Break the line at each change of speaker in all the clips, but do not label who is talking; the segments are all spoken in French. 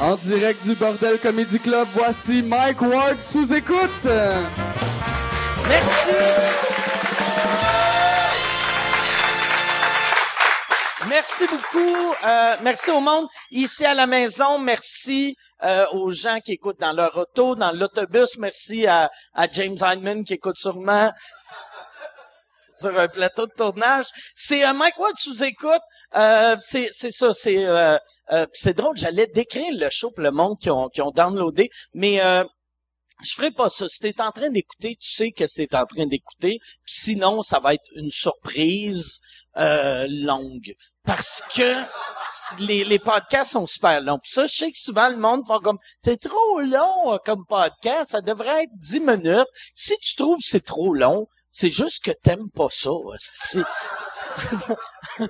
En direct du Bordel Comedy Club, voici Mike Ward sous écoute.
Merci. Merci beaucoup. Euh, merci au monde ici à la maison. Merci euh, aux gens qui écoutent dans leur auto, dans l'autobus. Merci à, à James Hyndman qui écoute sûrement sur un plateau de tournage. C'est euh, Mike Watt sous écoute. Euh, c'est c'est ça, c'est euh, euh, c'est drôle. J'allais décrire le show pour le monde qui ont qui ont downloadé, mais euh, je ferai pas ça. Si t'es en train d'écouter, tu sais que c'est en train d'écouter. Puis Sinon, ça va être une surprise euh, longue. Parce que les, les podcasts sont super longs. Puis ça, je sais que souvent, le monde va comme « C'est trop long euh, comme podcast, ça devrait être 10 minutes. » Si tu trouves que c'est trop long, c'est juste que t'aimes pas ça. hostie.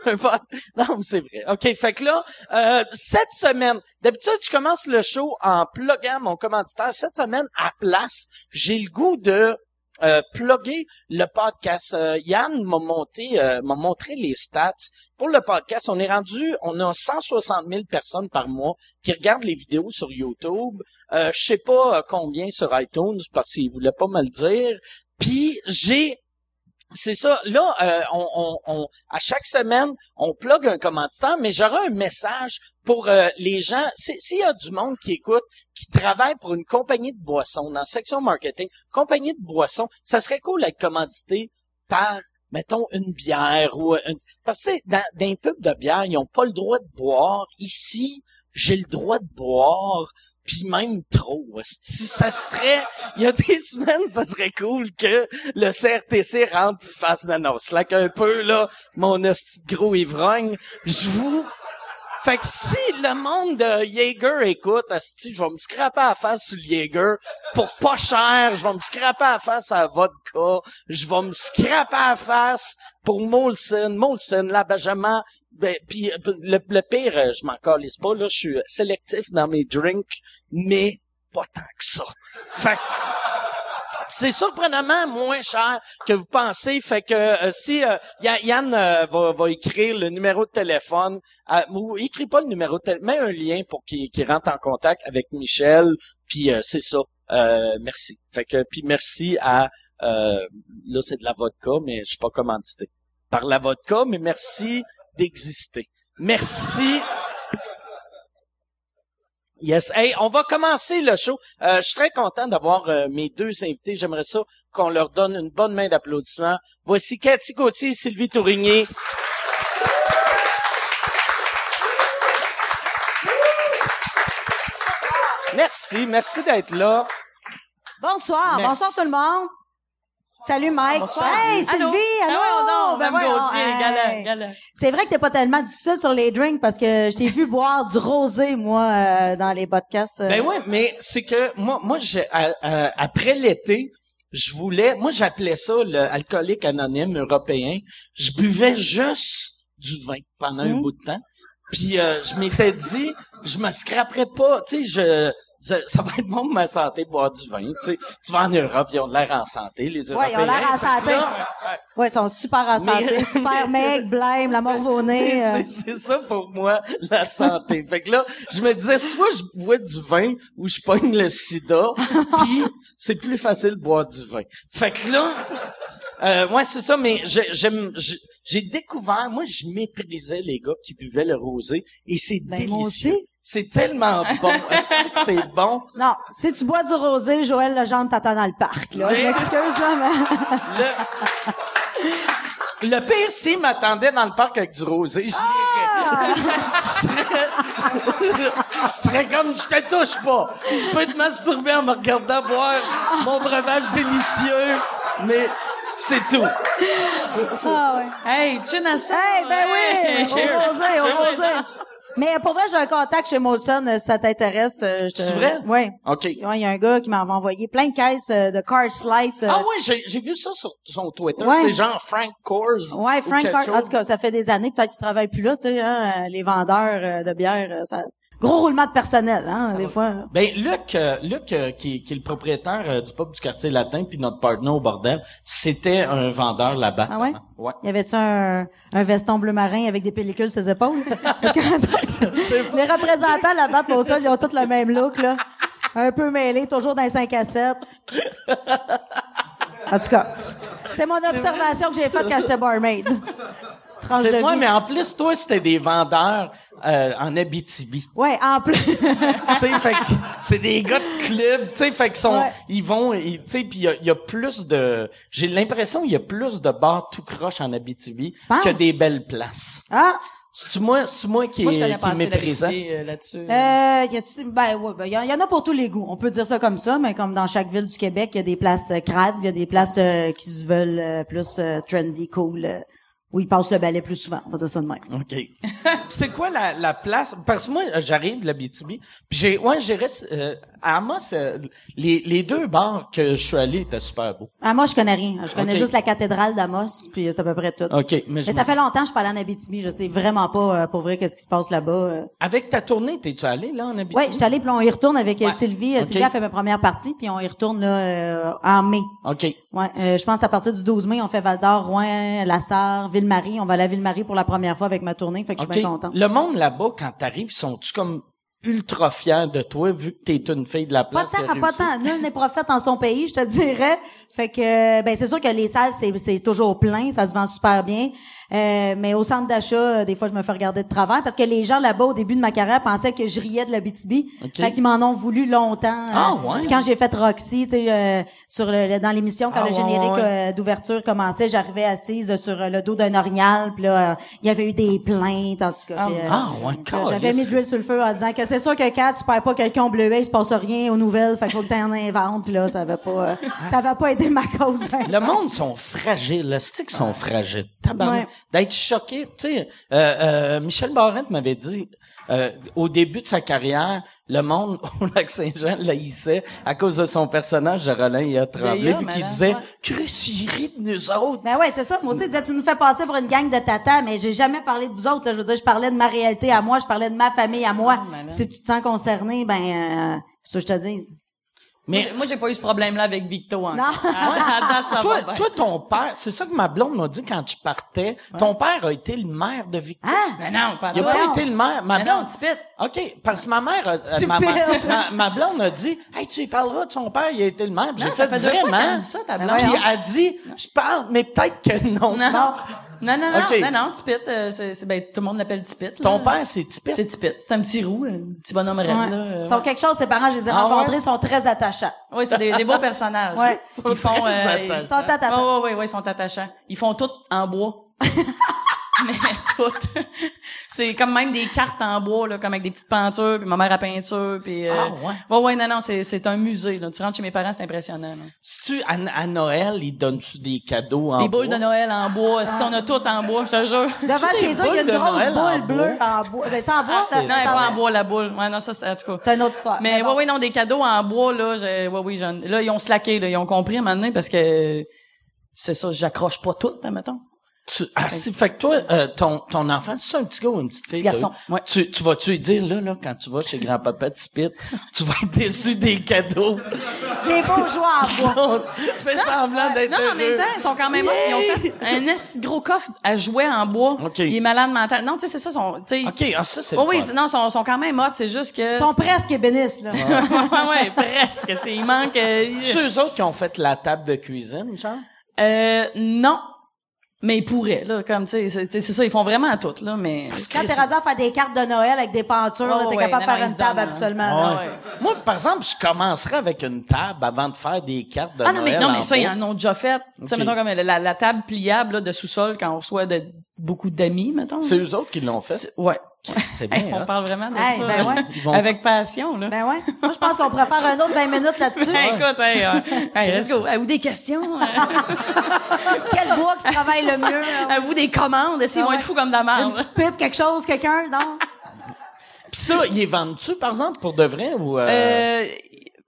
Un pod- non, mais c'est vrai. OK, fait que là, euh, cette semaine, d'habitude, je commence le show en pluguant mon commanditaire. Cette semaine, à place, j'ai le goût de euh, plugger le podcast. Euh, Yann m'a monté, euh, m'a montré les stats. Pour le podcast, on est rendu, on a 160 000 personnes par mois qui regardent les vidéos sur YouTube. Euh, je sais pas euh, combien sur iTunes parce qu'ils voulaient pas me le dire. Puis j'ai c'est ça. Là, euh, on, on- on- à chaque semaine, on plug un commanditaire, mais j'aurai un message pour euh, les gens. Si- S'il y a du monde qui écoute, qui travaille pour une compagnie de boissons, dans la section marketing, compagnie de boissons, ça serait cool d'être commandité par, mettons, une bière ou une... Parce que tu sais, dans, dans les pubs de bière, ils n'ont pas le droit de boire. Ici, j'ai le droit de boire, puis même trop. Si ça serait... Il y a des semaines, ça serait cool que le CRTC rentre pis fasse non, non, slack un peu, là, mon hostie de gros ivrogne. Je vous... Fait que si le monde de Jaeger écoute, hostie, je vais me scraper à la face sur le Jaeger pour pas cher, je vais me scraper à la face à la vodka, je vais me scraper à la face pour Molson, Molson, la Benjamin, ben, puis euh, le, le pire, euh, je m'en calisse pas, là, je suis sélectif dans mes drinks, mais pas tant que ça. Fait que c'est surprenamment moins cher que vous pensez. Fait que euh, si euh, Ya- Yann euh, va, va écrire le numéro de téléphone, à- ou écrit pas le numéro de téléphone, mets un lien pour qu'il qu'il rentre en contact avec Michel. Puis euh, c'est ça. Euh, merci. Fait que puis merci à euh, là c'est de la vodka, mais je suis pas commandité par la vodka, mais merci d'exister. Merci. Yes. Hey, on va commencer le show. Euh, je suis très content d'avoir euh, mes deux invités. J'aimerais ça qu'on leur donne une bonne main d'applaudissements. Voici Cathy Gauthier et Sylvie Tourigny. Merci, merci d'être là.
Bonsoir,
Merci.
bonsoir tout le monde. Salut Mike. Hey Sylvie, allô.
Ah ouais, non,
Ben
Mme
voyons,
Gauthier,
hey.
galant, galant.
C'est vrai que t'es pas tellement difficile sur les drinks parce que je t'ai vu boire du rosé moi euh, dans les podcasts. euh.
Ben oui, mais c'est que moi, moi, j'ai, à- à- après l'été, je voulais, moi, j'appelais ça le alcoolique anonyme européen. Je buvais juste du vin pendant
Hum.
un bout de temps. Puis euh, je m'étais dit, je me scraperais pas, tu sais, je, je- ça va être bon pour ma santé boire du vin, tu sais. Tu vas en Europe, ils ont de l'air en santé, les Européens.
Ouais, ils ont l'air en
Fait que
santé.
là,
Ouais, ils sont super en santé,
Mais- Ben,
super maigres, blêmes, la morve au nez. euh.
c'est c'est ça pour moi, la santé. fait que là, je me disais, soit je bois du vin ou je pogne le sida, puis c'est plus facile de boire du vin. Fait que là, euh, ouais, c'est ça, mais j'ai- j'aime, j'ai j'ai découvert, moi, je méprisais les gars qui buvaient le rosé, et c'est
Ben, moi
délicieux.
aussi.
C'est tellement bon. Est-ce que c'est bon?
Non, si tu bois du rosé, Joël Legendre t'attend dans le parc. Là.
Oui.
Je m'excuse, là, mais...
Le, le pire, s'il m'attendait dans le parc avec du rosé, j'y irais. je, serais... je serais comme, je te touche pas. Tu peux te masturber en me regardant boire mon breuvage délicieux, mais c'est tout.
Ah, ouais.
Hey, chin à ça.
Hey, ben oui!
Hey, cheers.
Au rosé,
Cheers.
au rosé. Mais pour vrai, j'ai un contact chez Molson, euh, si ça t'intéresse. euh, je te-
C'est vrai?
Oui.
OK.
Il y a un gars qui m'a envoyé plein de caisses euh, de Cars Light. euh,
Ah ouais, j'ai j'ai vu ça sur son Twitter.
Ouais.
C'est genre Frank Coors.
Ouais,
ou
Frank
quelque
Cars. En
chose.
tout cas, ça fait des années, peut-être qu'il travaille plus là, tu sais, hein, euh, les vendeurs euh, de bière, euh, ça, gros roulement de personnel, hein, des fois.
Ben Luc, euh, Luc euh, qui, qui est le propriétaire euh, du pub du quartier latin puis notre partenaire au bordel, c'était un vendeur là-bas.
Ah ouais?
avant.
Ouais.
Y avait-tu un, un veston bleu marin avec des pellicules sur ses épaules? Parce que les représentants de la batte au sol, ils ont tous le même look, là. Un peu mêlé, toujours dans les 5 à 7. En tout cas, c'est mon observation que j'ai faite quand j'étais barmaid. Tranche de
C'est moi,
vie.
mais en plus, toi, c'était des vendeurs euh, en Abitibi.
Ouais, en plus.
tu sais, fait que c'est des gars de club, tu sais, fait que sont,
Ouais.
ils vont, ils- tu sais, puis il y a, il y a plus de, j'ai l'impression qu'il y a plus de bars tout croche en Abitibi
penses?
que des belles places.
ah!
C'est moi, c'est moi qui,
Moi, je
est-
connais pas
qui
assez
méprisant.
d'habitude euh, là-dessus.
Euh, y a-tu- ben, ouais, ben, y, en- y en a pour tous les goûts. On peut dire ça comme ça, mais comme dans chaque ville du Québec, il y a des places euh, crades, il y a des places euh, qui se veulent euh, plus euh, trendy, cool, euh, où ils passent le balai plus souvent. On va dire ça de même.
OK. c'est quoi la, la place? Parce que moi, j'arrive de l'Abitibi, puis j'ai, ouais, j'ai resté, euh, à Amos, euh, les, les deux bars que je suis allé étaient super beaux.
Ah, moi, je connais rien. Je connais
Ok.
juste la cathédrale d'Amos, puis c'est à peu près tout.
OK, mais je
Mais ça
me-
fait longtemps que je parle en Abitibi. Je sais vraiment pas, euh, pour vrai, qu'est-ce qui se passe là-bas. euh.
Avec ta tournée, t'es-tu allé, là, en Abitibi?
Ouais, je suis allée, puis on y retourne avec euh,
Ouais.
Sylvie. Euh,
Ok.
Sylvie a fait ma première partie, puis on y retourne là euh, en mai.
OK.
Ouais, euh, je pense à partir du 12 mai, on fait Val d'Or, Rouen, La Sarre, Ville-Marie. On va aller à Ville-Marie pour la première fois avec ma tournée, fait que je suis bien
OK.
contente.
Le monde là-bas, quand t'arrives, sont-tu comme ultra fiers de toi, vu que t'es une fille de la
Pas
place?
tant,
qui a
pas
réussi?
tant. Nul n'est prophète en son pays, je te dirais. Fait que, euh, ben, c'est sûr que les salles, c'est, c'est toujours plein, ça se vend super bien. Euh, mais au centre d'achat, euh, des fois, je me fais regarder de travers parce que les gens là-bas, au début de ma carrière, pensaient que je riais de la BTB.
Ok.
Fait qu'ils m'en ont voulu longtemps.
Ah,
Euh,
ouais?
puis quand j'ai fait Roxy, tu sais, euh, sur le, le- dans l'émission, quand
Ah,
le
ouais,
générique
ouais, ouais.
euh, d'ouverture commençait, j'arrivais assise sur euh, le dos d'un orignal, puis là, euh, il y avait eu des plaintes, en tout cas.
Ah,
puis, euh,
ah, ouais,
puis, euh, J'avais
calisse.
mis de l'huile sur le feu en disant que c'est sûr que quand tu perds pas quelqu'un au bleuet, il se passe rien aux nouvelles, fait qu'il faut que t'en inventes, puis là, ça va pas, euh, ça va pas aider ma cause.
Le monde sont fragiles, les sticks sont fragiles. Tabarnak.
Ouais.
D'être choqué, tu sais, euh, euh, Michel Barrette m'avait dit euh, au début de sa carrière, le monde au lac Saint-Jean l'haïssait à cause de son personnage de Roland et Tremblay,
D'ailleurs,
vu qu'il
malin,
disait
ouais.
Chris, il rit de nous autres.
Ben ouais, c'est ça. Moi aussi, je disais, tu nous fais passer pour une gang de tata, mais j'ai jamais parlé de vous autres. Là. Je veux dire, je parlais de ma réalité à moi, je parlais de ma famille à moi.
Ah, malin.
si tu te sens concerné, ben, euh, c'est ça que je te dis.
Moi,
mais-
j'ai- Moi, j'ai pas eu ce problème-là avec Victo hein. Ah, encore.
Non.
À- à date, ça
toi,
va bien.
toi, ton père, c'est ça que ma blonde m'a dit quand tu partais. Ton père a été le maire de Victor.
Hein?
Mais non, pas
Il a
toi.
pas
non.
été le maire. Ma
Mais
blonde,
non, Tipit.
OK, parce que ma mère, a- euh, ma,
Super.
mère- ma- ma blonde a dit, hey, tu y parleras de son père, il a été le maire. Puis
Non,
j'ai
ça
fait
fait deux fois
vraiment?
qu'elle dit ça, ta blonde.
Puis
Voyons.
elle dit, je parle, mais peut-être que non.
Non. Non, non, non,
Ok.
non, non, Tipit, euh, c'est, c'est- ben, tout le monde l'appelle Tipit. là.
Ton père, c'est typique.
C'est Tipit. C'est un petit roux, un petit bonhomme raide,
Ouais.
là. euh,
Ils sont quelque chose, ses parents, je les ai
Ah ouais?
rencontrés, ils sont très attachants.
Oui, c'est des, des beaux personnages.
Ouais.
Ils font.
Ils sont
Euh,
très
Ils sont attachants.
Oui, oui, oui, ils sont attachants. Ils font tout en bois. Mais tout. c'est comme même des cartes en bois, là, comme avec des petites peintures, puis ma mère à peinture, puis. euh,
Ah, ouais.
Ouais, ouais, non, non, c'est, c'est un musée. Là. Tu rentres chez mes parents, c'est impressionnant. là.
Si tu, à, à Noël, ils donnent-tu des cadeaux en
Des boules de
bois?
Noël en
Ah.
bois. Si on a tout en bois, je te jure.
Devant
des
chez eux, il y a
boules
une
de
grosse
Noël en
boule bleue en bois. Ben,
Ah,
c'est en bois,
Ah, c'est
ça-
Non, elle est pas en bois, la boule. Ouais, non, ça, c'est, en tout cas.
C'est une autre histoire.
Mais
bon.
ouais, ouais, non, des cadeaux en bois, là, j'ai, ouais, oui, j'en- là, ils ont slacké, là, ils ont compris, maintenant, parce que, c'est ça, j'accroche pas tout, ben, mettons.
Tu, ah, c'est, fait que toi, euh, ton, ton enfant, c'est un petit gars ou une petite fille?
Petit garçon,
toi?
ouais.
Tu, tu vas-tu lui dire, là, là, quand tu vas chez grand-papa Tipit, tu vas être déçu des cadeaux.
Des beaux joueurs en bois.
Fais semblant d'être
Non, mais en
heureux.
même temps, ils sont quand même Ils ont fait un esti gros coffre à jouer en bois.
Ok.
Il est malade mental. Non, tu sais, c'est ça, sont, tu sais.
OK, ah, ça, c'est
Oh
le
oui,
fun.
c'est- non, ils sont, sont quand même hot, c'est juste que...
Ils sont presque ébénistes, là.
ouais, ouais, presque. C'est, il manque... Euh,
Ceux autres qui ont fait la table de cuisine, genre?
euh, non. Mais ils pourraient, là, comme, tu sais, c'est, c'est ça, ils font vraiment tout, là, mais...
Quand t'es rendu à faire des cartes de Noël avec des peintures,
Ouais,
là, t'es
Oh, ouais,
capable de
non,
faire
non,
une
ils se donnent,
table
hein.
absolument.
Ah
Ouais.
ouais.
Moi, par exemple, je commencerais avec une table avant de faire des cartes de
Ah non, mais,
Noël
non,
en
mais ça, ils
bois.
en ont déjà fait. Tu sais,
Ok.
mettons, comme la, la table pliable là, de sous-sol quand on reçoit de, beaucoup d'amis, mettons.
C'est eux autres qui l'ont fait.
C'est- Ouais.
C'est
Hey,
bien,
on
hein?
parle vraiment de
Hey,
ça.
ben
là.
ouais.
Ils vont-
Avec passion, là.
Ben ouais. Moi, je pense qu'on pourrait faire un autre 20 minutes là-dessus.
Hey, écoute, hey, euh, hey, let's go. Avez-vous des questions? Euh,
Quel bois qui travaille le mieux? là?
Avez-vous des commandes? Essayez, ils vont
Ah ouais.
être fous comme de la
Une
merde.
petite pipe, quelque chose, quelqu'un, non?
Puis ça, ils les vendent-tu, par exemple, pour de vrai ou... Euh...
Euh,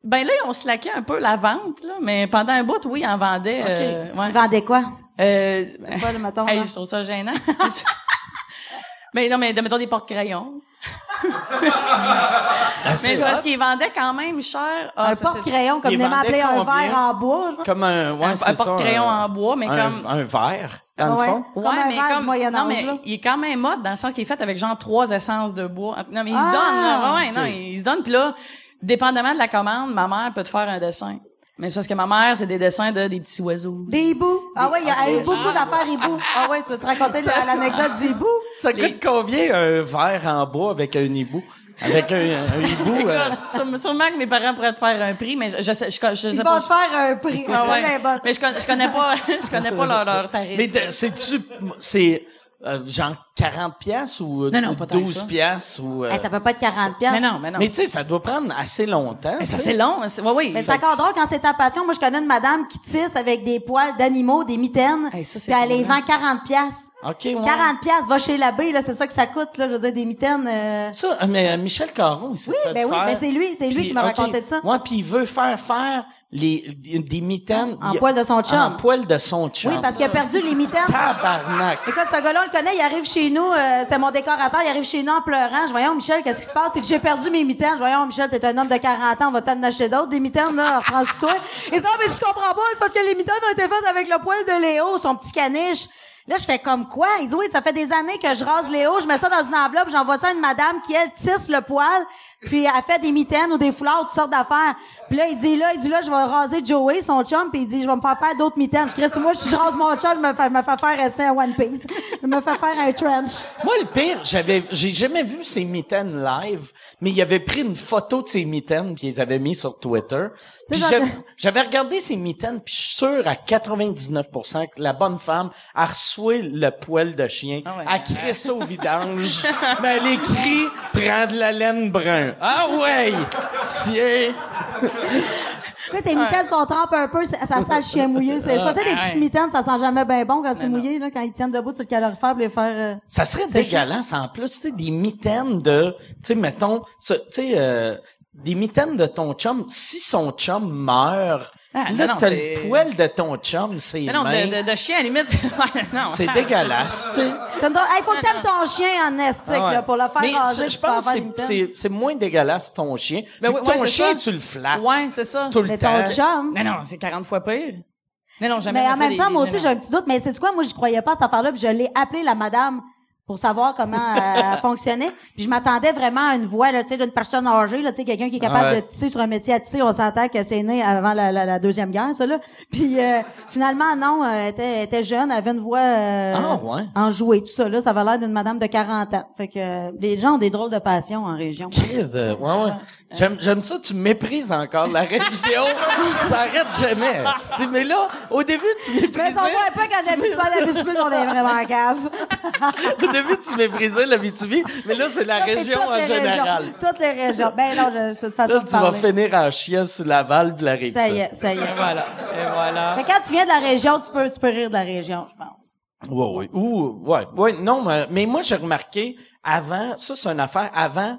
ben là, on slaquait un peu la vente, là, mais pendant un bout, oui, on vendait. euh, ouais.
Ils vendaient quoi?
Euh,
Quoi, le mettons?
hey,
là?
je trouve ça gênant. mais non, mais mettons des porte-crayons. Mais Ah, c'est parce qu'ils vendaient quand même cher. Ah,
un
ça, c'est-
porte-crayon, comme
Il
on aimait
vendait
appeler un
combien?
verre en bois. genre.
Comme un, ouais,
Un- un
c'est ça,
porte-crayon
un-
en bois, mais
un-
comme-
Un verre, dans
Ouais.
le fond.
Comme
ouais,
un
mais
verre du
comme,
Moyen
non,
Âge,
mais
là.
il est quand même mode dans le sens qu'il est fait avec genre trois essences de bois. Non, mais il
Ah!
se donne, là. Ouais, non,
Ok.
il se donne. Puis là, dépendamment de la commande, ma mère peut te faire un dessin. Mais c'est parce que ma mère, c'est des dessins de des petits oiseaux.
Des hiboux. Ah ouais, il y a il y a eu beaucoup d'affaires hiboux. Ah ouais, tu veux te raconter la- l'anecdote du hibou?
Ça coûte combien un verre en bois avec un hibou? Avec un, un hibou, euh,
Écoute, sûrement- Sûrement que mes parents pourraient te faire un prix, mais je, je sais, je, je sais
Ils
pas.
vont te faire un prix.
Ah ouais.
C'est bien bon.
Mais je, con- je connais pas, je connais pas leur, leur tarif.
Mais de- c'est-tu, c'est, euh, genre 40 piastres ou euh,
Non, non, pas tant que
12
ça.
piastres ou, euh,
Eh, ça peut pas être 40 pièces.
Mais non, mais non.
mais tu sais, ça doit prendre assez longtemps.
Mais ça,
tu sais.
c'est long. c'est- Ouais, oui.
Mais c'est encore drôle quand c'est ta passion. Moi, je connais une madame qui tisse avec des poils d'animaux, des mitaines,
Hey, ça, c'est
puis elle les
drôle, hein.
vend 40 pièces.
OK, ouais.
40 pièces, va chez l'abbé, là, c'est ça que ça coûte, là, je veux dire, des mitaines. euh,
Ça, euh, mais euh, Michel Caron, il s'est
Oui,
fait
ben oui,
faire.
ben c'est lui- c'est lui
Puis,
qui m'a
OK.
raconté de ça.
Ouais, puis il veut faire faire les, des mitaines.
En
Il-
poil de son chum.
En poil de son chum.
Oui, parce qu'il a perdu les mitaines.
Tabarnak.
Écoute, ce gars-là, on le connaît, il arrive chez nous, euh, c'était mon décorateur, il arrive chez nous en pleurant. Je voyons, Michel, qu'est-ce qui se passe? Il dit, j'ai perdu mes mitaines. Je voyons, Michel, t'es un homme de 40 ans, on va t'en acheter d'autres. Des mitaines, là, reprends-toi. Il dit, non, mais tu comprends pas, c'est parce que les mitaines ont été faites avec le poil de Léo, son petit caniche. Là, je fais comme quoi? Il dit, oui, ça fait des années que je rase Léo, je mets ça dans une enveloppe, j'envoie ça à une madame qui, elle, tisse le poil, puis elle fait des mitaines ou des foulards, toutes sortes d'affaires. Puis là, il dit, là, il dit, là, je vais raser Joey, son chum, puis il dit, je vais me faire faire d'autres mitaines. Je dis, si moi, je rase mon chum, je me fais, je me fais faire rester un One Piece. Je me fais faire un trench.
Moi, le pire, j'avais, j'ai jamais vu ces mitaines live, mais il avait pris une photo de ses mitaines puis ils avaient mis sur Twitter.
Tu sais,
Puis
j'en-
j'avais, j'avais regardé ces mitaines puis je suis sûr à 99% que la bonne femme a reçu le poil de chien,
Ah ouais.
a crié ça au vidange, mais elle écrit prends de la laine brun. Ah ouais! Tiens!
Tu sais, tes mitaines sont trempes un peu, ça ça sent le chien mouillé, c'est ça. Tu sais, des
Ah,
petites
ouais.
mitaines, ça sent jamais bien bon quand c'est mouillé, là, quand ils tiennent debout sur le calorifère pour les faire, euh,
Ça serait dégueulasse en plus, tu sais, des mitaines de, tu sais, mettons, ce- tu sais, euh, des mitaines de ton chum. Si son chum meurt,
Ah,
là,
non, non,
t'as le
c'est-
poil de ton chum, c'est
Mais non, de, de, de chien, à la limite. non.
C'est dégueulasse, tu sais.
T'as une drôle- Hey, faut que t'aimes ton chien en estique,
Ah ouais.
là, pour le faire
Mais
raser.
c'est-
puis
je
tu vas
pense que
avoir
c'est-
une mitaine.
c'est- c'est moins dégueulasse ton chien.
Ben
Puis
oui, ouais,
ton
c'est
chien,
ça.
tu le flattes.
Ouais, c'est ça.
Tout le
Mais
temps.
ton chum.
Mais non, c'est 40 fois pire. Mais non, jamais.
Mais
on a
en
fait
même
des-
temps, moi
des-
aussi, j'ai un petit doute. Mais c'est quoi? Moi, j'y croyais pas à cette affaire-là. Puis je l'ai appelé la madame pour savoir comment euh, elle fonctionnait. Puis je m'attendais vraiment à une voix, là, tu sais, d'une personne âgée, là, tu sais, quelqu'un qui est capable
Ouais.
de tisser sur un métier à tisser. On s'entend que c'est né avant la, la- la deuxième guerre, ça, là. Puis euh, finalement, non, euh, elle était, elle était jeune, elle avait une voix euh,
Ah, ouais.
enjouée, tout ça, là. Ça avait l'air d'une madame de 40 ans. Fait que euh, les gens ont des drôles de passions en région.
Crise de- ouais, ouais. J'aime, j'aime ça, tu méprises encore la région. ça arrête jamais. esti. Mais là, au début, tu
Mais
méprisais.
on voit un peu quand d'habitude, pas d'habitude, on est vraiment en cave.
Au début, tu méprisais la BTV, mais là, c'est la
Ça, c'est
région
toutes
en
les
général.
régions. Toutes les régions. Ben non, je, c'est une façon
Là,
de
tu vas
parler.
finir en chien sur la valve la rive.
Ça y est, ça y est.
Voilà. Et voilà.
Mais quand tu viens de la région, tu peux, tu peux rire de la région, je pense.
Ouais, ouais. Ou, ouais, ouais. Non, mais, mais moi, j'ai remarqué, avant, ça, c'est une affaire, avant,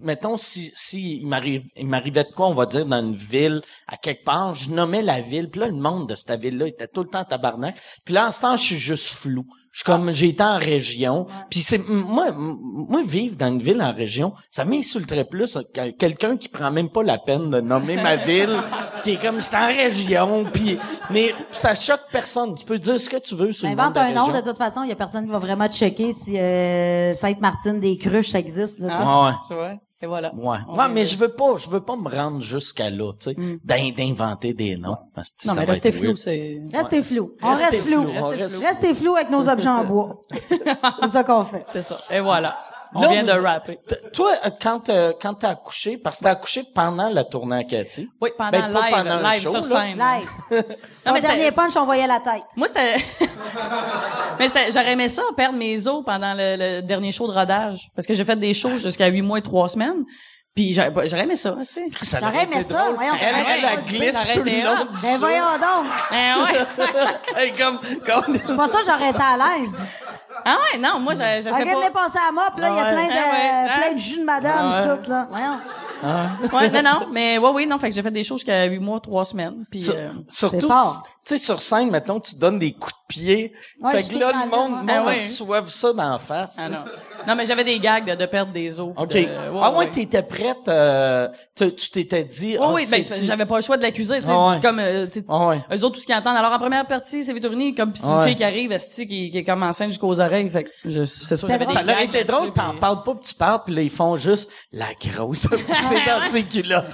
mettons, si, si il m'arrive, il m'arrivait de quoi, on va dire, dans une ville, à quelque part, je nommais la ville, puis là, le monde de cette ville-là était tout le temps tabarnak. Puis là, en ce temps, je suis juste flou. Je suis comme, j'étais en région. Puis c'est, m- moi, m- moi, vivre dans une ville en région, ça m'insulterait plus que quelqu'un qui prend même pas la peine de nommer ma ville, qui est comme, c'est en région, puis, mais ça choque personne. Tu peux dire ce que tu veux sur le monde
Invente
de la
un nom,
région.
de toute façon, il y a personne qui va vraiment te checker si euh, Sainte-Martine des Cruches, ça existe. là, tu sais.
Ah Ouais, ouais.
Tu vois? Et voilà.
Ouais.
On
ouais,
est-
mais je veux pas, je veux pas me rendre jusqu'à là, tu sais,
Mm.
d'in- d'inventer des noms. Parce que
Non,
ça
mais
va
restez
être
flou,
weird.
c'est.
Restez flou. On
Ah. Restez
reste flou.
flou, on reste flou.
Restez flou avec nos objets en bois. c'est ça qu'on fait.
C'est ça. Et voilà. On
Là,
vient de
vous-
rapper.
T- Toi, euh, quand euh, quand t'as accouché, parce que t'as accouché pendant la tournée à Cathy.
Oui, pendant
Ben, pas
live,
pendant un
live
show,
sur
là.
scène.
Live.
Non,
Son
mais
dernier
c'était,
punch, on voyait la tête.
moi, c'était, mais c'était, j'aurais aimé ça, perdre mes os pendant le, le dernier show de rodage. Parce que j'ai fait des shows jusqu'à huit mois et trois semaines. Puis j'aurais, pas- j'aurais aimé ça, tu sais.
Ça
J'aurais
aurait été
aimé ça,
drôle.
voyons,
Elle,
j'aurais
elle, elle
aimé
glisse
ça, ça
tout
aurait été
le long
hot.
du
Ben
show.
voyons donc.
Ben ouais.
Hey, comme, comme...
C'est pas ça, j'aurais été à l'aise.
ah ouais, non, moi, je, je sais
Regarde les
pas.
passer à moi, puis là, il y a
Ah ouais.
plein de,
Ah ouais.
plein de jus de madame,
Ah
ici, là. Voyons.
Ouais, non, non, mais ouais, oui, non, fait que j'ai fait des shows jusqu'à huit mois, trois semaines. Puis,
Sur-
euh,
surtout,
fort.
tu sais, sur scène, mettons, tu donnes des coups de pied.
Ouais,
fait
je
que là,
sais
le
pas,
monde,
moi.
le monde
Ah ouais.
reçoive ça dans la face.
Ah
tu sais.
non. Non, mais j'avais des gags de, de perdre des os.
OK.
de- Euh, ouais,
ah ouais,
ouais.
t'étais prête, euh, tu tu t'étais dit...
Oui,
ah,
oui,
c'est-
ben,
c'est-
j'avais pas le choix de l'accuser, tu sais,
Ah ouais.
comme, euh, tu sais,
Ah ouais. Ah
eux autres, tout ce qu'ils entendent. Alors, en première partie, c'est Vétournie, comme pis c'est une
Ouais.
fille qui arrive, esti, qui, qui est comme enceinte jusqu'aux oreilles, fait que, je, c'est sûr, j'avais des
Ça leur
gags
était drôle,
là-dessus,
t'en
puis-
parles pas, puis tu parles, puis là, ils font juste la grosse. c'est dans ses culottes.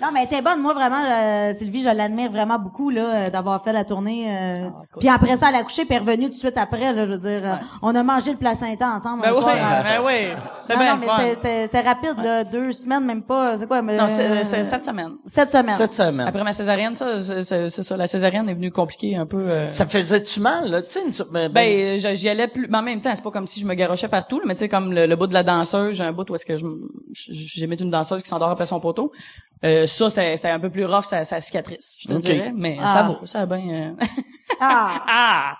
Non, mais elle était bonne. Moi, vraiment, euh, Sylvie, je l'admire vraiment beaucoup là, euh, d'avoir fait la tournée. euh,
Ah, écoute.
puis après ça, elle a couché, puis elle est revenue tout de suite après. Là, je veux dire, euh, on a mangé le placenta ensemble.
Ben
un
oui,
soir, hein.
ben oui. C'est
Non, non,
bien le
mais
fun.
c'était- c'était- c'était rapide, là, deux semaines, même pas. C'est quoi? mais,
Non, c'est,
euh,
c'est cette semaine.
Sept semaines.
Cette semaine.
Après ma césarienne, ça, c'est, c'est- c'est ça. La césarienne est venue compliquer un peu. euh,
Ça faisait-tu mal, là? Tu sais, une... sur- ben, ben,
Ben, euh, j'y allais plus. Mais en même temps, c'est pas comme si je me garochais partout, là, mais tu sais, comme le, le bout de la danseuse, j'ai un bout où est-ce que je m- j- j'ai mis une danseuse qui s'endort après son poteau. Euh, ça, c'était c'était un peu plus rough, sa, sa cicatrice, je te
Ok.
dirais. Mais
Ah.
ça va, ça va bien. euh.
Ah!
ah!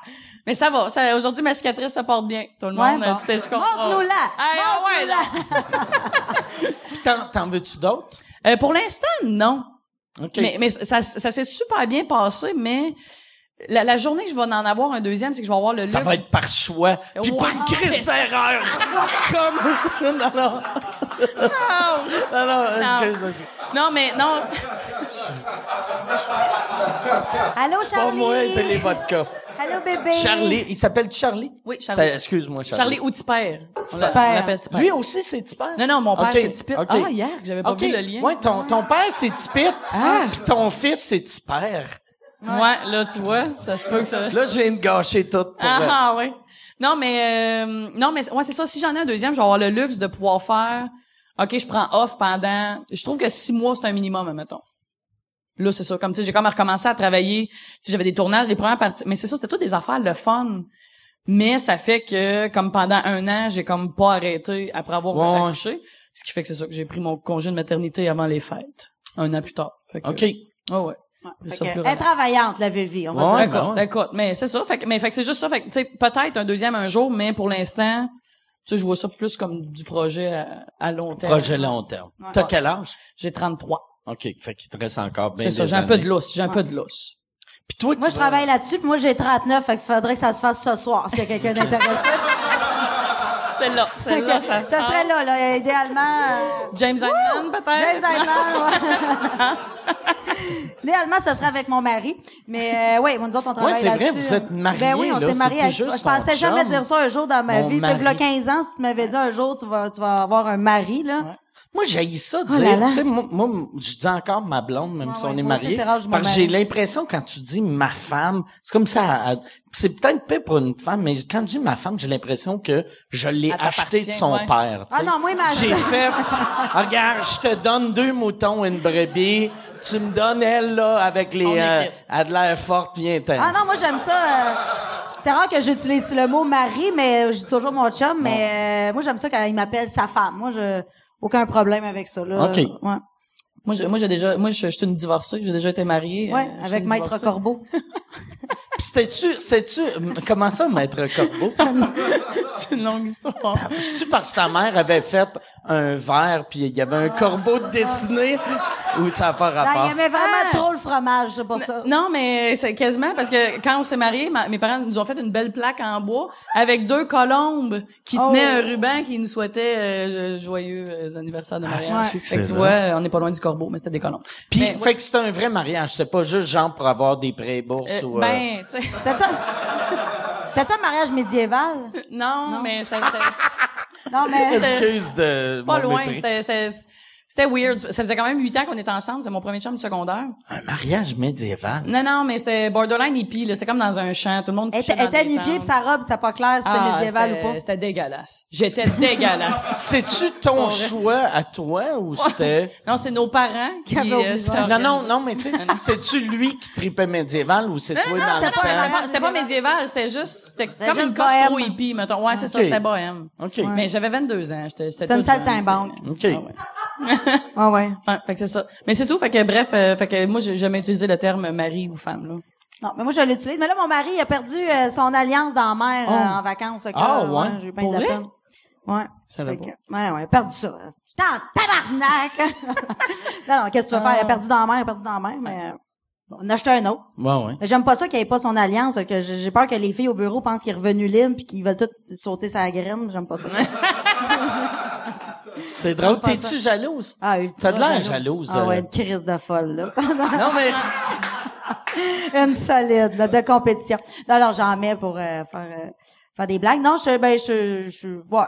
Mais ça va. ça- Aujourd'hui, ma cicatrice se porte bien. Tout le
Ouais,
monde, euh,
bon.
tout est sous contrôle.
Montre-nous-la!
Hey, ah ouais, là.
ben, t'en, t'en veux-tu d'autres?
Euh, pour l'instant, non.
OK.
Mais, mais ça, ça s'est super bien passé, mais la, la journée que je vais en avoir un deuxième, c'est que je vais avoir le
ça
luxe.
va être par choix. Puis
Ouais.
pas une crise d'erreur! Comme... non, non. non, non, excuse, excuse.
Non, mais non.
Allô,
Pas
Charlie!
moi, c'est les vodkas.
Allô, bébé!
Charlie, il s'appelle Charlie?
Oui, Charlie.
Ça- excuse-moi, Charlie.
Charlie ou Tipper. On l'a-
Tipper.
on l'appelle Tipper.
Lui aussi, c'est Tipper?
Non, non, mon père,
Ok,
c'est Tipper.
ok.
Ah, hier, que j'avais pas
Ok.
vu le lien.
Ouais, ton, ton père, c'est Tipit.
Ah.
Puis ton fils, c'est Tipper.
Ouais, là, tu vois, ça se peut que ça...
Là, je viens de gâcher tout. Pour
Ah,
euh,
ah, ouais. Non, mais... euh, non, mais ouais, c'est ça. Si j'en ai un deuxième, je vais avoir le luxe de pouvoir faire... OK, je prends off pendant... Je trouve que six mois, c'est un minimum, mettons. Là, c'est ça. Comme, tu sais, j'ai comme recommencé à travailler. Tu sais, j'avais des tournages, les premières parties... Mais c'est ça, c'était toutes des affaires, le fun. Mais ça fait que, comme pendant un an, j'ai comme pas arrêté après avoir
Ouais.
accouché. Ce qui fait que c'est ça, que j'ai pris mon congé de maternité avant les fêtes. Un an plus tard. Fait que-
OK.
Ouais, ouais.
Fait
Après ça,
que,
plus
elle est
relax.
travaillante, la Vivi, on va
Ouais, ben
dire.
D'accord,
ouais.
d'accord. Mais c'est ça. Fait que, mais fait que c'est juste ça. Fait que, tu sais, peut-être un deuxième un jour, mais pour l'instant, tu sais, je vois ça plus comme du projet à, à long terme.
Projet long terme. T'as quel âge?
J'ai 33.
OK. Fait qu'il te reste encore bien
c'est ça.
des
J'ai un peu de
années.
lousse. J'ai un peu de lousse.
Puis toi,
Moi,
tu
je
vas-
travaille là-dessus, puis moi, j'ai 39, fait qu'il faudrait que ça se fasse ce soir, s'il y a quelqu'un d'intéressé.
Celle-là.
Fait que ça serait là, là, euh, idéalement. euh,
James Hyman, peut-être?
James Hyman, ouais. Idéalement, ce serait avec mon mari. Mais euh, ouais, nous autres, on travaille
c'est vrai,
là-dessus.
vous êtes mariés,
Ben oui, on
là,
s'est
c'est
mariés.
plus
avec-
juste
Je pensais
ton
jamais
chum.
dire ça un jour dans ma
Mon
vie. Tu sais, v'là
mari.
15 ans, si tu m'avais dit un jour, tu vas, tu vas avoir un mari, là.
Moi, j'ai ça
Oh
dire.
là là.
Tu sais, moi, moi, je dis encore ma blonde, même
Ouais,
si
ouais,
on est
moi aussi,
mariés.
c'est rare, je me
Parce que j'ai
marie.
l'impression, quand tu dis ma femme, c'est comme ça, elle- c'est peut-être pire pour une femme, mais quand je dis ma femme, j'ai l'impression que je l'ai
Elle
acheté de son
t'appartient, ouais.
père. tu
Ah
sais.
non, moi, ma-
J'ai fait, Ah, regarde, je te donne deux moutons et une brebis, tu me donnes elle, là, avec les,
On
euh,
équipe.
elle a de l'air forte bien intense.
Ah non, moi j'aime ça. euh, c'est rare que j'utilise le mot mari, mais je dis toujours mon chum, mais euh, moi j'aime ça quand il m'appelle sa femme. Moi, je aucun problème avec ça. Là.
OK.
Ouais,
Moi, j'ai, moi, j'ai déjà, moi, je, je suis une divorcée. J'ai déjà été mariée.
ouais
euh, je suis
avec
une
Maître
divorcée.
Corbeau.
Ah. Pis c'était-tu, c'est-tu, comment ça, maître Corbeau?
c'est une longue histoire.
C'est-tu parce que ta mère avait fait un verre puis il y avait un corbeau de dessiné ou ça n'a pas
Là, Ben, il
rapport?
aimait vraiment
Ah!
trop le fromage, c'est pour ça.
Non, mais c'est quasiment parce que quand on s'est mariés, ma- mes parents nous ont fait une belle plaque en bois avec deux colombes qui
Oh.
tenaient un ruban qui nous souhaitait euh, joyeux euh, anniversaire de mariage.
c'est
Fait que tu
Ah, excellent.
vois, euh, on n'est pas loin du corbeau, mais c'était des colombes. Ben,
Puis
Mais,
fait que c'était un vrai mariage, c'est pas juste genre pour avoir des pré-bourses
euh,
ou euh,
ben, tu sais,
C'était ça. C'était ça un mariage médiéval?
non, mais c'était c'était
Non, mais.
euh, excuse de
euh, pas
mon
loin.
mépris.
C'était c'était- c'était weird. Ça faisait quand même huit ans qu'on était ensemble. C'était mon premier chum du secondaire.
Un mariage médiéval.
Non, non, mais c'était borderline hippie. là. C'était comme dans un champ. Tout le monde
Elle
couchait
était- elle
dans
était
des
nu pied
tentes.
pis sa robe, c'était pas clair si c'était
Ah,
médiéval ou
c'était-
pas.
C'était dégueulasse. J'étais dégueulasse.
C'était-tu ton choix à toi ou c'était
Non, c'est nos parents qui euh,
Qui euh, avaient oublié.
c'était
Non non
organisé.
non mais tu sais, c'est-tu lui qui tripait médiéval ou c'est toi dans le
c'était
C'était
pas-
temps?
pas- C'était pas médiéval, c'était juste c'était comme
juste
une coche trop
bohème.
hippie mettons. Ouais, c'est ça,
Ok.
c'était bohème.
Ok.
Mais j'avais 22 ans, j'étais j'étais
C'était une
toute jeune,
saltimbanque.
puis,
Ok.
euh, ah ouais.
Ah ouais.
Ouais, fait que c'est ça. Mais c'est tout, fait que bref, euh, fait que moi j'ai jamais utilisé le terme mari ou femme là.
Non, mais moi je l'utilise. Mais là, mon mari il a perdu euh, son alliance dans la mer euh, en vacances. fait que,
Ah,
euh,
ouais.
J'ai eu bien de
Oh. Pour
la
vrai?
peine. Ouais.
Ça va
Fait
pas.
que- Ouais, ouais, perdu ça. J'étais en tabarnak! non, non, qu'est-ce que tu vas
Ah.
faire? Elle a perdu dans la mer, elle a perdu dans la mer, mais euh, bon, on a acheté un autre.
Ouais, ouais.
Mais J'aime pas ça qu'il ait pas son alliance, fait que j'ai j'ai peur que les filles au bureau pensent qu'il est revenu libre puis qu'ils veulent toutes sauter sa graine. J'aime pas ça.
C'est drôle.
pas
T'es-tu jalouse?
Ah,
T'as
ultra
de l'air
jaloux.
jalouse.
Ah
euh.
ouais, une crise de folle, là.
Non, mais
une solide, là, de compétition. Non, alors j'en mets pour euh, faire euh, faire des blagues. Non, je, ben, je, je, ouais,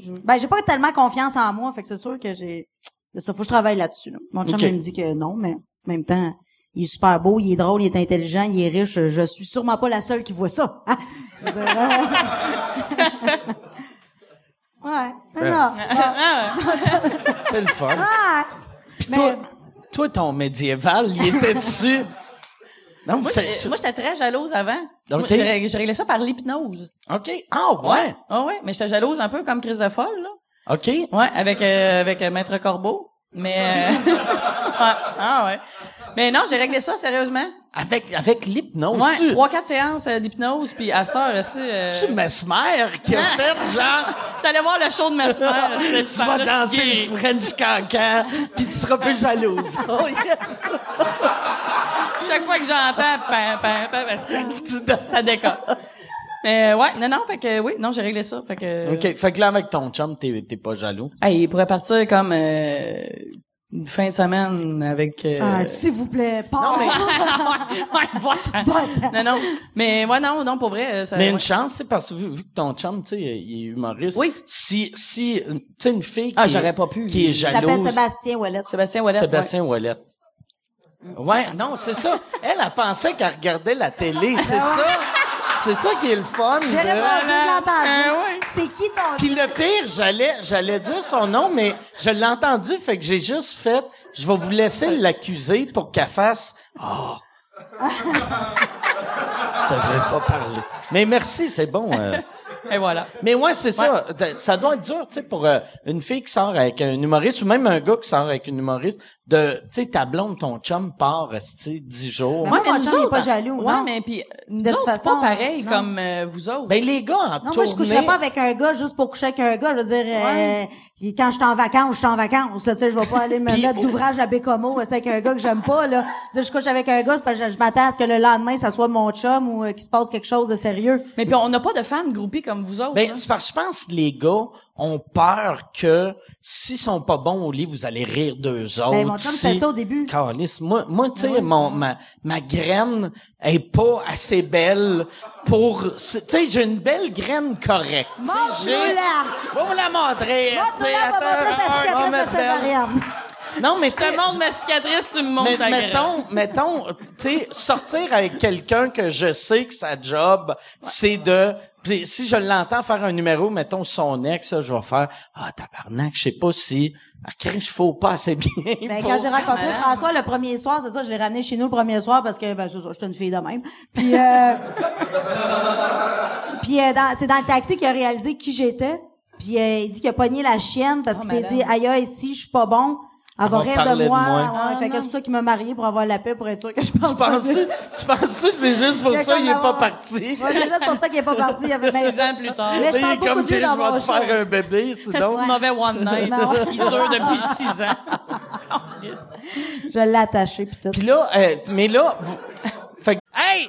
je- ben, j'ai pas tellement confiance en moi, fait que c'est sûr que j'ai, c'est ça, faut que je travaille là-dessus. là. Mon chum,
Ok.
il me dit que non, mais en même temps, il est super beau, il est drôle, il est intelligent, il est riche. Je suis sûrement pas la seule qui voit ça. hein. Je veux dire, hein? euh, ouais, mais non.
c'est le fun.
Ah, mais-
Toi,
euh,
toi, ton médiéval, il était dessus. Non,
Moi,
c'est-
j'ai-
c'est-
moi, j'étais très jalouse avant. Moi,
Ok.
J'ai ré- j'ai réglé ça par l'hypnose.
OK. Ah, ouais.
Ah ouais, mais j'étais jalouse un peu comme Chris de folle, là.
OK.
Ouais, avec euh, avec euh, Maître Corbeau. Mais euh, ouais, ah ouais. Mais non, j'ai réglé ça sérieusement.
Avec, avec l'hypnose.
Ouais,
tu-
trois quatre séances euh, d'hypnose puis à cette heure aussi. Euh,
C'est Mesmer qui a
Hein?
fait, genre,
T'allais voir le show de ma sœur. c'est
tu vas danser le French cancan, puis tu seras plus jalouse. Oh, yes.
Chaque fois que j'entends, pam, pam, pam, ben, c'est-
Tu danses.
ça décolle. Mais euh, ouais, non, non, fait que euh, oui, non, j'ai réglé ça, fait que.
OK. Fait que là, avec ton chum, t'es t'es pas jaloux.
Hey, il pourrait partir comme euh, une fin de semaine avec. euh,
ah, s'il vous plaît, pas.
ouais, va-t'en. non, non. Mais moi, non, non, pour vrai, euh, ça.
Mais une
ouais.
chance, c'est parce que vu, vu que ton chum, tu sais, il est humoriste.
Oui.
Si, si, tu sais, une fille qui,
Ah,
est-
j'aurais pas pu.
qui est
Il
Il s'appelle
jalouse.
Sébastien Wallet.
Sébastien Wallet.
Sébastien Ouellet. Ouais, non, c'est ça. Elle, elle pensait qu'elle regardait la télé. C'est ça. C'est ça qui est le fun.
J'ai répondu,
de-
je l'ai entendu.
Ah, ouais.
C'est qui ton
Puis le pire, j'allais, j'allais dire son nom, mais je l'ai entendu, fait que j'ai juste fait, je vais vous laisser l'accuser pour qu'elle fasse, oh. je devrais pas parler. Mais merci, c'est bon. euh.
Et voilà.
Mais ouais, c'est ça. De- Ça doit être dur, tu sais, pour euh, une fille qui sort avec un humoriste ou même un gars qui sort avec une humoriste, de, tu sais, ta blonde, ton chum part, euh, tu sais, dix jours.
Ouais, mais nous
on
autres, hein.
Ouais,
Ouais,
mais
mais
puis nous
toute
autres, c'est pas
façon,
pareil
non.
comme euh, vous autres.
Ben les gars, en
Non, moi,
tournée,
je coucherais pas avec un gars juste pour coucher avec un gars. Je veux dire,
Ouais.
euh, puis quand je suis en vacances, je suis en vacances. là, Tu sais, je vais pas aller me
Puis-
mettre d'ouvrage à Bécomo euh, c'est avec un gars que j'aime pas, là. Tu sais, je couche avec un gars, c'est parce que je, je m'attends à ce que le lendemain, ça soit mon chum ou euh, qu'il se passe quelque chose de sérieux.
mais puis on n'a pas de fans groupés comme vous autres.
Ben,
hein.
c'est parce que je pense que les gars ont peur que s'ils sont pas bons au lit, vous allez rire d'eux autres.
Ben, mon chum,
si-
c'est ça au début.
Calisse, moi, moi tu sais, mon, ma, ma graine est pas assez belle pour... Tu sais, j'ai une belle graine correcte. Tu sais, j'ai-
Montre-nous-la.
Va vous la montrer.
Moi,
c'est-
là,
attends, un, un,
va
un,
montrer sa cicatrice de
un, un.
césarienne.
Non, mais tu
Tu
sais,
me montres ma cicatrice, tu me montres
mais-
ta graine.
mettons, mettons, tu sais, sortir avec quelqu'un que je sais que sa job, c'est de, puis si je l'entends faire un numéro, mettons son ex, là, je vais faire, ah, tabarnak, je sais pas si, ah, crée, je fous pas assez bien.
Ben,
pour-
quand j'ai rencontré
Malade.
François le premier soir, c'est ça, je l'ai ramené chez nous le premier soir parce que ben c'est ça, j'étais une fille de même. Puis euh, Puis euh, dans- c'est dans le taxi qu'il a réalisé qui j'étais. Puis euh, il dit qu'il a pogné la chienne parce
Oh,
qu'il s'est
malade.
dit aïe aïe si je suis pas bon, elle va
va
rire
parler
de
de
moi.
moi.
Ouais,
Ah,
fait que
non.
c'est pour ça qu'il m'a mariée pour avoir la paix pour être sûr que je parle
tu penses, tu penses que c'est juste pour
Il y a
ça, il
comme
est pas
d'avoir-
parti?
Ouais, c'est juste pour ça qu'il est pas parti. Il avait
Six ans plus tard.
Mais je
il
parle
est
beaucoup
comme
de lui
Chris,
dans
je
mon
vais te
show.
faire un bébé,
C'est
sinon.
un mauvais one night
Non.
qui dure depuis six ans. Yes.
Je l'ai attaché puis tout.
Puis là, euh, mais là, vous- fait que- Hey!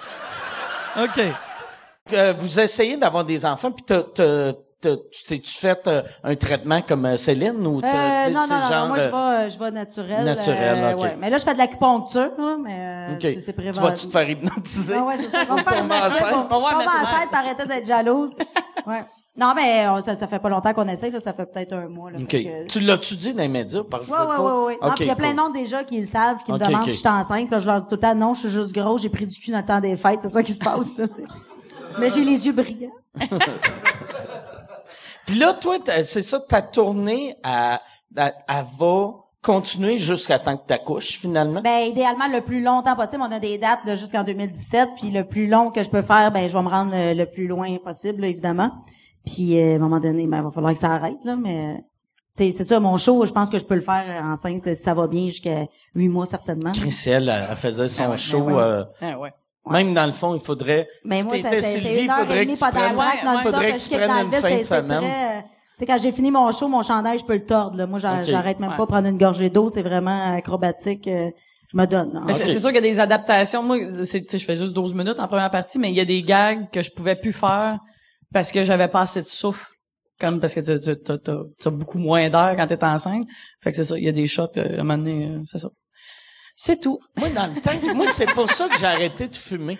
ha! OK. Euh, vous essayez d'avoir des enfants, puis t'as- t'as- t'as- tu t'es-tu fait euh, un traitement comme euh, Céline ou t'as-
Euh, non,
c'est
non, non,
genre,
non, moi, je
euh,
vais, je vais naturel.
Naturel,
euh,
ok.
ouais. Mais là, je fais de l'acupuncture, là, mais euh,
OK.
c'est- c'est
Tu
préventif.
vas-tu te faire hypnotiser?
Ah ouais, c'est ça. On va faire une
Tomber
affaire
enceinte.
pour-
Ouais, mais
tomber
c'est vrai.
enceinte par arrêter d'être jalouse. Ouais. Non, mais euh, ça, ça fait pas longtemps qu'on essaye, là, ça fait peut-être un mois. Là,
OK.
fait que-
Tu l'as-tu dit dans les médias? Par
Ouais, ouais, ouais, ouais. Non, puis il y a plein de monde déjà qui le savent, qui me
Ok,
demandent
ok.
si je suis enceinte. Puis là, je leur dis tout le temps, non, je suis juste grosse, j'ai pris du cul dans le temps des fêtes, c'est ça qui se passe. Là, c'est- mais j'ai les yeux brillants.
Puis là, toi, t'as- c'est ça, ta tournée, à, à, à va continuer jusqu'à temps que t'accouches, finalement.
Ben idéalement le plus longtemps possible. On a des dates là, jusqu'en 2017, puis le plus long que je peux faire, ben je vais me rendre le, le plus loin possible là, évidemment. Puis euh, à un moment donné, ben il va falloir que ça arrête là, mais euh, tu sais, c'est ça mon show, je pense que je peux le faire euh, enceinte si ça va bien jusqu'à huit mois certainement.
Chris, elle, elle faisait son
ouais,
show.
ben ouais.
euh,
Ah ouais.
Même dans le fond, il faudrait.
Mais
si
Ben moi, ça,
t'étais
c'est- c'est
Sylvie,
une heure
faudrait
et
que
demie
tu
pas
prennes-
Ouais,
d'arnaque dans le
ouais.
temps,
Faudrait que
parce
tu
que
prennes
dans le
une
vide,
fin de
c'est- c'est
semaine.
très, euh, Tu sais, quand j'ai fini mon show, mon chandail, je peux le tordre. Là. Moi, j'en-
Ok.
j'arrête même
Ouais.
pas prendre une gorgée d'eau. C'est vraiment acrobatique. euh, je me donne. là.
Mais c'est-
Ok.
c'est sûr qu'il y a des adaptations. Moi, c'est, tu sais, je fais juste 12 minutes en première partie, mais il y a des gags que je pouvais plus faire parce que j'avais pas assez de souffle. Comme parce que tu tu- t'as, t'as- t'as beaucoup moins d'air quand t'es enceinte. Fait que c'est ça, il y a des shots euh, à un moment donné, euh, c'est ça. C'est tout.
Moi, dans le temps, moi, c'est pour ça que j'ai arrêté de fumer.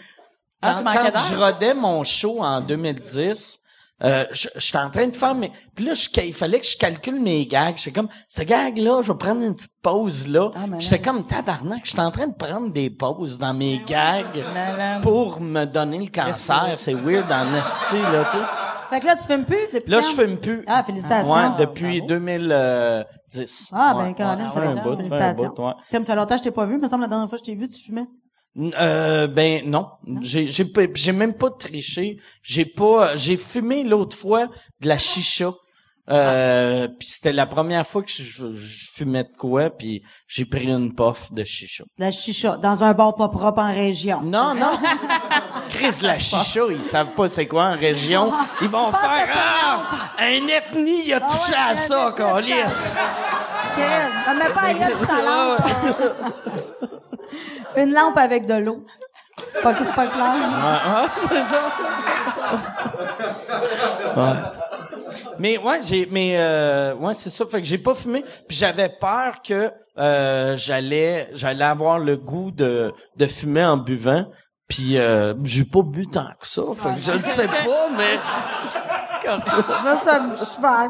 Ah,
Quand,
tu manquais
quand je
d'air?
rodais mon show en 2010, euh, je- j'étais en train de faire mes... Puis là, je ca- il fallait que je calcule mes gags. J'étais comme, ce gag-là, je vais prendre une petite pause, là.
Ah, malade.
J'étais comme, tabarnak, j'étais en train de prendre des pauses dans mes gags
Malade.
pour me donner le cancer. C'est weird en esti, là, tu sais.
Fait que là, tu fumes plus depuis
Là,
quand?
je fume plus.
Ah, félicitations.
Ouais, depuis
Bravo.
2010.
Ah,
Ouais,
ben, quand même,
ouais,
ça
ouais,
fait
un
longtemps.
bout, ouais, un
Félicitations.
bout, ouais.
Comme ça fait longtemps que je t'ai pas vu, me semble la dernière fois que je t'ai vu, tu fumais.
Euh, ben non, j'ai j'ai pas- j'ai même pas triché. J'ai pas j'ai fumé l'autre fois de la chicha. Euh,
Ah.
puis c'était la première fois que je, je fumais de quoi puis j'ai pris une puff de chicha.
La chicha, dans un bar pas propre en région.
Non non. Chris la chicha, ils savent pas c'est quoi en région. Ils vont faire ah, un ethnie il a touché à
Ah ouais, un
ça
ethnie a touché à
câlisse.
Karen, ne mets Ah, pas à gueule sur ta lampe. euh. Une lampe avec de l'eau. Pas que c'est pas clair.
Ah, ah, c'est ça. Mais ouais, j'ai mais euh, ouais, c'est ça fait que j'ai pas fumé puis j'avais peur que euh, j'allais j'allais avoir le goût de de fumer en buvant puis euh, j'ai pas bu tant que ça fait que je ne sais pas mais
Là, ça me super.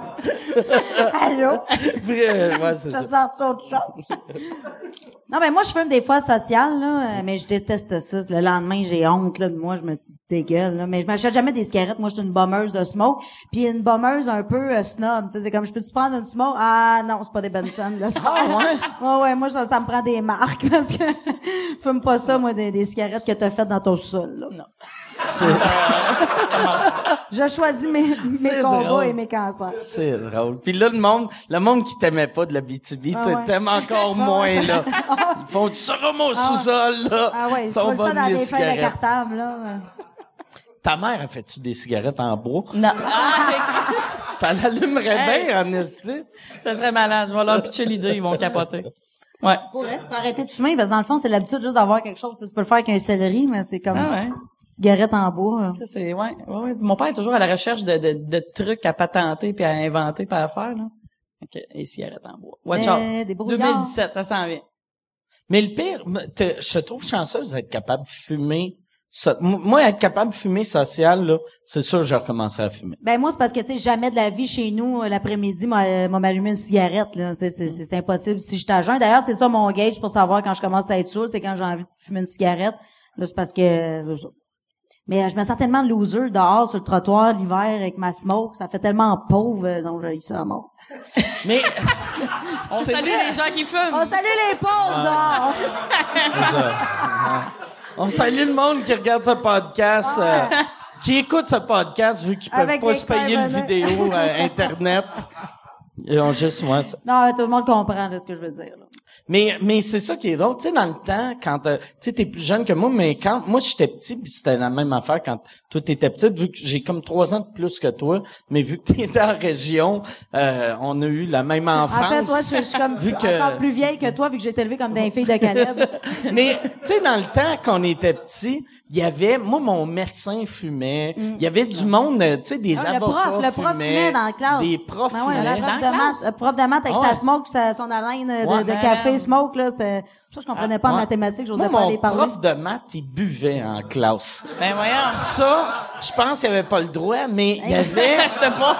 Allô?
vrai, ouais, c'est ça.
Ça sort autre chose. Non, mais moi, je fume des fois social, là, euh, mais je déteste ça. Le lendemain, j'ai honte, là, de moi, je me dégueule, là. Mais je m'achète jamais des cigarettes. Moi, je suis une bombeuse de smoke. Puis une bombeuse un peu euh, snob, tu sais. C'est comme, je peux-tu prendre une smoke? Ah, non, c'est pas des Benson, là.
Ah ouais.
Ouais, ouais, moi, ça, ça me prend des marques parce que je fume pas ça, moi, des, des cigarettes que t'as faites dans ton sol, là.
Non.
Je choisis mes, mes
C'est
combats
drôle.
et mes cancers.
C'est drôle. Puis là, le monde, le monde qui t'aimait pas de la BTB,
Ah ouais.
t'aimes encore moins, là. Ils font du suramo sous-sol, là.
Ah ouais,
Ils
c'est
sont
pas ça
bonnes,
dans
les
des feuilles de
cigarettes.
cartable, là.
Ta mère, a fait-tu des cigarettes en bois?
Non.
Ça l'allumerait
Hey.
bien, en esti.
ça serait malade. Je vais leur pitcher l'idée, ils vont capoter. Ouais.
Pour vrai, faut arrêter de fumer, parce que dans le fond, c'est l'habitude juste d'avoir quelque chose. Tu peux le faire avec un céleri, mais c'est comme
Ah ouais.
une cigarette en bois. euh.
Ça, C'est, ouais, ouais, ouais. Mon père est toujours à la recherche de, de, de trucs à patenter puis à inventer puis à faire, là. Ok, et cigarettes en bois. Watch
Euh,
out.
des brouillards.
2017, ça s'en vient.
Mais le pire, m- te- je te trouve chanceuse d'être capable de fumer. so- M- moi, être capable de fumer social, là, c'est sûr que je recommencerai à fumer.
Ben moi, c'est parce que, tu sais, jamais de la vie chez nous, euh, l'après-midi, moi, euh, moi, m'allumer une cigarette, là. C'est, c'est, c'est impossible si je t'ajoute. D'ailleurs, c'est ça mon gauge pour savoir quand je commence à être saoul, c'est quand j'ai envie de fumer une cigarette. Là, c'est parce que... euh, ça. Mais euh, je me sens tellement loser dehors, sur le trottoir, l'hiver, avec ma smoke. Ça fait tellement pauvre, euh, donc j'ai eu ça à mort.
Mais,
On
C'est
salue
vrai.
les gens qui fument.
On salue Oh, les pauvres dehors!
on salue le monde qui regarde ce podcast, euh, qui écoute ce podcast, vu qu'ils peuvent
Avec
pas
des
se payer le
clairs
vidéo euh, Internet. Ils ont juste, ouais, ça-
Non, euh, tout le monde comprend là, ce que je veux dire. là.
Mais mais c'est ça qui est drôle, tu sais dans le temps quand euh, tu sais t'es plus jeune que moi mais quand moi j'étais petit puis c'était la même affaire quand toi t'étais petite vu que j'ai comme trois ans de plus que toi mais vu que t'étais en région euh, on a eu la même enfance.
En fait, toi, je suis comme
vu
encore
que
plus vieille que toi, vu que j'ai été élevée comme des filles de Caleb.
mais tu sais dans le temps qu'on était petit il y avait moi mon médecin fumait il y avait du monde euh, tu sais des
Mm. Ah, le
avocats
prof, le prof fumait dans la classe.
des profs
Ah ouais,
fumaient.
le
Dans la
prof de maths,
classe?
le prof de maths avec
Ah ouais.
sa smoke, sa, son haleine de,
Ouais,
de
ben,
café smoke là, c'était ça je comprenais pas en
Ouais.
mathématiques, j'osais
Moi,
pas
mon
aller parler.
prof de maths il buvait en classe.
Ben voyons.
Ça, je pense qu'il avait pas le droit, mais il y avait
Je sais pas.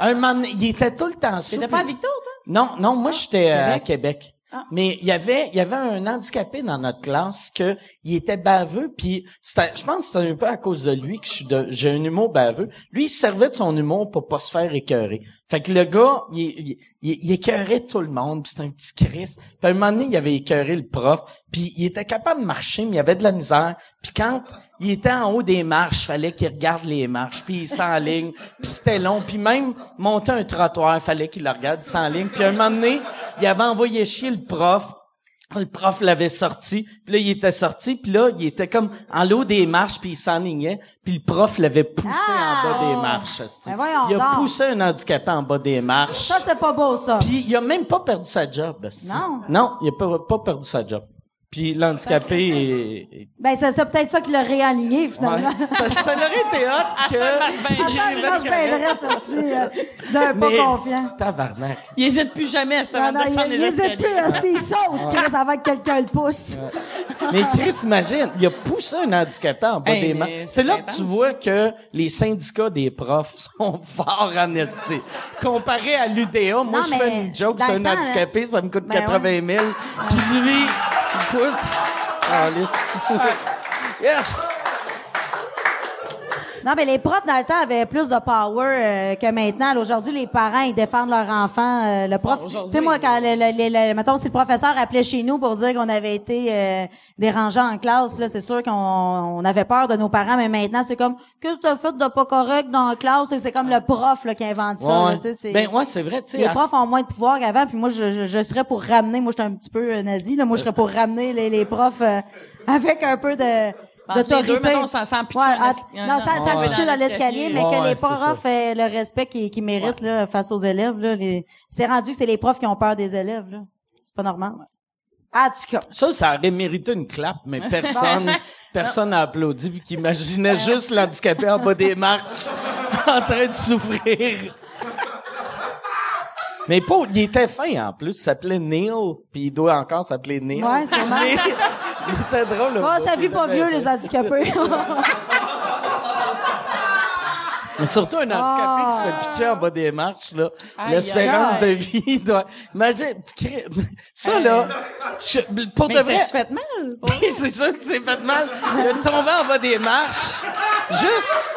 un moment, donné- il était tout le temps sous.
T'étais
puis-
pas à Victo, toi?
Non, non, moi j'étais euh, à Québec.
Ah.
Mais il y avait, il y avait un handicapé dans notre classe que il était baveux, puis c'était- je pense que c'était un peu à cause de lui que je suis de- j'ai un humour baveux. Lui, il se servait de son humour pour pas se faire écœurer. Fait que le gars, il, il, il- il écœurait tout le monde, puis c'était un petit Chris. Puis à un moment donné, il avait écœuré le prof, puis il était capable de marcher, mais il avait de la misère. Puis quand il était en haut des marches, fallait qu'il regarde les marches, puis il s'enligne, puis c'était long, puis même monter un trottoir, fallait qu'il le regarde, il s'enligne. Puis à un moment donné, il avait envoyé chier le prof, le prof l'avait sorti, puis là, il était sorti, puis là, il était comme en l'eau des marches, puis il s'enlignait, puis le prof l'avait poussé
Ah!
en bas des marches. esti.
Ben voyons
il a
donc.
poussé un handicapé en bas des marches.
Ça, c'est pas beau, ça.
Puis il a même pas perdu sa job. esti.
Non.
Non, il a pas, pas perdu sa job. Puis l'handicapé est- est...
Ben, c'est c'est peut-être ça qui l'a réaligné,
Ouais.
finalement.
ça, ça aurait été hot que...
Attends, il marche bien drette aussi, euh, d'un
Mais-
pas confiant.
Tabarnak.
Il hésite plus jamais, ça
Non, non,
va descendre
il il
les
hésite
escaliers.
plus, là, s'il saute, Chris, avant que quelqu'un le pousse.
Mais Chris, imagine, il a poussé un handicapé en bas
Hey,
des
mais
mains.
c'est
C'est là
bien
que tu
dense.
vois que les syndicats des profs sont forts en esti. Comparé à l'UDA, moi,
Non,
je fais
mais
une joke
dans
sur
le
un
temps,
handicapé, ça me coûte
Ben
80 000. Puis lui, il pousse. Ah, yes!
Non, mais les profs, dans le temps, avaient plus de power euh, que maintenant. Là, Aujourd'hui, les parents, ils défendent leur enfant. euh, le prof...
Bon,
tu
aujourd'hui,
sais, moi, quand... Le, le- le- le- mettons, si le professeur appelait chez nous pour dire qu'on avait été euh, dérangeant en classe, là, c'est sûr qu'on on avait peur de nos parents. Mais maintenant, c'est comme... Qu'est-ce que t'as fait de pas correct dans la classe? Et C'est comme le prof là, qui invente ça. là,
Ouais.
tu sais, c'est-
Ben ouais, c'est vrai, tu sais.
les
à-
profs ont moins de pouvoir qu'avant, puis moi, je, je, je serais pour ramener, moi, j'étais un petit peu euh, nazi, là, moi, je serais pour ramener les, les profs euh, avec un peu de
Entre les
d'autorité.
deux, mettons, sans- sans pitcher
Ouais,
dans
ah,
l'esca-
non,
non,
sans, sans
ouais.
pitcher dans
dans
l'escalier,
l'escalier.
mais que
Ouais,
les
c'est ça.
profs aient le respect qu'ils qu'ils méritent là, face aux élèves. Là, les- C'est rendu que c'est les profs qui ont peur des élèves. là. C'est pas normal. Ah, en tout cas.
Ça, ça aurait mérité une clap, mais personne, personne n'a applaudi vu qu'il imaginait juste l'handicapé en bas des marches, en train de souffrir. Mais Paul, il était fin en plus. Il s'appelait Neil, puis il doit encore s'appeler Neil.
Ouais, sûrement.
Mais il était drôle. le
Oh,
gars,
ça
il
vit pas
était
vieux,
fin.
les handicapés.
Mais surtout un handicapé qui se fait
Ah.
pitcher en bas des marches, là.
Aïe,
L'espérance de
aïe.
vie doit... Imagine, ça, là, je- pour
Mais
de vrai...
tu fais de mal?
Oui, c'est sûr que c'est fait mal de tomber en bas des marches. Juste,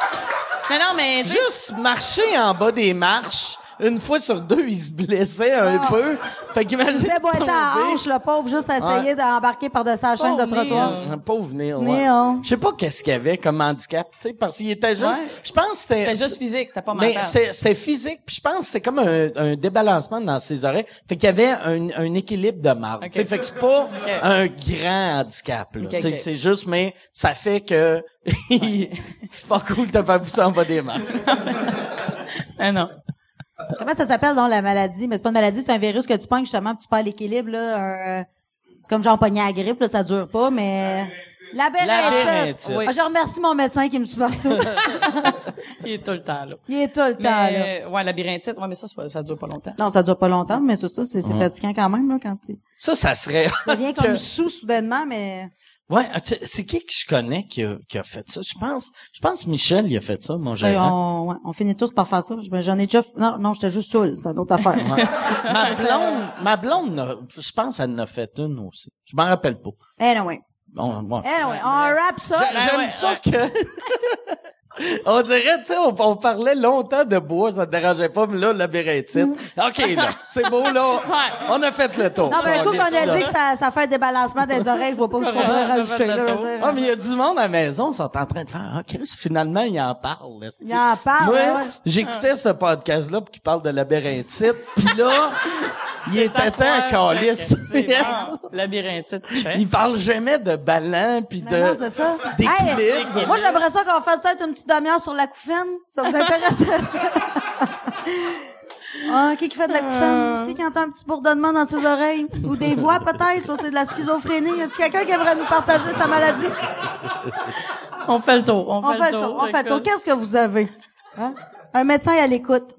Mais non, mais tu sais,
juste marcher en bas des marches. Une fois sur deux, il se blessait un
Ah.
peu. Fait
Il
qu'imagine
était boité à
tomber.
hanche, le pauvre, juste à essayer d'embarquer par-dessus la chaîne de
Pauvre
trottoir.
Neil.
Euh, Pauvre venir,
Néon.
Je sais pas qu'est-ce qu'il y avait comme handicap, tu sais, parce qu'il était juste,
Ouais.
je pense que c'était...
C'était juste physique, c'était pas
Mais
mental.
c'était c'était physique, puis je pense que c'était comme un, un débalancement dans ses oreilles. Fait qu'il y avait un, un équilibre de marde.
Ok.
tu sais. Fait que c'est pas
Ok.
un grand handicap. là.
Ok,
Tu sais,
ok.
C'est juste, mais ça fait que c'est pas cool de te faire pousser en bas des marches.
Ah non.
Comment ça s'appelle, non, la maladie? Mais c'est pas une maladie, c'est un virus que tu pognes, justement, puis tu perds l'équilibre, là. un, euh, c'est comme genre pogner la grippe, là, ça dure pas, mais... La
Labyrinthite.
Oui.
Ah, Je remercie mon médecin qui me suit partout.
Il est tout le temps là.
Il est tout le temps, là.
Mais, ouais, labyrinthite, ouais, mais ça, c'est pas- ça dure pas longtemps.
Non, ça dure pas longtemps, mais c'est ça, c'est c'est fatigant quand même, là, quand t'es-
Ça, ça serait...
tu deviens comme sous, soudainement, mais...
Ouais, ah, tu sais, c'est qui que je connais qui a, qui a fait ça? Je pense, je pense Michel, il a fait ça, mon
Hey,
gérant.
on, ouais, on finit tous par faire ça. Je- J'en ai déjà... f- Non, non, j'étais juste saoul, c'est une autre affaire.
Ma blonde, ma blonde, n'a- je pense, elle en a fait une aussi. Je m'en rappelle pas.
Anyway.
Bon, ouais.
Anyway, on wrap ça.
J'a- Ah, J'aime
ouais,
ça que. Ben on dirait, tu sais, on, on parlait longtemps de bois, ça te dérangeait pas, mais là, le labyrinthe. OK, là, c'est beau, là. on- On a fait le tour.
Non, mais un coup qu'on
Là.
a dit que ça, ça fait un débalancement des oreilles, je vois pas où je
On
pourrais
a fait
rajouter,
le
là, je
tour.
veux dire.
Ah, mais il y a du monde à la maison, ils sont en train de faire, ah, Chris, finalement, il en parle, là,
Il en parle,
Moi,
ouais, ouais.
j'écoutais ce podcast-là pour qu'il parle de labyrinthite, puis là, il était temps à calice.
Labyrinthite.
Il parle jamais de ballon puis de...
Mais Ben non, c'est ça.
Des
Hey,
clips.
Moi, j'aimerais ça qu'on fasse peut-être une petite demi-heure sur la couffaine. Ça vous intéresse? Ah, qui qui fait de la
Euh.
couffaine? Qui qui entend un petit bourdonnement dans ses oreilles? Ou des voix, peut-être? Ça, c'est de la schizophrénie. Y a-tu quelqu'un qui aimerait nous partager sa maladie?
On fait le tour.
On fait le tour, on fait le tour. Qu'est-ce que vous avez? Hein? Un médecin à l'écoute.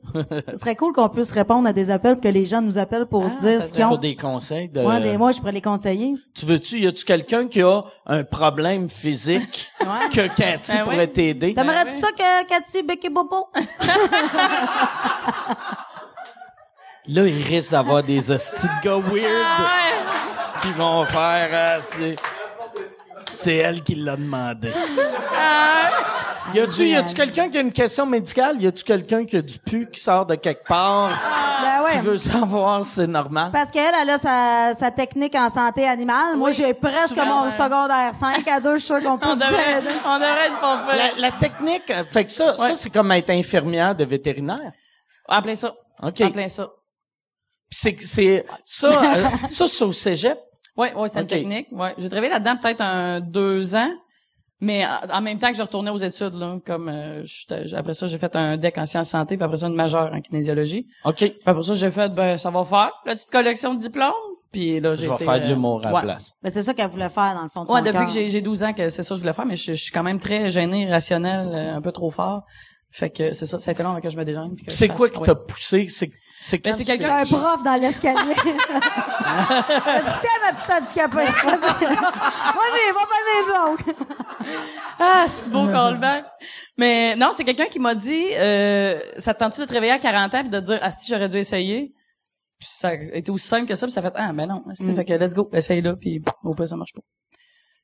Ce serait cool qu'on puisse répondre à des appels, que les gens nous appellent pour dire ce qu'ils
Ah, Pour
ont.
des euh, conseils de...
Moi, des- moi, je pourrais les conseiller.
Tu veux-tu, y a-tu quelqu'un qui a un problème physique
Ouais.
que Cathy
Ben ouais.
pourrait t'aider?
T'aimerais-tu ça que Cathy, Becky Bobo?
Ah.
Ah
Ah!
Là, il risque d'avoir des hosties de gars weird qui vont faire. euh, c'est- c'est elle qui l'a demandé.
Ah!
Y a-tu y a-tu quelqu'un qui a une question médicale? Y a-tu quelqu'un qui a du pu qui sort de quelque part?
Ben
Qui
ouais.
veut savoir, c'est normal.
Parce qu'elle, elle a sa, sa technique en santé animale. Moi, j'ai presque mon secondaire 5 à 2. Je suis sûre
Ah,
qu'on
ben
peut vous aider.
on devrait être bon
La, la technique, euh, fait que ça, ça c'est comme être infirmière de vétérinaire.
En plein ça.
OK.
En plein ça.
Puis c'est c'est ça, euh, ça c'est au cégep.
Oui, ouais, c'est
Ok.
une technique. Ouais. J'ai travaillé là-dedans peut-être un deux ans, mais en- en même temps que je retournais aux études, là, comme euh, j'étais- j'ai- après ça, j'ai fait un DEC en sciences santé, puis après ça, une majeure en kinésiologie.
OK.
Puis après ça, j'ai fait, ben, ça va faire la petite collection de diplômes. Puis là, j'ai
Je vais
été,
faire de
euh,
l'humour à la
ouais.
place.
Ben, c'est ça qu'elle voulait faire, dans le fond. de
Ouais,
son
depuis
corps.
que j'ai j'ai 12 ans que c'est ça que je voulais faire, mais je, je suis quand même très gênée, rationnelle, euh, un peu trop fort. Fait que c'est ça, ça a été long avant que je me déjeune. puis que je
C'est
fasse-
quoi qui
ouais.
t'a poussé? C'est c'est
Ben,
quand
c'est
tu t'es-
J'ai un
quelqu'un qui...
prof dans l'escalier. Elle dit, Tiens, ma petite handicapée. Vas-y. Vas-y, va faire des jokes.
Ah, c'est beau callback. Mais non, c'est quelqu'un qui m'a dit, euh, ça te tente-tu de te réveiller à 40 ans puis de te dire, ah si j'aurais dû essayer? Puis ça a été aussi simple que ça, puis ça a fait, ah ben non, c'est fait que let's go, essaye là, puis au pire ça marche pas.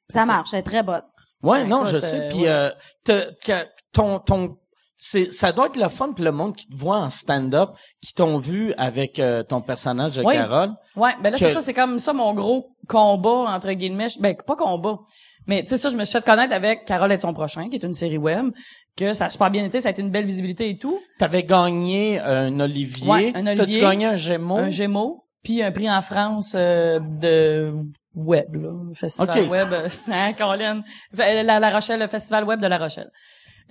Ça marche, elle est très bonne.
Ouais,
Ben,
non,
écoute,
je sais.
euh,
Puis
ouais.
euh, t'as- que- ton ton c'est ça doit être le fun pour le monde qui te voit en stand-up, qui t'ont vu avec euh, ton personnage de
Oui.
Carole.
Ouais, ben là
Que-
c'est ça, c'est comme ça mon gros combat entre guillemets, Je- ben pas combat. Mais tu sais ça, je me suis fait connaître avec Carole et son prochain, qui est une série web, que ça a super bien été, ça a été une belle visibilité et tout,
T'avais gagné un Olivier.
Ouais, un
T'as-tu
Olivier.
gagné un Gémeaux?
un Gémeaux, puis un prix en France euh, de web, là, festival
Ok.
web, euh, hein, Colin, Fait, euh, la, la Rochelle, le festival web de La Rochelle.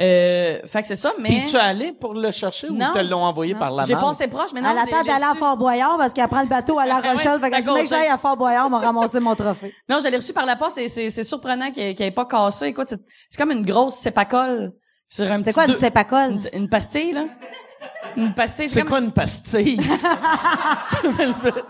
Euh, fait que c'est ça, mais
T'es-tu allé pour le chercher
Non.
ou te l'ont envoyé par la
j'ai
main?
passé proche, mais non,
elle
je l'ai-
attend
je l'ai
d'aller à
su-
Fort Boyard parce qu'elle prend le bateau à La Rochelle. fait
à
qu'elle dit, Mec,
côté.
j'aille à Fort Boyard, on va ramasser mon trophée.
Non, je l'ai reçu par la poste et c'est c'est surprenant qu'elle qu'elle ait pas cassé. Écoute, c'est c'est comme une grosse sépacole sur un
C'est
petit
quoi
deux-
du sépacole?
une, une pastille là. Une pastille,
C'est
comme-
quoi une pastille?
Quand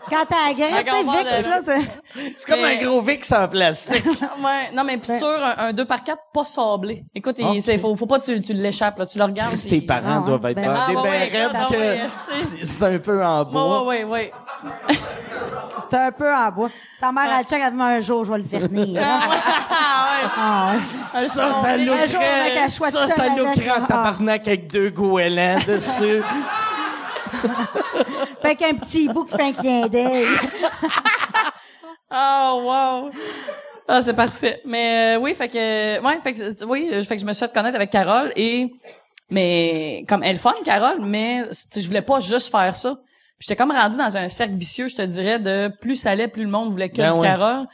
t'as la grippe, tu sais,
Encore
Vix,
de-
là, c'est...
c'est comme
Mais-
un gros Vix en plastique.
Ouais, non mais pis sur un, un 2 par 4 pas sablé. Écoute, il-
Ok.
c'est faut, faut pas que tu, tu l'échappes là, tu le regardes.
Si
puis-
tes parents
ouais.
doivent être
Ben,
dans
ah,
des
ouais, ouais,
barrettes
regarde,
que
ouais, c'est-
c'est c'est un peu en
Ouais,
bois.
ouais, ouais, ouais.
C'est un peu en bois. Sa mère, elle check, elle dit, un jour, je vais le vernir. Ah, ouais.
Ça, ça
Un jour, avec
louquerait,
la
ça,
chouette
ça
seule,
louquerait en
avec-
tabarnak avec deux goélands dessus.
Fait qu'un petit bout qui fait un clin d'œil.
Ah Oh, wow! Ah, c'est parfait. Mais euh, oui, fait que ouais, fait que euh, oui, euh, fait que je me suis fait connaître avec Carole et mais comme elle est fun Carole, mais tu sais, je voulais pas juste faire ça. Puis J'étais comme rendue dans un cercle vicieux, je te dirais, de plus ça allait, plus le monde voulait que
Ben
du
ouais.
Carole.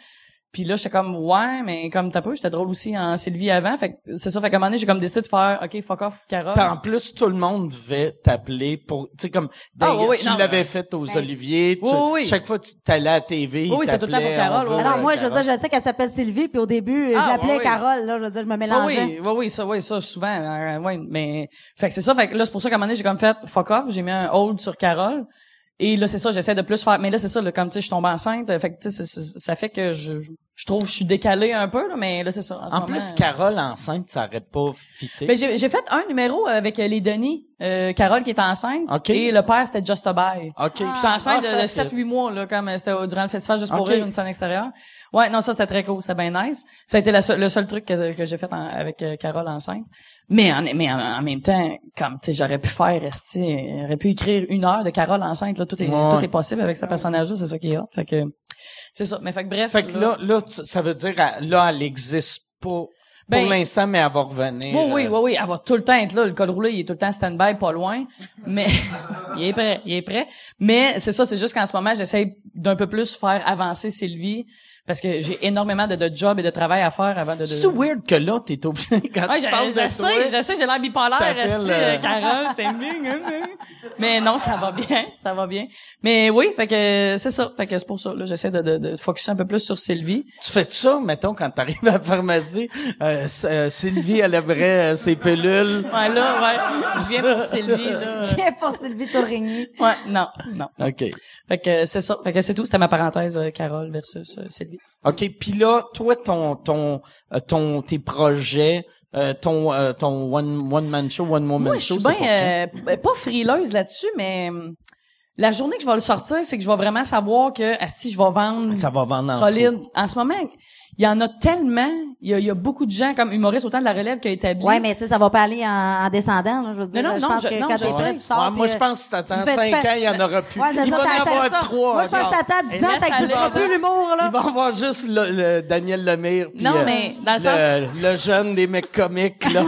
Puis là, j'étais comme ouais, mais comme t'as peu, j'étais drôle aussi en Sylvie avant. Fait que c'est ça, fait qu'à un moment donné, j'ai comme décidé de faire OK, fuck off Carole.
Puis en plus, tout le monde devait t'appeler pour, tu sais, comme,
Ah,
d'ailleurs,
oui, oui,
tu
non,
l'avais
mais- ben,
fait aux Oliviers, tu-
Oui, oui.
chaque fois que tu t'allais à la TV,
Oui,
ils
c'est tout le temps pour
t'appelaient,
Carole,
on
oui.
veut,
Alors,
euh,
moi, je
Carole.
sais, je sais qu'elle s'appelle Sylvie, puis au début,
Ah,
je l'appelais
ouais, ouais.
Carole, là, je veux dire, je me
Ah
mélangeais.
oui, oui, oui, ça, oui, ça, souvent, euh, oui, mais, fait que c'est ça, fait que là, c'est pour ça qu'à un moment donné, j'ai comme fait, fuck off, j'ai mis un hold sur Carole, et là, c'est ça, j'essaie de plus faire, mais là, c'est ça, là, comme, tu sais, je tombe enceinte, fait que, tu sais, c'est- c'est- ça fait que je, je trouve que je suis décalée un peu, là, mais là, c'est ça, en, ce
En
moment,
plus,
euh, Ben,
Carole enceinte, ça aurait pas fité.
mais j'ai j'ai fait un numéro avec euh, les Denis, euh, Carole qui est enceinte,
Ok.
et le père, c'était Just a Bye.
OK.
Puis j'étais enceinte
Ah,
de-
ça, c'est-
de 7-8 mois, là, comme euh, c'était au- durant le festival Juste pour
Ok.
rire, une scène extérieure. Ouais, non, ça, c'était très cool, c'était bien nice. Ça a été la seule- le seul truc que, que j'ai fait en- avec euh, Carole enceinte. Mais en, mais en, en même temps, comme, tu sais, j'aurais pu faire, esti, j'aurais pu écrire une heure de Carole enceinte, là, tout est,
Ouais.
tout est possible avec ce personnage-là, c'est ça qui est hot. Fait que, c'est ça. Mais fait que bref.
Fait que là, là, tu- ça veut dire, elle- là, elle existe pas
Ben-
pour l'instant, mais elle va revenir.
Oui, oui,
euh,
oui, oui, elle va tout le temps être là. Le col roulé, il est tout le temps stand-by, pas loin. Mais il est prêt, il est prêt. Mais c'est ça, c'est juste qu'en ce moment, j'essaie d'un peu plus faire avancer Sylvie parce que j'ai énormément de, de job et de travail à faire avant de... de...
C'est weird que là, t'es obligé, quand
Ouais,
tu
je,
parles
je
de
sais,
toi,
je sais, j'ai l'air bipolaire,
t'appelles,
esti,
euh,
euh, Carole, c'est mignon, hein, hein. Mais non, ça va bien, ça va bien. Mais oui, fait que c'est ça, fait que c'est pour ça. Là, j'essaie de, de, de focusser un peu plus sur Sylvie.
Tu fais ça, mettons, quand t'arrives à la pharmacie, euh, s- euh, Sylvie, elle aimerait euh, ses pilules.
Ouais, là, ouais, je viens pour Sylvie, là.
J'ai pour Sylvie Tourigny.
Ouais, non, non.
OK.
Fait que euh, c'est ça. Fait que c'est tout. C'était ma parenthèse, euh, Carole versus euh, Sylvie.
OK, puis là, toi, ton, ton, euh, ton, tes projets, euh, ton, euh, ton one, one man show, one woman
Moi, je
show,
suis euh,
c'est pour
bien euh, ben, pas frileuse là-dessus, mais hum, La journée que je vais le sortir, c'est que je vais vraiment savoir que ah, si je vais vendre
Ça va vendre en
solide. En ce moment, il y en a tellement, il y a, il y a beaucoup de gens comme humoristes autant de la relève qui a établi.
Ouais, mais ça, ça va pas aller en, en descendant, là, je veux dire.
Non, non,
je
non,
pense
je-
que
non,
quand
je
t'es
sais.
prêt, tu sors.
Ouais, moi,
puis,
je pense que t'attends
tu fais- tu
5
fais-
ans, il n'y en aura plus.
Ouais, c'est
il
ça,
va
t'as-
en avoir
t'as ça.
3.
Moi, je pense que t'attends 10 ans,
laisse
ça
aller,
n'existera plus l'humour, là.
Il va avoir juste le, le Daniel Lemire. puis,
Non,
euh,
mais dans le
le,
sens-
le jeune des mecs comiques, là.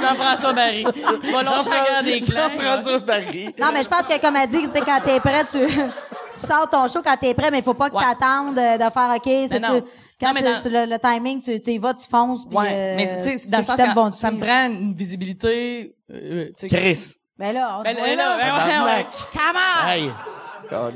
Jean-François Barry. Va lâcher la guerre des clans.
Jean-François Paris.
Non, mais je pense que, comme elle dit, tu sais, quand t'es prêt, tu, tu sors ton show quand t'es prêt, mais il faut pas que
Ouais.
t'attendes euh, de faire OK. c'est
non.
tu- quand
Non, mais
tu-
dans-
tu- le, le timing, tu, tu y vas, tu fonces. Puis,
Ouais,
euh,
mais tu sais,
ceux
dans le
qui
sens
t'aiment
que
vont te
ça me
suivre.
prend une visibilité. euh, tu sais,
Chris.
Ben là, on
Ben
te voit
là,
là.
ben ouais,
Tabarnak.
ouais. Ah.
Hey.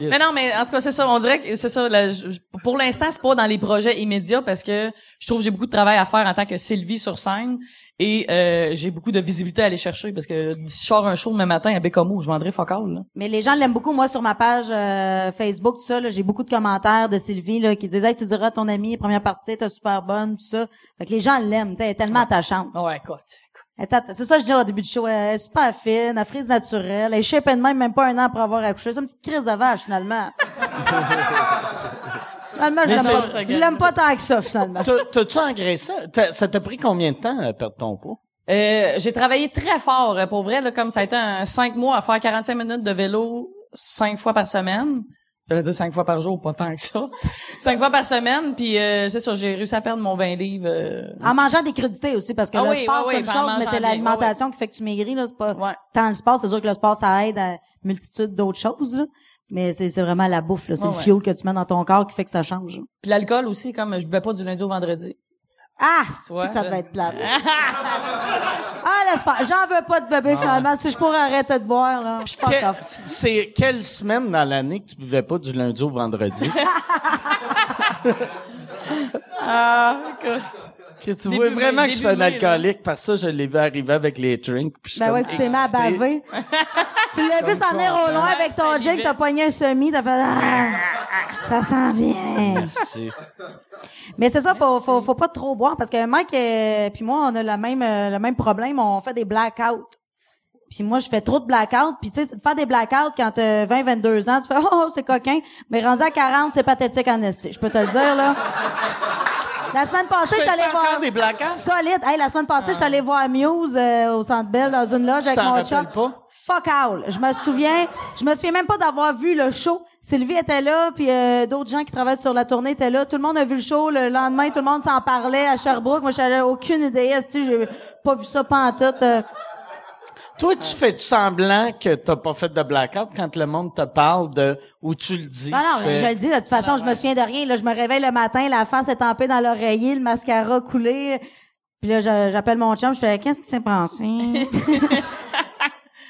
Mais non, mais en tout cas, c'est ça. On dirait que c'est ça. la- je- pour l'instant, c'est pas dans les projets immédiats parce que je trouve que j'ai beaucoup de travail à faire en tant que Sylvie sur scène et euh, j'ai beaucoup de visibilité à aller chercher parce que si je sors un show demain matin à Bécamo, je vendrai focal. Là.
Mais les gens l'aiment beaucoup. Moi, sur ma page euh, Facebook, tout ça, là, j'ai beaucoup de commentaires de Sylvie là, qui disent Hey, tu diras à ton ami, première partie, t'es super bonne, tout ça. » Fait que les gens l'aiment. tu sais, Elle est tellement attachante.
Ah Ouais, écoute.
Elle est atta- C'est ça que je dis au début du show. Elle est super fine, elle frise naturelle, elle est shape and même, même pas un an pour avoir accouché. C'est une petite crise de vache, finalement. finalement, je
Mais
l'aime
c'est-
pas, je l'aime pas tant que ça, finalement.
T'as- T'as-tu engraissé? T'as- Ça t'a pris combien de temps à perdre ton poids?
Euh, j'ai travaillé très fort euh, pour vrai là, comme ça a été un cinq mois à faire 45 minutes de vélo cinq fois par semaine. J'allais dire cinq fois par jour, pas tant que ça. cinq fois par semaine, puis euh, c'est ça, j'ai réussi à perdre mon 20 livres. euh,
En mangeant des crudités aussi, parce que
Ah
le
oui,
sport,
oui,
c'est
oui,
une
puis en
chose, mais
mangeant
c'est
bien,
l'alimentation qui fait que tu maigris, là. C'est pas
Ouais.
tant le sport. C'est sûr que le sport, ça aide à une multitude d'autres choses, là. Mais c'est c'est vraiment la bouffe, là. C'est
Ouais,
le
ouais.
fuel que tu mets dans ton corps qui fait que ça change.
Puis l'alcool aussi, comme je buvais pas du lundi au vendredi.
Ah! c'est
vois,
que ça
là.
devait être plate. ah, laisse faire. J'en veux pas de bébé, finalement. Si je pourrais arrêter de boire, là. Fuck
Que-
off.
C'est quelle semaine dans l'année que tu buvais pas du lundi au vendredi? ah, écoute. Que tu
Début
vois
mai,
vraiment que je suis
début
un
mai, là.
alcoolique, par ça, je l'ai vu arriver avec les drinks. puis je suis
Ben ouais,
comme
tu t'es mis à
excité.
baver. tu l'as vu s'en venir au loin avec ton
ça
jig,
vivait.
t'as pogné un semi, t'as fait, Ah, ça s'en vient.
Merci.
Mais c'est ça, faut, faut, faut pas trop boire parce que Mike euh, puis moi, on a le même euh, le même problème, on fait des blackouts. Puis moi, je fais trop de blackouts. Puis tu sais, de faire des blackouts quand t'as 20, 22 ans, tu fais « Oh, c'est coquin! » Mais rendu à 40, c'est pathétique en esti. Je peux te le dire, là. La semaine passée,
Tu
je suis allée
fais-tu
voir...
encore des blackouts?
Solide. Hey, la semaine passée, je suis allée voir Muse euh, au Centre Bell dans une loge
Ah. Tu
avec
t'en
mon
rappelles
chat.
pas?
Fuck all. Je me souviens, je me souviens même pas d'avoir vu le show. Sylvie était là, puis euh, d'autres gens qui travaillent sur la tournée étaient là. Tout le monde a vu le show. Le lendemain, tout le monde s'en parlait à Sherbrooke. Moi, j'avais aucune idée. Tu j'ai pas vu ça pantoute. euh.
Toi, tu fais -tu semblant que t'as pas fait de blackout quand le monde te parle de où tu le dis.
Ben Non, non,
tu
mais
fais-
je le dis, de toute façon, je me souviens de rien. Là, je me réveille le matin, la face est tempée dans l'oreiller, le mascara coulé. Puis là, je- j'appelle mon chum, je fais « Qu'est-ce qui s'est passé? »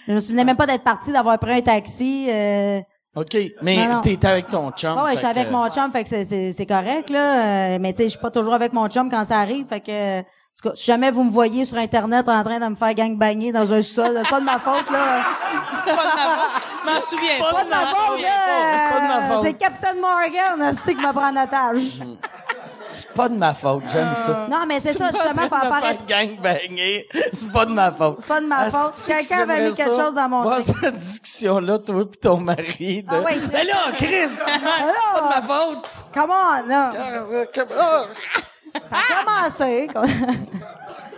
Je me souvenais même pas d'être partie, d'avoir pris un taxi. euh.
OK, mais
Ben Non, non.
t'es avec ton chum.
Ouais, ouais,
Ah, fait
je suis avec
que-
mon chum, fait que c'est- c'est c'est correct, là. Euh, Mais tu sais, je suis pas toujours avec mon chum quand ça arrive, fait que... euh, en tout cas, si jamais vous me voyez sur Internet en train de me faire gangbagner dans un sol, c'est pas de ma faute, là.
Je m'en souviens
Pas de ma faute, là.
Ah, pas de ma
Euh,
faute.
C'est Captain Morgan, aussi, qui me prend en otage.
C'est pas de ma faute, j'aime
Ah.
ça.
Non, mais c'est
Tu
ça,
me
justement,
fais
faut en faire être-
gang bangé. C'est pas de ma faute. C'est
pas de ma faute. Quelqu'un avait mis quelque chose dans mon
Moi,
drink.
cette discussion-là, toi pis ton mari. De...
Ah ouais, il serait-
Mais là, Chris!
Alors,
pas de ma faute!
Come on, là.
Ah,
Ça a commencé. quoi.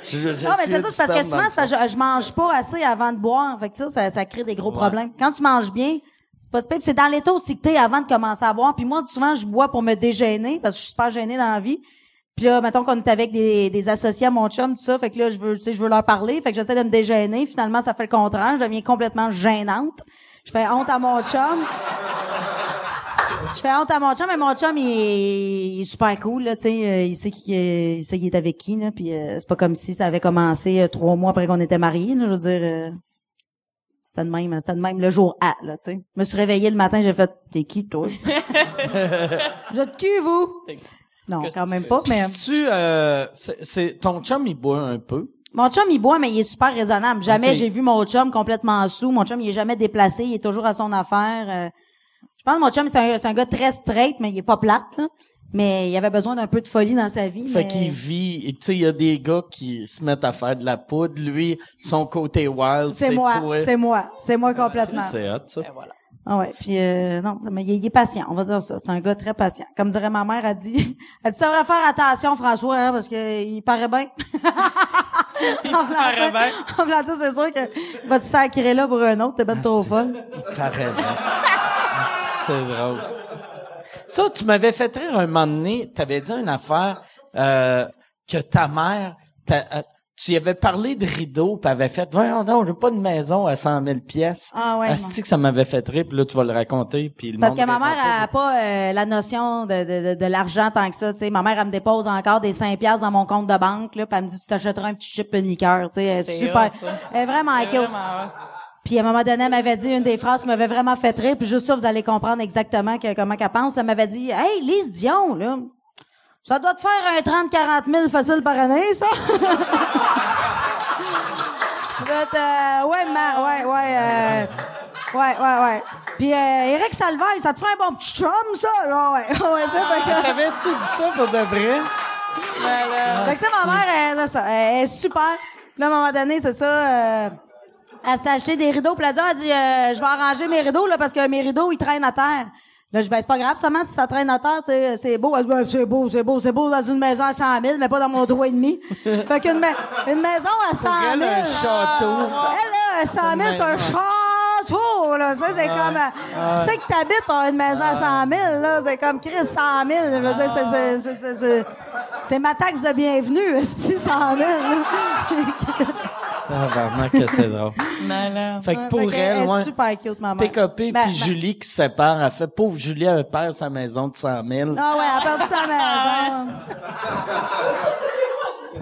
Je, je
non, mais
suis
c'est ça,
du
c'est parce que
sperme dans
souvent,
le
c'est parce que je, je mange pas assez avant de boire. Fait que ça, ça, ça crée des gros problèmes. Quand tu manges bien, c'est pas super. Puis c'est dans l'état aussi que t'es avant de commencer à boire. Puis moi, souvent, je bois pour me dégêner parce que je suis super gênée dans la vie. Puis là, mettons qu'on est avec des, des associés à mon chum, tout ça. Fait que là, je veux, tu sais, je veux leur parler. Fait que j'essaie de me dégêner. Finalement, ça fait le contraire. Je deviens complètement gênante. Je fais honte à mon chum. Je fais honte à mon chum, mais mon chum, il est, il est super cool, là, tu sais, euh, il sait qui est- il sait qu'il est avec qui, là, puis euh, c'est pas comme si ça avait commencé euh, trois mois après qu'on était mariés, là, je veux dire, euh, c'était de même, c'était de même le jour A, là, tu sais. Je me suis réveillée le matin, j'ai fait, t'es qui, toi? vous êtes qui, vous? Non,
Qu'est-ce
quand
que
même
tu
pas,
fond.
mais...
Si tu, euh, c'est- c'est- ton chum, il boit un peu.
Mon chum, il boit, mais il est super raisonnable. Jamais
Ok.
j'ai vu mon chum complètement sous. Mon chum, il est jamais déplacé. Il est toujours à son affaire. Euh, je pense que mon chum, c'est un, c'est un gars très straight, mais il est pas plate. là. Mais il avait besoin d'un peu de folie dans sa vie.
Fait
mais-
qu'il vit, et tu sais, il y a des gars qui se mettent à faire de la poudre. Lui, son côté wild,
C'est
c'est
moi,
toi.
c'est moi, c'est moi complètement.
C'est hot, ça.
Ben voilà.
Ah ouais, puis euh, non, mais il, est- il est patient, on va dire ça. C'est un gars très patient. Comme dirait ma mère, elle dit, elle dit, ça devrait faire attention, François, hein, parce que il paraît bien. il
paraît bien.
En voulant dire, c'est sûr que va te sacrer là pour un autre, t'es ben trop
Merci.
folle.
Pareil.
hein?
Asti que C'est drôle.
Ça, tu m'avais fait rire un moment donné. T'avais dit une affaire euh, que ta mère, t'a- euh, tu y avais parlé de rideau, puis avait fait, voyons non, j'ai pas de maison à 100 000 pièces.
Ah ouais,
Asti que ça m'avait fait rire, puis là tu vas le raconter, puis le
Parce
monde
que ma
répond
mère
pas.
elle a pas euh, la notion de, de, de, de l'argent tant que ça. Tu sais, ma mère elle me dépose encore des 5 piastres dans mon compte de banque là, puis elle me dit tu t'achèteras un petit chip une liqueur. Tu sais, elle est
C'est
super.
hot, ça.
Elle est vraiment
C'est
cute.
vraiment hot.
Puis à un moment donné, elle m'avait dit une des phrases qui m'avait vraiment fait rire. Puis juste ça, vous allez comprendre exactement que- comment qu'elle pense. Elle m'avait dit hey Lise Dion là. Ça doit te faire un 30-40 000 facile par année, ça? Fait, euh, ouais, ma, ouais, ouais, euh, ouais, ouais, ouais. Puis euh, Eric Salvaille, ça te ferait un bon petit chum, ça? là, ouais, ouais, ça, fait que...
T'avais-tu dit ça pour de vrai?
Fait que ça, ma mère, elle, c'est ça, elle est super. Puis là, à un moment donné, c'est ça. euh, elle s'est acheté des rideaux. Puis elle a dit, elle dit, euh, je vais arranger mes rideaux, là, parce que mes rideaux, ils traînent à terre. Là, je dis, ben, c'est pas grave, seulement si ça traîne à terre, c'est, c'est beau. Elle dit, ben, c'est beau, c'est beau, c'est beau dans une maison à 100 000, mais pas dans mon trou et demi. fait qu'une ma- une maison à 100 000.
elle, un château.
Elle, là, 100 000, c'est un château, là. Tu sais, c'est comme, euh, tu sais que t'habites dans une maison à 100 000, là. C'est comme, Chris, 100 000. Je veux dire, c'est, c'est, c'est, c'est, c'est- c'est ma taxe de bienvenue, esti, 100 000, là.
Tabarnak que c'est drôle.
Malade.
Fait que pour
Fait qu'elle
elle,
est
ouais,
super Ben, cute, maman.
PKP puis Julie qui se séparent, elle fait, pauvre Julie, elle perd sa maison de 100 000.
Ah ouais, elle perd sa maison. hein.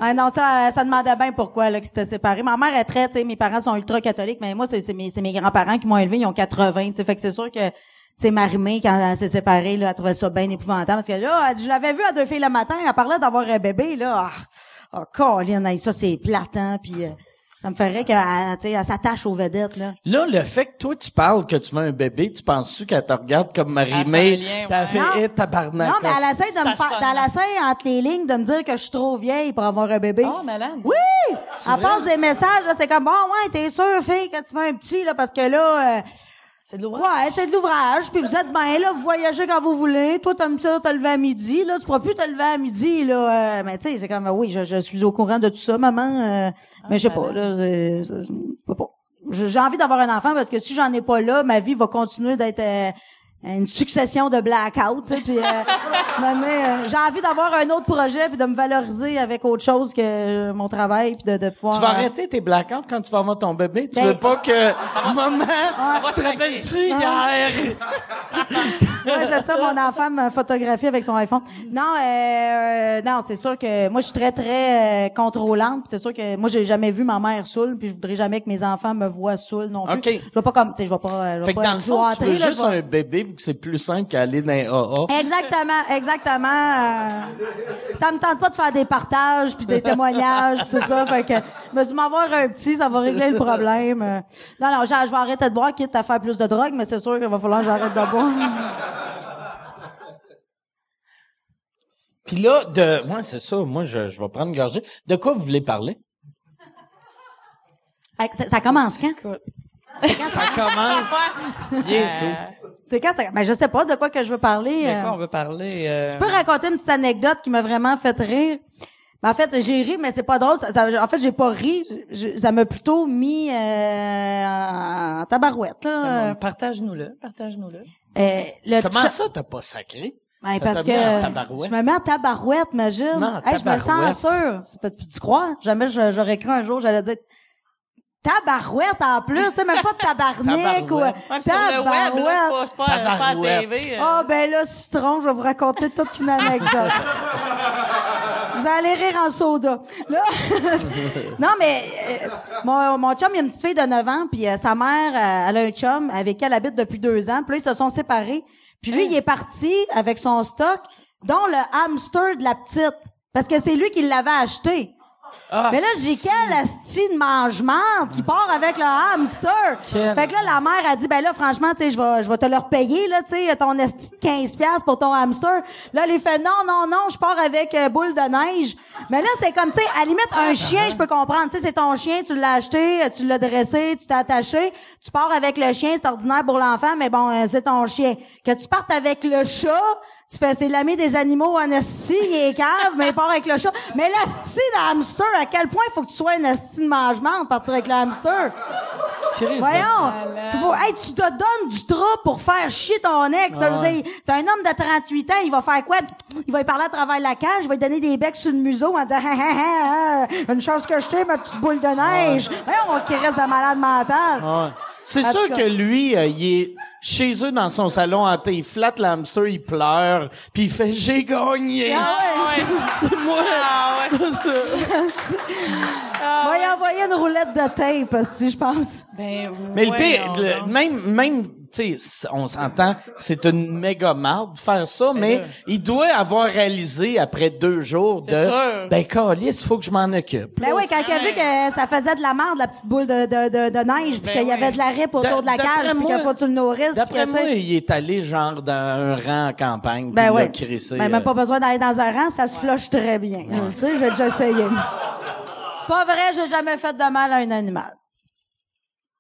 Ah non, ça, ça demandait bien pourquoi là qu'ils s'étaient séparés. Ma mère est très, tu sais, mes parents sont ultra catholiques, mais moi c'est c'est mes, c'est mes grands-parents qui m'ont élevé, ils ont 80, tu sais, fait que c'est sûr que tu sais, Marimé, quand elle s'est séparée, là, elle trouvait ça bien épouvantable. Parce que là, elle dit, je l'avais vu à deux filles le matin, elle parlait d'avoir un bébé, là. Ah, oh, ça, c'est plate, hein. Puis euh, ça me ferait qu'elle elle, tu sais, elle s'attache aux vedettes, là.
Là, le fait que toi, tu parles que tu veux un bébé, tu penses-tu qu'elle te regarde comme
Elle fait un
Marie-Mé?
lien,
T'as
ouais.
fait,
Non.
Eh, tabarnak.
Non, mais elle essaie de
ça
me faire,
sonne.
elle essaie entre les lignes de me dire que je suis trop vieille pour avoir un bébé.
Oh, malade.
Oui! Elle passe des messages, là, c'est comme, bon, ouais, t'es sûr, fille, que tu fais un petit, là, parce que là, euh,
C'est de l'ouvrage.
ouais, c'est de l'ouvrage, puis vous êtes bien, là, vous voyagez quand vous voulez. Toi, t'aimes ça, t'as levé à midi, là, tu pourras plus te lever à midi, là. euh, mais tu sais, c'est comme, euh, oui, je, je suis au courant de tout ça, maman, euh,
Ah,
mais je sais pas, là, c'est- c'est- c'est- je sais pas. Je- j'ai envie d'avoir un enfant parce que si j'en ai pas là, ma vie va continuer d'être euh, une succession de blackouts. tu sais, puis, euh, non, mais, euh, j'ai envie d'avoir un autre projet puis de me valoriser avec autre chose que euh, mon travail puis de, de pouvoir.
Tu vas
euh,
arrêter tes blackouts quand tu vas avoir ton bébé? Tu
Ben-
veux pas que, maman,
va
tu te
se
rappelles-tu hier?
Ouais, c'est ça, mon enfant m'a photographié avec son iPhone. Non, euh, euh, non, c'est sûr que moi, je suis très, très euh, contrôlante. puis C'est sûr que moi, j'ai jamais vu ma mère saoule, puis je voudrais jamais que mes enfants me voient saoule non plus.
OK.
Je vois pas comme, tu sais, je vois pas. euh, je vais
Fait que
pas
dans le
être
fond, tu
cloîtrée,
veux
là, je
juste
vais-
un bébé vu que c'est plus simple qu'aller dans un AA.
Exactement, exactement. euh, ça me tente pas de faire des partages puis des témoignages puis tout ça. Fait que je me suis dit, m'en voir un petit, ça va régler le problème. Euh, Non, non, je je vais arrêter de boire, quitte à faire plus de drogue, mais c'est sûr qu'il va falloir que j'arrête de boire.
Puis là, de, moi, c'est ça, moi, je, je vais prendre une gorgée. De quoi vous voulez parler?
Fait que Ça, ça commence quand?
Ça commence
Euh,
bientôt.
C'est quand ça... Ben, je sais pas de quoi que je veux parler.
De
euh.
quoi on veut parler? euh,
Je peux raconter une petite anecdote qui m'a vraiment fait rire. Ben, en fait, j'ai ri, mais c'est pas drôle. Ça- ça- en fait, j'ai pas ri. Je- ça m'a plutôt mis euh, en tabarouette. Là. Euh,
Partage-nous-le. Partage-nous-le.
euh, le
Comment
cha-
ça, t'as pas sacré?
Ben,
Ça t'a
parce que
mis en
je
tabarouette?
me mets en tabarouette,
Tu te mets en
imagine. Hey, je me
tabarouette.
sens sûre. C'est pas- Tu crois? Jamais je- j'aurais cru un jour, j'allais dire tabarouette en plus. C'est même pas de tabarnak. ou, euh,
Tabarouette.
Ouais, puis sur le web, là, c'est pas, c'est pas, c'est pas à la
Tabarouette.
TV. euh.
Ah ben là, citron, je vais vous raconter toute une anecdote. vous allez rire en soda. Là, non, mais euh, mon, mon chum, il a une petite fille de 9 ans, puis euh, sa mère, euh, elle a un chum avec qui elle habite depuis deux ans. Puis là, ils se sont séparés. Puis lui, il est parti avec son stock, dont le hamster de la petite, parce que c'est lui qui l'avait acheté. Mais là, j'ai quel asti de mange-marde qui part avec le hamster.
Quel-
Fait que là, la mère a dit, ben là, franchement, tu sais, je vais, je vais te leur payer, là, tu sais, ton asti de 15 piastres pour ton hamster. Là, elle a fait, non, non, non, je pars avec euh, boule de neige. Mais là, c'est comme, tu sais, à la limite, un chien, je peux comprendre. Tu sais, c'est ton chien, tu l'as acheté, euh, tu l'as dressé, tu t'es attaché, tu pars avec le chien, c'est ordinaire pour l'enfant, mais bon, euh, c'est ton chien. Que tu partes avec le chat, tu fais, c'est l'ami des animaux en esti, il est cave, mais il part avec le chat. Mais l'asti de hamster, à quel point il faut que tu sois un asti de mangement pour partir avec le hamster?
Chris,
Voyons! Tu, vois, hey, tu te donnes du trou pour faire chier ton ex. Ça veut
ouais.
dire, c'est un homme de 38 ans, il va faire quoi? Il va y parler à travers la cage, il va lui donner des becs sur le museau en disant, Ah, ah, ah, ah, une chose que je t'ai, ma petite boule de neige. Voyons, qui reste de malade mental.
Ouais. C'est
En
sûr
tout cas.
que lui, euh, il est chez eux dans son salon hanté, il flatte l'hamster, il pleure, puis il fait j'ai gagné.
Ah ouais. Ah
C'est moi. Ah.
Il va y envoyer une roulette de tape, si je pense.
Ben,
Mais le
voyons
pire, le-
donc.
même même tu sais, c- on s'entend, c'est une méga marde faire ça, mais il doit avoir réalisé après deux jours de
C'est sûr.
ben calice, faut que je m'en occupe.
Ben oui, quand il a vu que ça faisait de la merde, la petite boule de, de, de, de neige, puis
Ben
qu'il y
oui.
avait de la rip
D'a-
autour de la cage,
d'après
puis
moi-
qu'il faut que tu le nourrisses. puis
D'après
que, tu sais-
moi, il est allé genre dans un rang en campagne,
Ben
puis il a
oui.
crissé,
Ben,
euh,
même pas besoin d'aller dans un rang, ça se floche très bien. Tu sais, j'ai déjà essayé. C'est pas vrai, j'ai jamais fait de mal à un animal.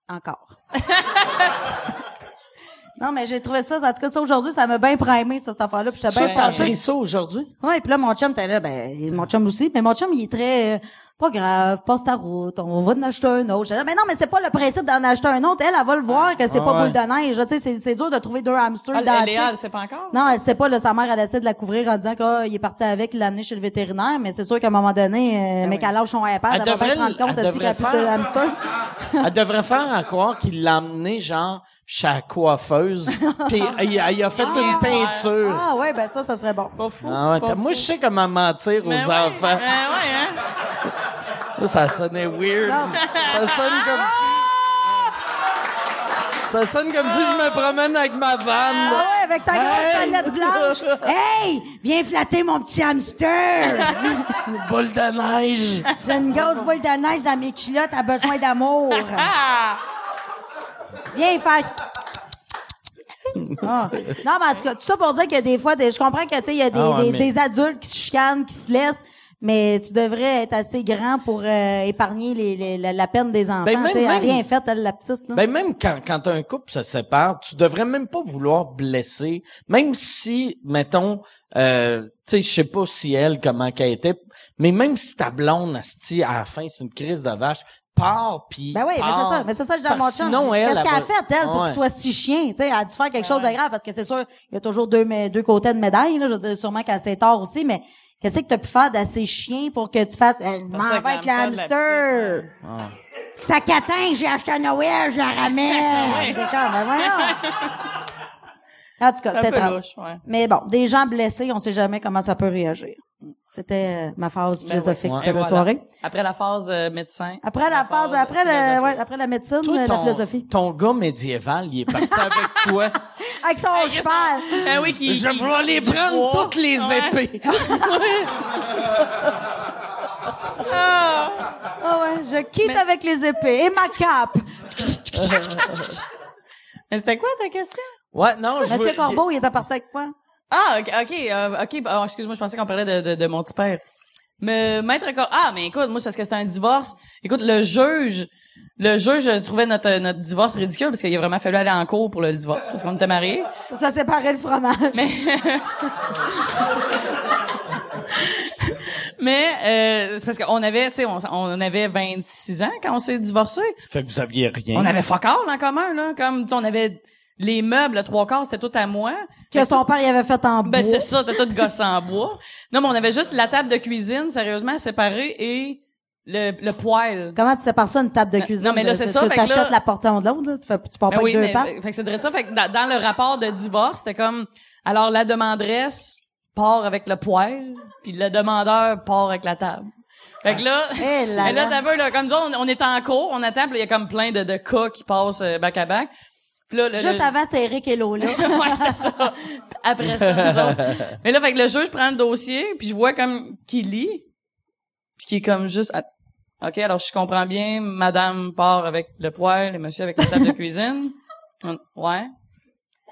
Encore. non, mais j'ai trouvé ça, en tout cas, ça aujourd'hui, ça m'a bien primé, ça, cette affaire-là, puis j'étais
Ça,
bien
t'as
fâchée.
appris ça aujourd'hui?
Ouais, puis là, mon chum, t'es là, ben, mon chum aussi, mais mon chum, il est très, euh, pas grave, passe ta route, on va en acheter un autre. J'étais là, mais non, mais c'est pas le principe d'en acheter un autre. Elle, elle va le voir que c'est
Ah
pas
ouais.
boule de neige, là, tu sais, c'est- c'est dur de trouver deux hamsters
Ah,
dans
le Léa, elle sait pas encore?
non, elle sait pas, là, sa mère, elle essaie de la couvrir en disant qu'il est parti avec, il l'a amené chez le vétérinaire, mais c'est sûr qu'à un moment donné, euh, mais qu'elle lâche son iPad,
Elle
elle, va bien se
devrait
rendre
le-
compte
elle
aussi qu'il y a plus
devrait
de
faire.
hamster.
Elle devrait faire à croire qu'il l'a amené, genre, chez la coiffeuse, puis il, il a fait une peinture.
Ah ouais, ben ça, ça serait bon.
Pas fou.
Ah ouais,
pas
t'as-
fou.
moi, je sais comment mentir aux
Ben ouais,
enfants.
ben ouais, hein?
Là, Ça sonnait weird. Ça sonne comme si... Ça sonne comme si je me promène avec ma
Ah
vanne.
ouais, avec ta grosse
Hey!
palette blanche. Hey! Viens flatter mon petit hamster!
Une boule de neige.
J'ai une grosse boule de neige dans mes culottes, a besoin d'amour.
Ah!
Viens faire. Ah. Non, mais en tout cas, tout ça pour dire que des fois, des- je comprends que tu sais, il y a des,
Ah ouais,
des-
mais-
des adultes qui se chicanent, qui se laissent, mais tu devrais être assez grand pour euh, épargner les- les- la, la peine des enfants.
Ben, même-
tu sais, elle a
même-
rien fait, elle, la petite. Là.
Ben même quand quand un couple se sépare, tu devrais même pas vouloir blesser, même si mettons euh, tu sais je sais pas si elle comment qu'elle était, mais même si ta blonde asti à la fin c'est une crise de vache, part puis
Ben oui, mais c'est
part.
ça, mais c'est ça, que je dis à
Parce
mon
que
chum.
Sinon elle,
Qu'est-ce qu'elle a
va-
fait, elle, pour
Ouais.
qu'il soit si chien? Tu sais, elle a dû faire quelque chose de grave, parce que c'est sûr, il y a toujours deux, mé- deux côtés de médaille, là. Je veux dire, sûrement qu'elle s'est tort aussi, mais qu'est-ce que t'as pu faire d'assez chien pour que tu fasses, elle m'en
avec
va avec le
l'hamster de la
hamster?
Ah.
Sa catin, j'ai acheté à Noël, je la ramène. C'est comme, ben voyons. En tout cas,
C'est un
c'était
peu
drôle.
louche, ouais.
Mais bon, des gens blessés, on sait jamais comment ça peut réagir. C'était euh, ma phase
Ben ouais.
philosophique
Ouais.
de
Et
la
voilà.
soirée.
Après la phase euh, médecin.
Après la phase, après le,
philosophie.
ouais, après la médecine,
Toi,
euh, la
ton-
philosophie.
Ton gars médiéval, il est parti avec toi.
avec son cheval.
Ben oui, qui.
Je
qui-
vais aller
qui-
prendre
Ouais.
toutes les
Ouais.
épées.
Ah ouais, je quitte avec les épées et ma cape.
Mais c'était quoi ta question?
Ouais, non, je
Monsieur
veux-
Corbeau, il était parti avec quoi?
Ah, ok, ok, euh, ok. bah, oh, excuse-moi, je pensais qu'on parlait de, de, de mon petit père. Mais maître Cor- ah, mais écoute, moi c'est parce que c'était un divorce. Écoute, le juge, le juge trouvait notre notre divorce ridicule parce qu'il a vraiment fallu aller en cours pour le divorce parce qu'on était mariés.
Ça séparait le fromage.
Mais euh, c'est parce qu'on avait, tu sais, on, s- on avait 26 ans quand on s'est divorcé.
Fait que vous aviez rien.
On avait fuck all en commun là, comme tu sais, on avait les meubles, le trois quarts, c'était tout à moi.
que son père il avait fait en bois.
Ben c'est ça, t'as tout gosse en bois. Non, mais on avait juste la table de cuisine, sérieusement, séparée, et le, le poêle.
Comment tu sépares ça une table de cuisine? Ben,
non, mais là, c'est ça,
Tu
fait que là-
t'achètes la portée en de l'autre, là, tu fais, tu pars
Ben
pas
oui,
avec
mais
deux pattes.
fait, fait que c'est de ça. Fait que dans, dans le rapport de divorce, c'était comme alors la demanderesse part avec le poêle, puis le demandeur part avec la table. Fait que là,
Eh là
mais là,
là.
t'as vu, là, comme ça, on, on est en cours, on attend, puis il y a comme plein de, de cas qui passent euh, back à back. Puis là, le-
Juste
le-
avant, c'était Eric et Lola.
ouais, c'est ça. Après ça, nous autres. Mais là, fait que le juge prend le dossier, puis je vois comme qu'il lit. puis qui est comme juste à- OK, alors je comprends bien, madame part avec le poêle et monsieur avec la table de cuisine. On- Ouais.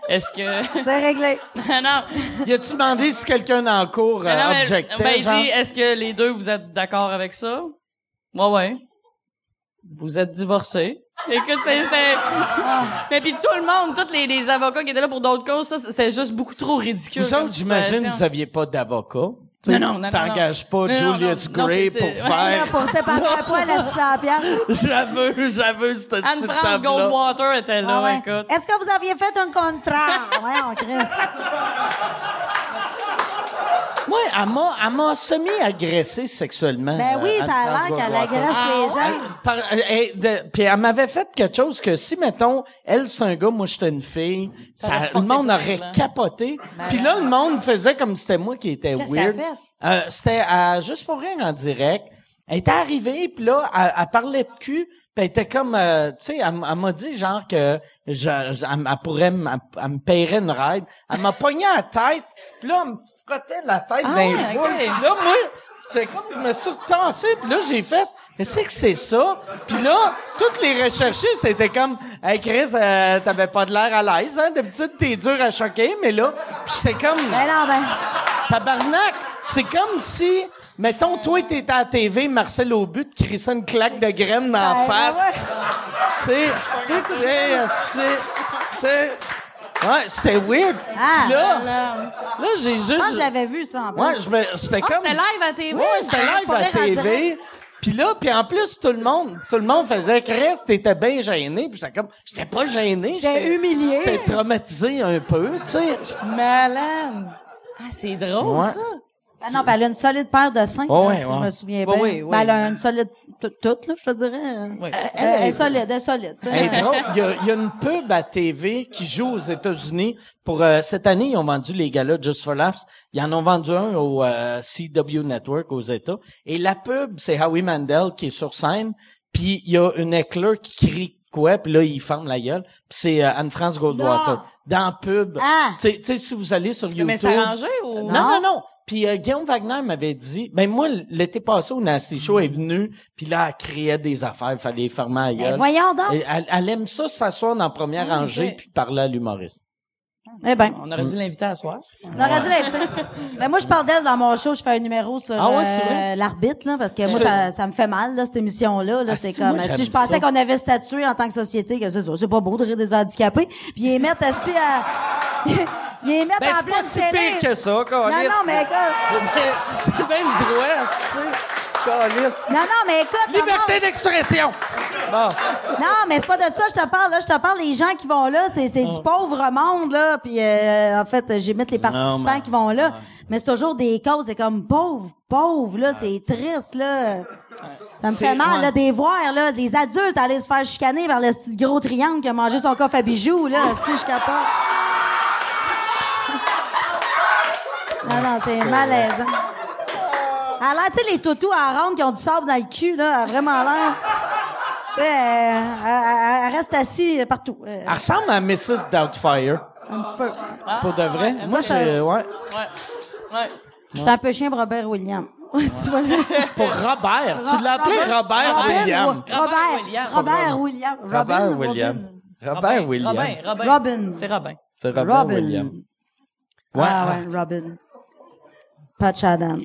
Est-ce que
C'est réglé.
non,
Y a-tu demandé si quelqu'un en cours
Mais non,
euh,
mais-
objectait,
ben, il
genre?
dit, est-ce que les deux, vous êtes d'accord avec ça? Moi, ouais. Vous êtes divorcés. Écoute, c'est, c'est- Mais puis tout le monde, tous les, les avocats qui étaient là pour d'autres causes, ça, c'est juste beaucoup trop ridicule.
Vous
comme
autres, j'imagine,
situation.
vous aviez pas d'avocat. Tu
Non,
sais,
non, non, non,
T'engages
non.
pas
Non, non, non,
Julius
non,
Gray
c'est-
pour
c'est-
faire.
Pour séparer la poêle à 600 piastres.
j'avoue, j'avoue, cette petite
Anne-France
table-là.
Goldwater était là,
Ah ouais.
écoute.
Est-ce que vous aviez fait un contrat? Ouais, on crie.
Moi, elle m'a, elle m'a semi-agressée sexuellement.
Ben oui,
euh,
ça a l'air
Anne-France
qu'elle
Goldwater.
agresse
Ah,
les gens.
Elle- par- euh, elle- de- Puis elle m'avait fait quelque chose que si, mettons, elle, c'est un gars, moi, j'étais une fille, ça-
aurait
le monde
porté
aurait
plainte, là.
capoté. Puis là, le monde faisait comme si c'était moi qui était
Qu'est-ce
weird.
qu'elle a
Euh, c'était à Juste pour rire en direct. Elle était arrivée, puis là, elle, elle parlait de cul, puis elle était comme, euh, tu sais, elle, m- elle m'a dit genre que je, je- elle, m- elle pourrait, m- elle, elle me paierait une ride. Elle m'a pogné la tête, puis là, elle me frottait la tête
Ah
dans les
ouais,
boules.
ok.
Puis là, moi, c'est comme, je me suis retassé, puis là, j'ai fait, mais c'est que c'est ça? Puis là, toutes les recherchistes c'était comme, hey Chris, euh, t'avais pas de l'air à l'aise, hein? D'habitude, t'es dur à choquer, mais là, puis j'étais comme,
Ben non, ben.
Tabarnak, c'est comme si, mettons, toi, t'étais à la TV, Marcel Aubut te crissait une claque de graines dans la
ben,
face.
ouais.
Tu sais, tu sais, tu sais, tu sais. Ouais, c'était weird.
Ah,
Puis là, là, j'ai juste...
Moi, je l'avais vu, ça, en plus.
Ouais, je me, c'était
Ah,
comme...
c'était live à TV?
Ouais, c'était
Ah,
live
pour
à
dire en
TV.
direct.
Puis là, puis en plus, tout le monde, tout le monde faisait Chris, t'étais bien gêné. Puis j'étais comme, j'étais pas gêné.
J'étais humilié.
J'étais traumatisé un peu, tu sais.
Malade. Ah, c'est drôle,
Ouais.
ça.
Ben non, ben elle a une solide paire de seins,
Oh,
là,
ouais,
si
ouais.
je me souviens
Bah
bien.
oui, oui.
Ben, elle a une solide... tout- Toute, là, je te dirais.
Oui.
Elle, elle est solide, elle est solide. tu sais.
Hey, drôle, il y a- il y, a une pub à TV qui joue aux États-Unis pour euh, cette année ils ont vendu les galas Just for Laughs. Ils en ont vendu un au euh, CW Network aux États et la pub c'est Howie Mandel qui est sur scène puis il y a une éclair qui crie quoi puis là il ferme la gueule puis c'est euh, Anne-France Goldwater
Non.
dans la pub.
Ah.
Tu sais- tu sais si vous allez sur YouTube.
Mais c'est arrangé ou?
Non, non, non. Puis euh, Guillaume Wagner m'avait dit, ben moi l'été passé au Nasty Show est venu, puis là elle créait des affaires, fallait fermer la gueule.
Ben, voyons donc.
Et Elle, elle aime ça s'asseoir dans la première
Ah,
rangée
ok.
puis parler à l'humoriste.
Eh ben,
On aurait dû l'inviter à soir.
on aurait dû l'inviter. Ben, moi, je parle d'elle dans mon show, je fais un numéro sur
Ah ouais, c'est vrai?
euh, l'arbitre, là, parce que moi,
C'est-
ça, ça me fait mal, là, cette émission-là. Là,
Ah,
c'est
si, moi,
comme,
j'aime
si je pensais
ça.
qu'on avait statué en tant que société, que c'est ça, c'est pas beau de rire des handicapés, puis ils les mettent, assis à... ils les mettent
Ben, c'est
en
pas
pleine
si
télé.
pire que ça,
Non,
Calis.
non, mais écoute...
C'est même droit, tu sais, Calis.
Non, non, mais écoute...
Liberté
maman.
d'expression! Bon.
Non, mais c'est pas de ça je te parle. Là, je te parle des gens qui vont là. C'est, c'est du pauvre monde, là. Puis, euh, en fait, j'imite les participants
Ah. mais-
qui vont là. Mais c'est toujours des causes. C'est comme pauvre, pauvre, là. C'est triste, là. Ça me
C'est-
fait mal,
ouais.
là, des voir, là, des adultes aller se faire chicaner par le petit gros triangle qui a mangé son coffre à bijoux, là. si je capote. non, non, c'est malaisant. Alors, tu sais, les toutous à ronde qui ont du sable dans le cul, là, elle a vraiment l'air. Tu sais, elle, elle- elle reste assise partout. euh,
Elle ressemble à Mrs. Doubtfire.
un petit peu.
Pour de vrai.
ouais,
Moi,
Ah, ça,
j'ai, ouais.
Ouais. Ouais.
Je suis un peu chien, Robert Williams. Ouais, tu vois, là.
Pour Robert. tu l'as appelé Robert, William.
Robert, Robert,
Williams.
Robert William. Robin, Robin.
Robert William.
Robin, Robin.
Robin.
C'est Robin.
C'est Robert
Robin.
William. Ouais.
Ah ouais, Robin. Patch Adams.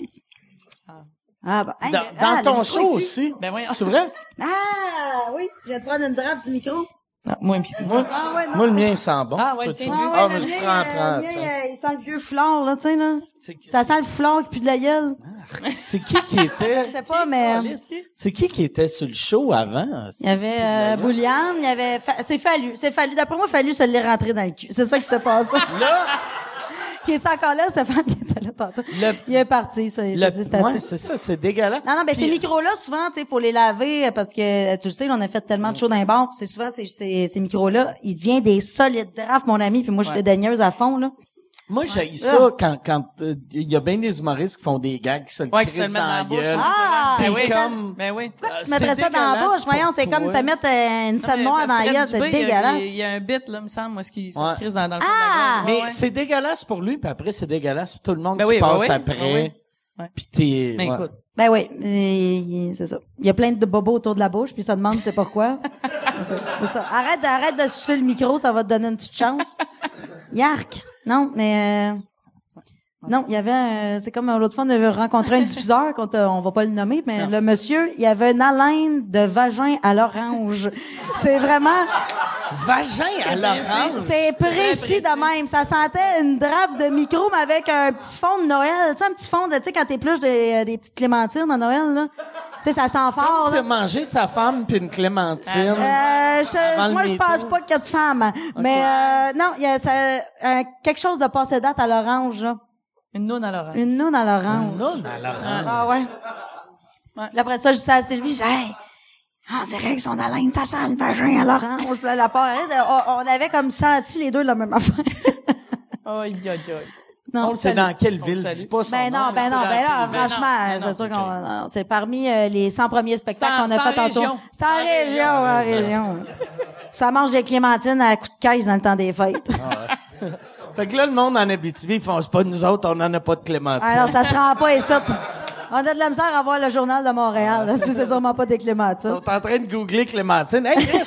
Ah, bah, hey,
Dans,
ah,
dans
le
ton
micro est
show
cuit.
aussi.
Ben voyons.
C'est vrai?
Ah, oui, je vais te prendre une drape du micro.
Non, moi, et puis moi.
Ah, ouais, non.
Moi, le mien, il sent bon.
Ah, ouais,
Peux-tu-
le tien.
Ah,
Ah,
ouais,
mais
le
je
mien,
prends, prends,
euh, le mien,
tiens.
euh, il sent le vieux flore, là, tu sais, là.
C'est Hein? qui-
Ça sent le flore qui pue de la gueule.
C'est qui qui était?
Je sais pas, mais... euh,
C'est qui qui était sur le show avant?
Il y avait euh, Bouliane, il y avait... Fa- C'est Fallu, c'est Fallu. D'après moi, Fallu se l'est rentré dans le cul. C'est ça qui s'est passé.
Là,
Ah, il est encore là, Stéphane, il était là tantôt.
Le-
Il est parti, ça, il
le-
s'est dit, c'est assez.
ouais, c'est ça, c'est dégueulasse.
Non, non, ben
Puis- euh,
ces micros-là, souvent, tu sais, faut les laver euh, parce que euh, tu le sais, là, on a fait tellement de choses dans les bars. puis C'est souvent ces, ces, ces micros-là, ils deviennent des solides drafts, mon ami. Puis moi, je suis dédaigneuse à fond, là.
Moi, j'ai
Ah.
ça quand, quand, euh, il y a bien des humoristes qui font des gags qui se le
Ouais, qui
crissent
se le mettent dans la bouche.
gueule.
Ah,
Puis
ben oui.
comme-
Ben oui.
Pourquoi tu te
Euh,
mettrais
c'est
ça dans la
dégueulasse
bouche? Voyons,
pour
c'est comme
toi.
te mettre euh, une salle noire dans la gueule, c'est
Fred Dubé, il y a-
dégueulasse.
Il y a un bit, là, me semble, moi, ce qui
Ouais.
se crise dans, dans le fond
Ah!
de la
Mais
gueule. Ouais, ouais.
c'est dégueulasse pour lui, puis après, c'est dégueulasse pour tout le monde
Ben
qui
oui, ben
passe
oui.
après.
Ben oui.
Puis t'es...
Mais
ouais.
écoute.
Ben oui, mais c'est ça. Il y a plein de bobos autour de la bouche, puis ça demande c'est pourquoi. C'est ça. C'est ça. Arrête, arrête de sucer le micro, ça va te donner une petite chance. Yark! Non, mais... euh, Non, il y avait un- c'est comme euh, l'autre fois on avait rencontré un diffuseur qu'on t'a- on va pas le nommer mais le monsieur, il avait une haleine de vagin à l'orange. C'est vraiment
Vagin à l'orange.
c'est précis de même. Ça sentait une drape de micro, mais avec un petit fond de Noël. Tu sais, un petit fond de, tu sais, quand t'épluches des, euh, des petites clémentines à Noël, là. Tu sais, ça sent fort,
Comme
là.
c'est manger sa femme puis une clémentine.
Euh, je-
Avant le
moi, je
métro.
pense pas qu'il y a de femmes. Mais, euh, non, il y a ça, euh, quelque chose de passé date à l'orange, là.
Une noune à l'orange.
Une noune à l'orange.
Non, à l'orange.
Ah ouais. Puis après ça, je dis ça à Sylvie, j'ai hey, on dirait que son haleine, ça sent le vagin à l'orange. Puis là, la part, elle, on, on avait comme senti les deux la même affaire.
Aïe, aïe, aïe.
non,
On sait dans quelle
On
ville,
salue.
dis pas son
Ben
nom.
non, ben non, ben là,
Ben non,
franchement,
ben non,
c'est sûr
ok.
qu'on, non, c'est parmi euh, les 100 premiers spectacles
C'est en-
qu'on a
c'est en
fait en
région.
tour. C'est en région, en région. Ça mange des clémentines à coups de caisse dans le temps des fêtes.
Ah,
Fait que là, le monde en Abitibi, ils font, c'est pas nous autres, on n'en a pas de clémentine.
Alors, ça se rend pas et ça. On a de la misère à voir le journal de Montréal. là, si c'est sûrement pas des
Ils
clémentines.
sont en train de googler clémentine. Hey, Chris!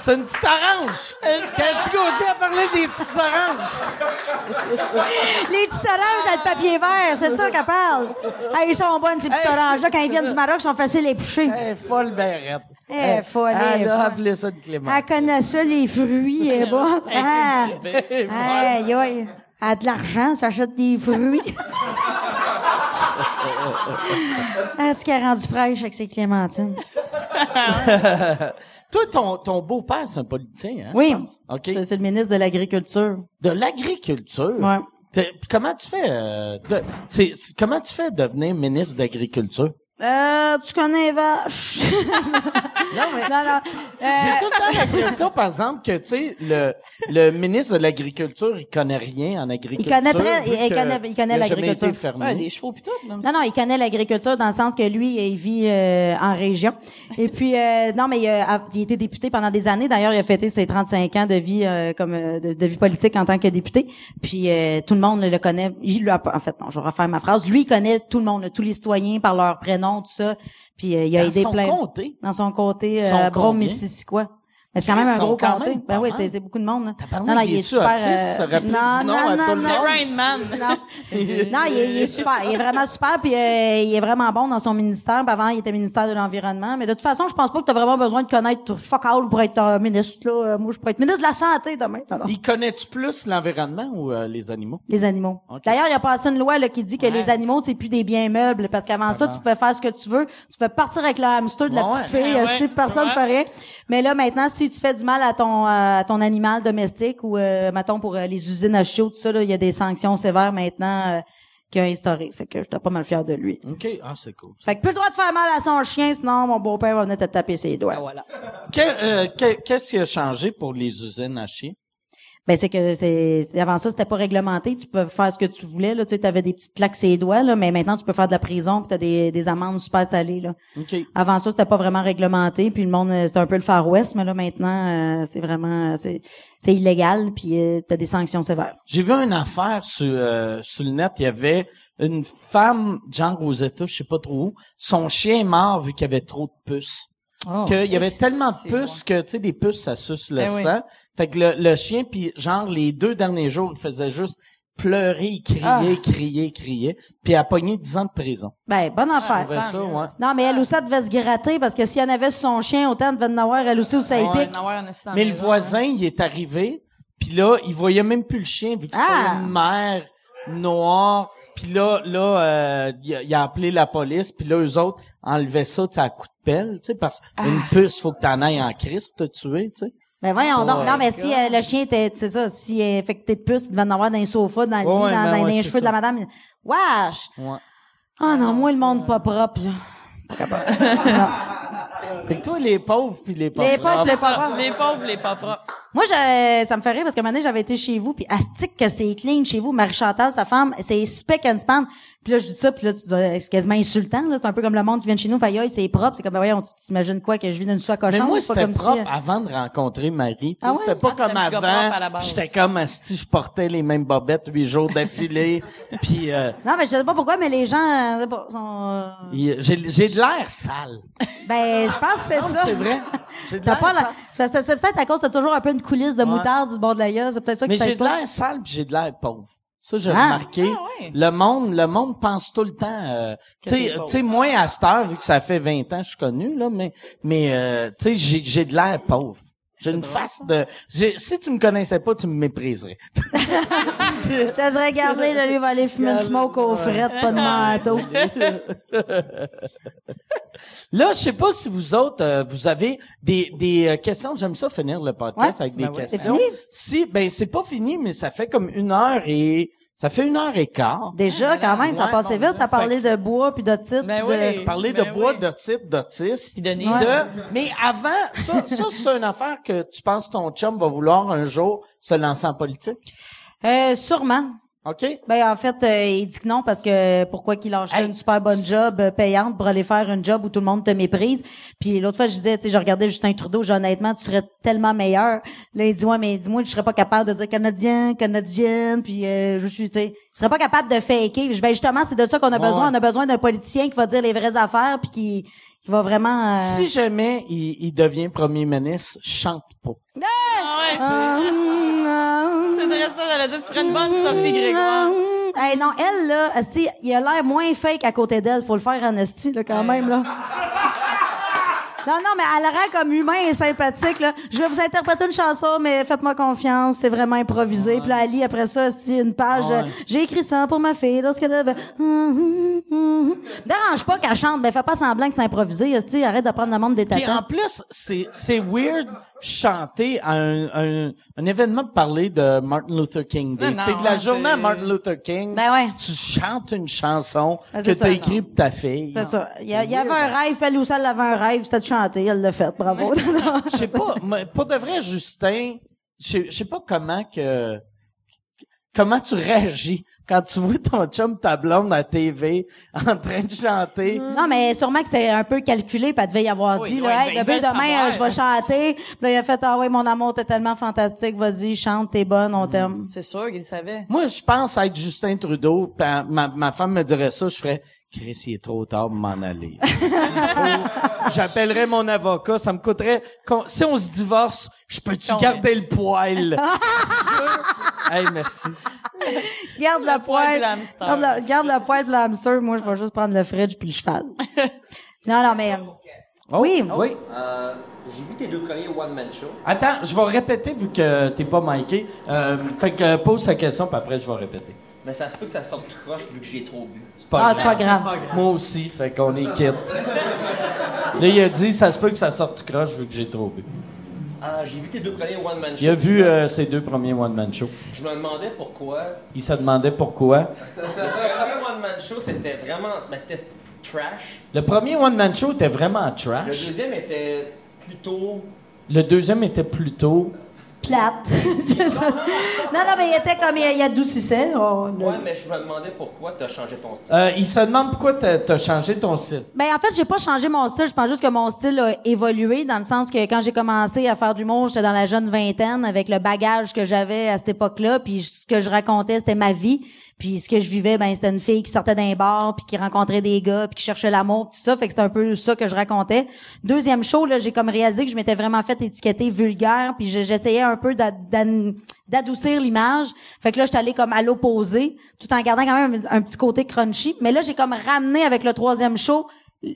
C'est une petite orange. Quand tu Gauthier a parlé des petites oranges.
Les petits oranges à le papier vert, c'est de ça qu'elle parle. Ah, ils sont bonnes, ces petits oranges-là. Quand ils viennent du Maroc, ils sont faciles à Eh, éplucher.
Elle est folle, Berrette.
Elle est folle, elle est
Elle a
folle.
appelé ça une clémentine.
Ah, Elle connaît ça, les fruits, elle est bonne. Ah. Aïe, aïe. Elle a de l'argent, ça achète des fruits. Est-ce qu'elle est rendue fraîche avec ses clémentines?
Toi, ton, ton beau-père, c'est un politicien, hein?
Oui.
je pense? OK.
C'est c'est le ministre de l'Agriculture.
De l'agriculture.
Ouais.
T'es- puis Comment tu fais, euh, de- c'est- c'est- comment tu fais devenir ministre d'agriculture?
Euh, tu connais les vaches? non, mais... Non, non.
J'ai
Euh,
tout le temps l'impression, par exemple, que, tu sais, le, le ministre de l'agriculture, il connaît rien en
il
agriculture.
connaît très,
vu
il, il
que
connaît, il connaît
a jamais
l'agriculture.
été fermé.
Ouais, des chevaux pis tout. là, mais-
Non, non, il connaît l'agriculture dans le sens que lui, il vit euh, en région. Et puis, euh, non, mais il, a, il a été député pendant des années. D'ailleurs, il a fêté ses 35 ans de vie euh, comme euh, de, de vie politique en tant que député. Puis euh, tout le monde le connaît. Il l'a pas- en fait, non, je vais refaire ma phrase. Lui, il connaît tout le monde, tous les citoyens par leur prénom, tout ça. Puis euh, il a
Dans
aidé
son
plein.
comté?
Dans son comté,
Son
euh, gros
combien?
Missisquoi. Mais c'est quand même
Ils
un
sont
gros
quand
comté.
même
Ben
pas
oui,
mal.
c'est c'est beaucoup de monde. là.
Tabarnak,
Non, non,
il
il est
est-tu
super. euh,
autiste? Se rappeler du nom à tout le
C'est
monde?
Rain Man.
Non. non, il est, il est super. Il est vraiment super, puis euh, il est vraiment bon dans son ministère. Puis avant, il était ministère de l'Environnement. Mais de toute façon, je pense pas que tu as vraiment besoin de connaître tout fuck all pour être euh, ministre. Là. Euh, Moi, je pourrais être ministre de la Santé demain. Non, non.
Il connaît-tu plus l'environnement ou euh, les animaux?
Les animaux.
Ok.
D'ailleurs, il y a passé une loi là, qui dit que les animaux, c'est plus des biens meubles. Parce qu'avant ça, tu pouvais faire ce que tu veux. Tu pouvais partir avec le hamster de la
Ouais,
petite fille.
ouais,
euh, si personne ne
ouais.
fait rien. Mais là, maintenant, si tu fais du mal à ton euh, à ton animal domestique ou, euh, mettons, pour euh, les usines à chiots, tout ça, là, il y a des sanctions sévères maintenant euh, qu'il a instaurées. Fait que j'étais pas mal fier de lui.
OK. Ah, c'est cool.
Fait que plus le droit de faire mal à son chien, sinon mon beau-père va venir te taper ses doigts.
Ah, voilà.
Que- euh, que- Qu'est-ce qui a changé pour les usines à chier?
Ben c'est que c'est c'est- avant ça c'était pas réglementé, tu pouvais faire ce que tu voulais là, tu avais des petites claques ses doigts là, mais maintenant tu peux faire de la prison, puis t'as des des amendes super salées là.
OK.
Avant ça c'était pas vraiment réglementé, puis le monde euh, c'était un peu le Far West, mais là maintenant euh, c'est vraiment euh, c'est c'est illégal, puis euh, t'as des sanctions sévères.
J'ai vu une affaire sur, euh, sur le net. Il y avait une femme, genre Rosetta, je sais pas trop où. Son chien est mort vu qu'il y avait trop de puces. Qu'il y avait tellement de
Oh, C'est
puces que, tu sais, des puces, ça suce le
Eh oui.
sang. Fait que le, le chien, puis genre, les deux derniers jours, il faisait juste pleurer, il criait, crier, crier. Puis elle a pogné 10 ans de prison.
Ben bonne
Je
affaire.
trouvais ça, ouais.
Non mais elle aussi elle devait se gratter parce que s'il y en avait sur son chien autant elle devait en avoir elle
Ah,
aussi où ça y
Ouais,
pique.
d'en avoir un instant dans
Mais
la
le
maison,
voisin, il est arrivé, puis là, il voyait même plus le chien, vu que c'était
Ah!
une mère noire. Puis là, là, euh, il, a, il a appelé la police, puis là, eux autres enlevaient ça, tu sais, à coup de pelle, tu sais, parce qu'une puce, faut que t'en ailles en Christ te tuer, tu sais.
Ben voyons donc.
Ouais.
Non, mais si euh, le chien était, c'est ça, si euh, infecté de puces, il devait en avoir dans les sofas, dans le
Ouais,
lit, dans,
ben
dans
ouais,
les
c'est
cheveux de la
ça.
madame. Wesh!
Ouais.
Ah non, moi, le monde pas propre. là.
Fait que toi, les pauvres, puis les pauvres.
Les pauvres,
C'est
c'est pas
ça,
propre.
les pauvres, les pas propres.
Moi, je, ça me fait rire parce que un moment donné, j'avais été chez vous, puis astique que c'est clean chez vous. Marie-Chantal, sa femme, c'est speck and span. Puis là, je dis ça, puis là, tu dis, euh, c'est quasiment insultant, là. C'est un peu comme le monde qui vient de chez nous, fait, Aïe, c'est propre. C'est comme, ben, voyons, tu t'imagines quoi, que je vis d'une soie
Mais
cochon?
moi,
c'est pas
c'était
comme si- euh,
propre avant de rencontrer Marie. Tu sais,
Ah ouais?
C'était pas
Ah,
comme
t'es un petit gars propre à la
avant.
base.
J'étais comme si je portais les mêmes bobettes huit jours d'affilée. Puis euh,
Non, mais je sais pas pourquoi, mais les gens, euh, c'est pas- sont, euh,
il- j'ai j'ai de l'air sale.
ben, je pense que c'est ça.
C'est vrai. J'ai de
T'as
l'air
pas
sale.
la... ça- ça- C'est peut-être à cause, t'as toujours un peu une coulisse de
Ouais.
moutarde du bord de la gueule. C'est peut-être ça que
Mais
t'aides
j'ai de
pas.
l'air sale puis j'ai de l'air pauvre. Ça, j'ai
Ah.
remarqué.
Ah ouais.
Le monde, le monde pense tout le temps, euh, tu
t'es
sais,
pauvre.
tu sais, moi, à cette heure, vu que ça fait 20 ans, que je suis connu, là, mais, mais, euh, tu sais, j'ai, j'ai de l'air pauvre. J'ai une face de, j'ai- si tu me connaissais pas, tu me mépriserais.
Je te dirais, regardez, là, lui, il va aller fumer une smoke au fret, pas de manteau.
Là, je sais pas si vous autres, euh, vous avez des, des euh, questions. J'aime ça finir le podcast
Ouais.
avec des
Ben ouais, c'est
questions.
fini?
Si, ben, c'est pas fini, mais ça fait comme une heure et, ça fait une heure et quart.
Déjà, quand même, ça
Ah, Ouais,
passait
bon,
vite. T'as
fait
parlé de bois puis de titre.
Ben
puis de-
oui.
Euh, Parler
Ben
de bois,
oui.
de type, d'autisme.
Puis de nid.
de- Mais avant, ça, ça c'est une affaire que tu penses ton chum va vouloir un jour se lancer en politique.
Euh, sûrement.
OK?
Ben en fait, euh, il dit que non parce que pourquoi qu'il lâcherait
Hey,
une super bonne job euh, payante pour aller faire une job où tout le monde te méprise. Puis l'autre fois, je disais, tu sais, je regardais Justin Trudeau, je dis, honnêtement, tu serais tellement meilleur. Là, il dit ouais, mais dis-moi, je serais pas capable de dire canadien, canadienne, puis euh, je suis, tu sais, je serais pas capable de faker. Je dis, Ben justement, c'est de ça qu'on a
Ouais,
besoin.
ouais.
On a besoin d'un politicien qui va dire les vraies affaires puis qui qui va vraiment. euh,
Si jamais il, il devient premier ministre, chante pas.
Ah, hum, ah, hum.
C'est vrai ça, j'allais dire, tu ferais une bonne Sophie Grégoire.
Ah. Hey, non, elle, là, esti, il a l'air moins fake à côté d'elle. Faut le faire en esti, là, quand même, là. Non, non, mais elle rend comme humain et sympathique, là. Je vais vous interpréter une chanson, mais faites-moi confiance, c'est vraiment improvisé. Puis là, elle lit après ça, esti, une page.
Ouais.
euh, J'ai écrit ça pour ma fille lorsqu'elle avait... hum, Dérange pas qu'elle chante, mais fais pas semblant que c'est improvisé, esti. Arrête de prendre le monde des hein.
Puis en
tatans.
plus, c'est, c'est weird chanter à un, un, un événement pour parler de Martin Luther King Day.
Non,
Tu sais, de
non,
la
hein,
journée à
c'est-
Martin Luther King,
Ben ouais.
tu chantes une chanson
Ben,
que
c'est ça,
t'as écrite pour ta fille.
C'est ça. Il y, a- il y avait
hein.
un rêve, elle aussi, elle avait un rêve, c'était de chanter, elle l'a fait, bravo.
Je sais pas, mais pour de vrai, Justin, je sais- je sais pas comment que comment tu réagis quand tu vois ton chum ta blonde à la TV en train de chanter.
Non, mais sûrement que c'est un peu calculé, puis elle devait y avoir
Oui,
dit,
oui,
là, hey,
ben, ils
bébé,
veulent
demain,
savoir.
euh, je vais chanter. Puis là, il a fait, ah ouais, mon amour, t'es tellement fantastique, vas-y, chante, t'es bonne, on t'aime.
C'est sûr qu'il le savait.
Moi, je pense être Justin Trudeau, pis euh, ma, ma femme me dirait ça, je ferais Chris, il est trop tard pour m'en aller. S'il faut, J'appellerais mon avocat, ça me coûterait. qu'on- si on se divorce, je peux-tu
Ton-
garder le poil? hey, merci.
Garde la
poêle
poêle.
de l'hamster.
Garde la, garde la poêle de l'hamster. Moi, je vais juste prendre le fridge puis le cheval. non, non, mais... oui.
Oui.
Euh, j'ai vu tes deux premiers one-man shows.
Attends, je vais répéter vu que t'es pas Mikey. Euh, fait que pose ta question, puis après je vais répéter.
Mais ça se peut que ça sorte croche vu que j'ai trop bu.
C'est
Ah,
pas
c'est pas
grave.
grave.
Moi aussi, fait qu'on est quitte. Là, il a dit, ça se peut que ça sorte croche vu que j'ai trop bu.
Ah, j'ai vu tes deux premiers one-man shows.
Il a vu euh, ses deux premiers one-man shows.
Je me demandais pourquoi.
Il se demandait pourquoi.
Le premier one-man show, c'était vraiment. Mais c'était trash.
Le premier one-man show était vraiment
Le
trash.
deuxième était plutôt.
Le deuxième était plutôt...
Plate. C'est ça. non, non, mais il était comme... Il, il adoucissait. Oh, on l'a-
Ouais, mais je me demandais pourquoi t'as changé ton style.
Euh, il se demande pourquoi t'as t'as changé ton site.
Ben en fait, j'ai pas changé mon style. Je pense juste que mon style a évolué dans le sens que quand j'ai commencé à faire de l'humour, j'étais dans la jeune vingtaine avec le bagage que j'avais à cette époque-là, puis ce que je racontais, c'était ma vie. Puis ce que je vivais, ben c'était une fille qui sortait d'un bar, puis qui rencontrait des gars, puis qui cherchait l'amour, puis tout ça. Fait que c'était un peu ça que je racontais. Deuxième show, là, j'ai comme réalisé que je m'étais vraiment fait étiqueter vulgaire, puis je- j'essayais un peu d'a- d'an- d'adoucir l'image. Fait que là, j'étais allée comme à l'opposé, tout en gardant quand même un petit côté crunchy. Mais là, j'ai comme ramené avec le troisième show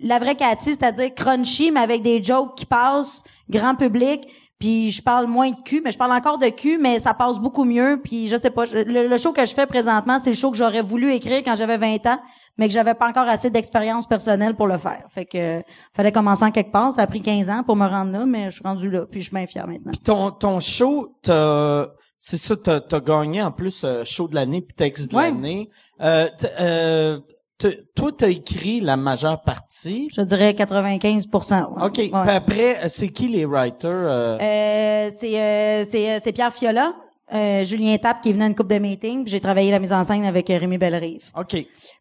la vraie Cathy, c'est-à-dire crunchy, mais avec des jokes qui passent, grand public. Puis je parle moins de cul, mais je parle encore de cul, mais ça passe beaucoup mieux. Puis je sais pas, je- le, le show que je fais présentement, c'est le show que j'aurais voulu écrire quand j'avais 20 ans, mais que j'avais pas encore assez d'expérience personnelle pour le faire. Fait que euh, fallait commencer en quelque part. Ça a pris 15 ans pour me rendre là, mais je suis rendue là, puis je suis bien fière maintenant.
Ton, ton show, t'as- c'est ça, t'as as gagné en plus euh, show de l'année puis texte de
Ouais.
l'année. Euh, t- euh, t- toi, t'as écrit la majeure partie.
Je dirais 95 ouais.
OK. Puis
Ouais.
après, euh, c'est qui les writers? euh?
Euh, c'est euh, c'est euh, c'est Pierre Fiola. euh, Julien Tap qui est venu à une coupe de meeting, puis j'ai travaillé la mise en scène avec euh, Rémi Bellerive.
OK.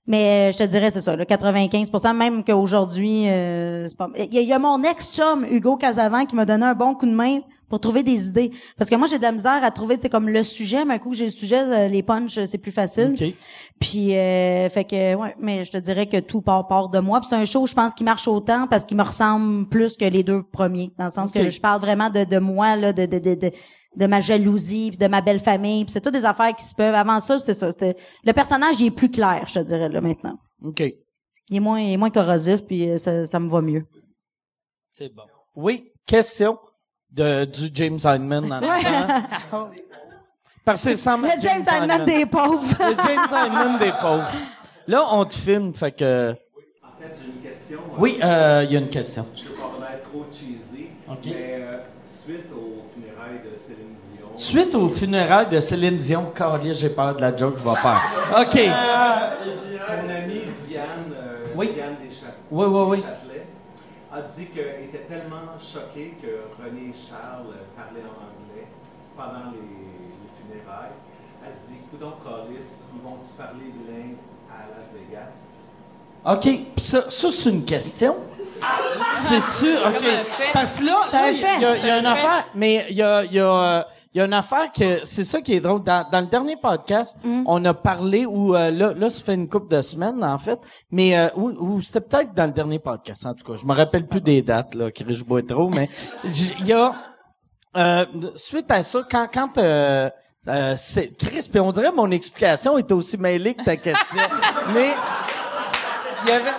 Mais euh, je te dirais, c'est ça, le 95 même qu'aujourd'hui, euh, c'est pas... Il y, a- il y a mon ex-chum, Hugo Casavant, qui m'a donné un bon coup de main pour trouver des idées. Parce que moi, j'ai de la misère à trouver, tu sais, comme le sujet, mais un coup que j'ai le sujet, euh, les punchs, euh, c'est plus facile.
OK.
Puis, euh, fait que, ouais, mais je te dirais que tout part, part de moi. Puis c'est un show, je pense, qui marche autant parce qu'il me ressemble plus que les deux premiers. Dans le sens
OK.
que je parle vraiment de, de moi, là, de, de, de, de de ma jalousie, puis de ma belle famille, puis c'est toutes des affaires qui se peuvent. Avant ça, c'est ça. C'était le personnage, il est plus clair, je te dirais là maintenant.
OK.
Il est moins, il est moins corrosif, puis euh, ça, ça me va mieux.
C'est bon. Oui, question de, du James Hyndman en avant. Parce qu'il ressemble
Le
à
James Hyndman des pauvres.
Le James Hyndman des pauvres. Là, on te filme, fait que... En fait, j'ai une question. Oui, euh, il y a une question.
Je veux pas remettre trop cheesy,
Ok.
mais euh, suite aux funérailles de Céline Dion,
Suite au funérailles de Céline Dion, Carlier, j'ai peur de la joke que je vais faire. OK.
mon amie Diane, euh,
Oui.
Diane Deschâtelet,
Oui, oui, oui.
Châtelet, a dit qu'elle était tellement choquée que René Charles parlait en anglais pendant les, les funérailles. Elle se dit, coudon Carlis, ils vont-tu parler bilingue à Las Vegas?
OK. Puis ça, ça c'est une question. C'est-tu? OK.
comme un fait.
Parce que là, là,
un
il y a- il y a, il y a
fait.
une affaire, mais il y a, il y a, euh, il y a une affaire que c'est ça qui est drôle. Dans, dans le dernier podcast,
Mm.
on a parlé où euh, là, là, ça fait une couple de semaines en fait, mais euh, où, où c'était peut-être dans le dernier podcast en tout cas. Je me rappelle plus des dates là, que je bois trop, mais j- il y a euh, suite à ça, quand, quand euh, euh, c'est Chris, puis on dirait que mon explication est aussi mêlée que ta question, mais il y avait.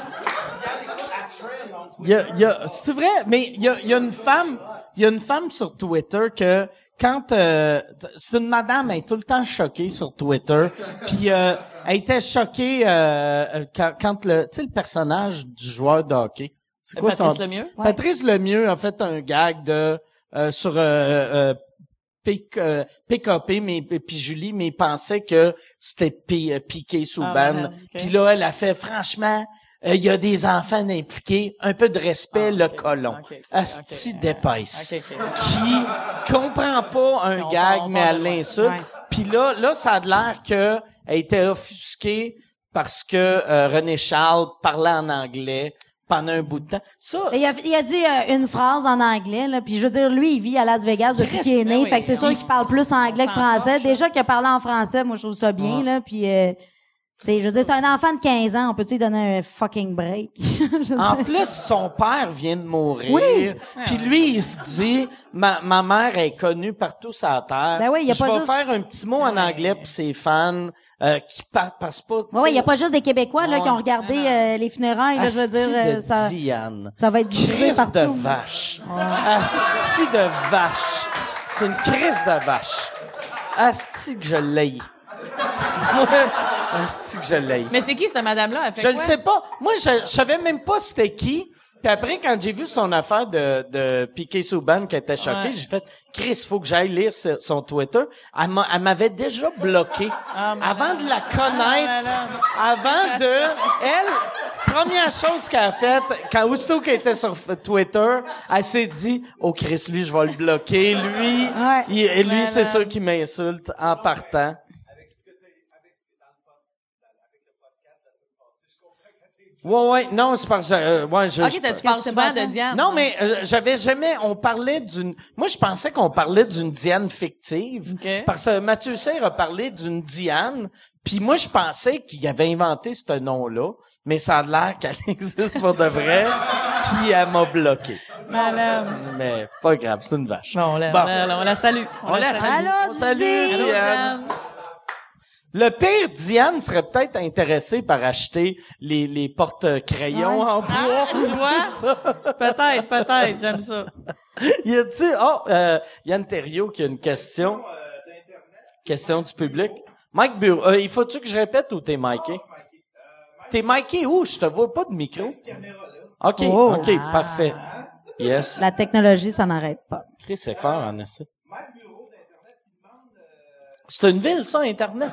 Il y a- il y a- c'est vrai, mais il y a, il y a une femme, il y a une femme sur Twitter que quand euh, c'est une madame, elle est tout le temps choquée sur Twitter, puis euh, elle était choquée euh, quand, quand le, tu sais, le personnage du joueur de hockey. C'est
Euh, Patrice Lemieux?
Ouais. Patrice Lemieux a fait un gag de euh, sur euh, euh, pic, euh, pick-upper, mais euh, puis Julie mais pensait que c'était pi- euh, piqué sous
Ah,
banne.
madame, ok.
Puis là elle a fait franchement euh, il y a des enfants impliqués, un peu de respect
Ah,
le
ok,
colon.
ok, ok,
Asti
ok,
d'épaisse.
ok, ok.
Qui comprend pas un
On
gag
part- on
mais
part
elle
de loin.
l'insulte.
Ouais.
Puis là là ça a de l'air que elle était offusquée parce que euh, René Charles parlait en anglais pendant un bout de temps. Ça
Il a, il a dit euh, une phrase en anglais, là, puis je veux dire, lui, il vit à Las Vegas depuis qu'il est né,
Ben oui,
fait que c'est sûr
on-
qu'il parle plus en anglais que
on
français.
s'en
Déjà qu'il a parlé en français, moi, je trouve ça bien, là, puis... euh, tu sais, je veux dire, c'est un enfant de 15 ans, on peut-tu lui donner un fucking break? Je
Ah,
veux
En
dire.
plus, son père vient de mourir.
Oui.
Puis lui, il se dit, ma, ma mère est connue partout sur la terre.
Ben oui, il y a
Je
pas
vais
juste- Ah
faire un petit mot en anglais pour ses fans euh, qui pa- passent pas.
Ouais, ouais, il n'y a pas juste des Québécois là,
Ouais.
qui ont regardé euh, les funérailles. Là, je veux dire, euh, ça,
Diane.
ça va être diffusé
Crise de
partout.
vache. Asti de vache. C'est une crise de vache. Asti que je l'ai. Asti que je l'ai.
Mais c'est qui cette madame-là? Elle fait
Je ne
quoi?
sais pas. Moi, je, je savais même pas c'était qui. Puis après, quand j'ai vu son affaire de, de Piqué Souban qui était choqué,
Ouais.
j'ai fait Chris, faut que j'aille lire ce- son Twitter. Elle m'a- elle m'avait déjà bloqué.
Ah, malade.
avant de la connaître, avant de. Elle, première chose qu'elle a faite, quand aussitôt qu'elle était sur f- Twitter, elle s'est dit Oh Chris, lui, je vais le bloquer. Lui,
Ouais.
il- et lui,
Malade.
c'est sûr qu'il m'insulte en partant. Ouais, ouais, non, c'est parce que, euh, ouais, je, je-
Ok, t'as- tu parles souvent de Diane.
non, mais euh, j'avais jamais. On parlait d'une. Moi, je pensais qu'on parlait d'une Diane fictive.
Ok.
Parce que Mathieu Cyr a parlé d'une Diane. Puis moi, je pensais qu'il avait inventé ce nom-là, mais ça a l'air qu'elle existe pour de vrai. Puis elle m'a bloqué.
Madame.
Mais pas grave, c'est une vache.
Ben, Bon, on la,
Bon.
on la- on la salue.
On la salue.
Allô,
On salue
Diane.
Allô,
Diane.
Diane.
Le pire, Diane serait peut-être intéressée par acheter les, les porte-crayons en bois.
Ah, tu vois?
Ça.
Peut-être, peut-être, j'aime ça.
Y a-tu... Oh, euh, Yann Terriot qui a une question. Question du public. Mike Bureau. Euh, il faut-tu que je répète ou t'es Mikey? T'es Mikey où? Je te vois pas de micro. OK,
Oh.
OK, parfait. Yes.
La technologie, ça n'arrête pas.
Chris, c'est fort, en essai. C'est une ville, ça, Internet.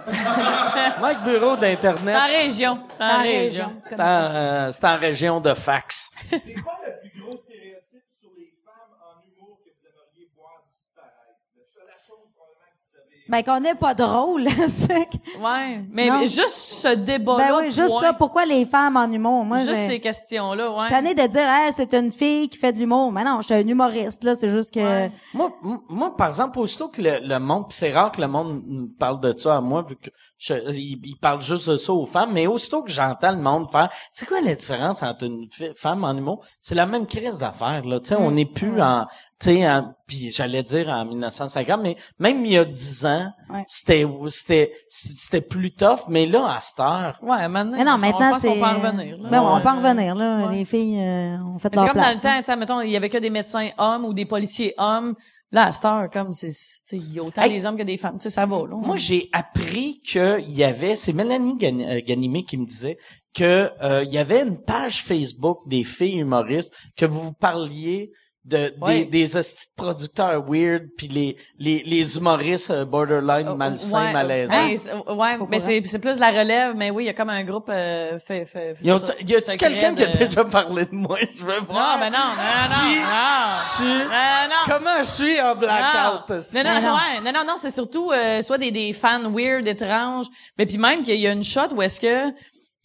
Mike Bureau d'Internet.
En région. En région.
tu connais.
Dans, euh, C'est en région de fax.
C'est quoi le plus gros stéréotype sur les femmes en humour que vous aimeriez voir disparaître? La chose probablement que vous
Ben,
avez
qu'on n'est pas drôle, c'est que-
Ouais. Mais
Non.
juste ce débat-là.
Ben oui, juste
point.
ça. Pourquoi les femmes en humour? Moi,
Juste
j'ai-
ces questions-là,
Je
ouais.
suis tannée de dire, hey, c'est une fille qui fait de l'humour. Mais non, je suis un humoriste, là. C'est juste que,
Ouais.
Moi, m- moi, par exemple, aussitôt que le, le monde, pis c'est rare que le monde me parle de ça à moi, vu que je, il, il parle juste de ça aux femmes, mais aussitôt que j'entends le monde faire, c'est quoi la différence entre une fi- femme en humour? C'est la même crise d'affaires, là. Tu sais, on n'est plus en, tu sais, en- puis j'allais dire en 1950, mais même il y a 10 ans,
Ouais.
c'était, c'était, c'était plus tough, mais là, à cette heure,
Ouais, maintenant.
mais non, maintenant,
on
c'est.
pense qu'on peut en revenir, là.
Ben, ouais, on peut en
Ouais.
revenir, là.
Ouais.
Les filles, euh, ont fait
Mais C'est
leur
comme dans
place.
le temps, tu sais, mettons, il y avait que des médecins hommes ou des policiers hommes. Là, à cette heure, comme, c'est, tu sais, il y a autant
Hey.
des hommes que des femmes. Tu sais, ça va, là.
Moi, j'ai appris qu'il y avait, c'est Mélanie Gan- euh, Ganimé qui me disait que euh, il y avait une page Facebook des filles humoristes que vous parliez de
Ouais.
des, des hosties de producteurs weird puis les les, les humoristes euh, borderline malsains
Oh, ouais,
malaisants.
Ouais, c'est- ouais, mais
courant.
c'est, c'est plus de la relève, mais oui, il y a comme un groupe, euh, fait, fait,
Y a-
ça,
y a-tu
secret
quelqu'un qui a
de-
déjà parlé de moi Je veux voir.
Non, ben non, non,
Si-
non,
Je suis-
non. Non, non.
Comment je suis en
Ah.
blackout hostie?
Non, non,
non.
ouais, non, non, non, c'est surtout euh, soit des, des fans weird, étranges, mais puis même qu'il y a une shot où est-ce que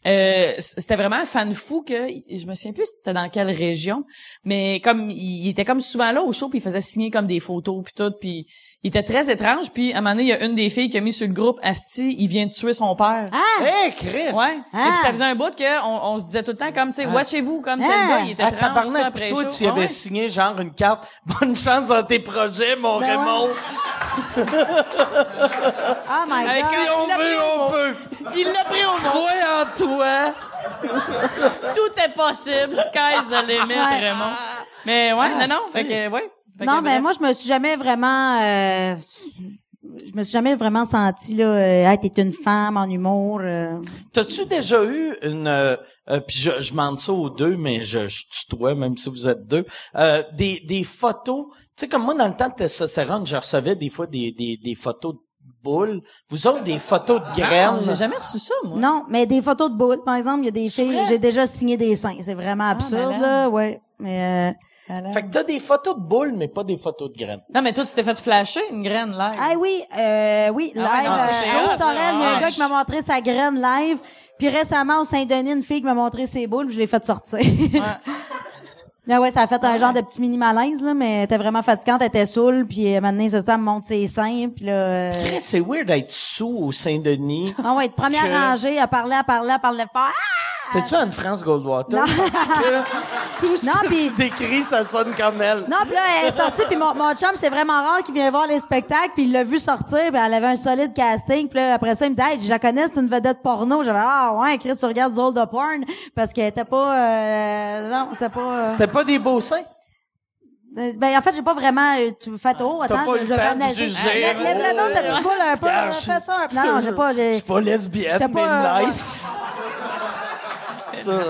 euh, c'était vraiment un fan fou que je me souviens plus c'était dans quelle région, mais comme il, il était comme souvent là au show puis il faisait signer comme des photos puis tout puis il était très étrange puis à un moment donné il y a une des filles qui a mis sur le groupe Asti, il vient de tuer son père.
Ah!
Hey Chris.
Ouais.
Ah!
Et puis ça faisait un bout que on, on se disait tout le temps comme tu sais watchez-vous comme tel
Ah!
gars, il était
Ah,
étrange tout ça
tabarnak,
après
toi,
le show.
tu
Ah
avais
ouais.
signé genre une carte. Bonne chance dans tes projets, mon
Ben ouais.
Raymond.
Oh my
Hey, Eh,
god.
si on veut, on peut. Il l'a pris au Crois en toi.
tout est possible. Sky's the limit,
Ouais.
Raymond. Mais ouais, non, non. Fait que, ouais. Fait
non,
que,
mais
bref.
moi, je me suis jamais vraiment, euh, je me suis jamais vraiment sentie, là, euh, Hey, t'es une femme en humour. euh.
T'as-tu déjà eu une... Euh, euh, puis je, je demande ça aux deux, mais je, je tutoie, même si vous êtes deux. Euh, des, des photos... Tu sais, comme moi, dans le temps de Testostérone, je recevais des fois des, des, des photos de boules. Vous autres, des photos de
Non, J'ai
graines.
jamais reçu ça, moi.
Non, mais des photos de boules, par exemple, il y a des filles, j'ai déjà signé des seins. C'est
Ah,
vraiment
ben
absurde,
malade.
là, ouais. Mais, euh,
Alors.
Fait que t'as des photos de boules, mais pas des photos de graines.
Non, mais toi, tu t'es fait flasher une graine, là.
Ah oui, euh, oui, live.
Ah ouais, non, ça, c'est
euh,
hot,
Anne Sorel, il y a
là.
un gars qui m'a montré sa graine live. Puis récemment, au Saint-Denis, une fille qui m'a montré ses boules, puis je l'ai fait sortir. Ah ouais, ça a fait un genre de petit mini malaise, là, mais elle était vraiment fatigante, elle était saoule, puis euh, maintenant, c'est ça, elle me monte ses seins, puis là... euh,
Chris, C'est weird d'être sous au Saint-Denis.
Ah ouais, de première
Que-
rangée, à parler, à parler, à parler pas. Ah!
C'est-tu Anne-France Goldwater?
Non.
Parce que tout ce
Non,
que
puis-
tu décris, ça sonne comme elle.
Non, puis là, elle est sortie, puis mon, mon chum, c'est vraiment rare qu'il vient voir les spectacles, puis il l'a vu sortir, puis elle avait un solide casting, puis là, après ça, il me dit « Hey, je la connais, c'est une vedette porno. » J'avais « Ah ouais, Chris, tu regardes du old porn? » Parce qu'elle était pas... euh, non, c'est pas... euh,
C'était pas des beaux seins?
euh, ben, en fait, j'ai pas vraiment... euh, Tu fais « Oh, attends,
pas eu
je,
le
je vais
temps de
analyser.
juger.
Lève lève le nom de la petite boule un peu, euh,
Ah, je-
fais ça un peu. Non, non, j'ai pas...
Je
j'ai-
suis pas
J'étais
lesbienne,
pas,
mais
euh,
nice. Ça. euh,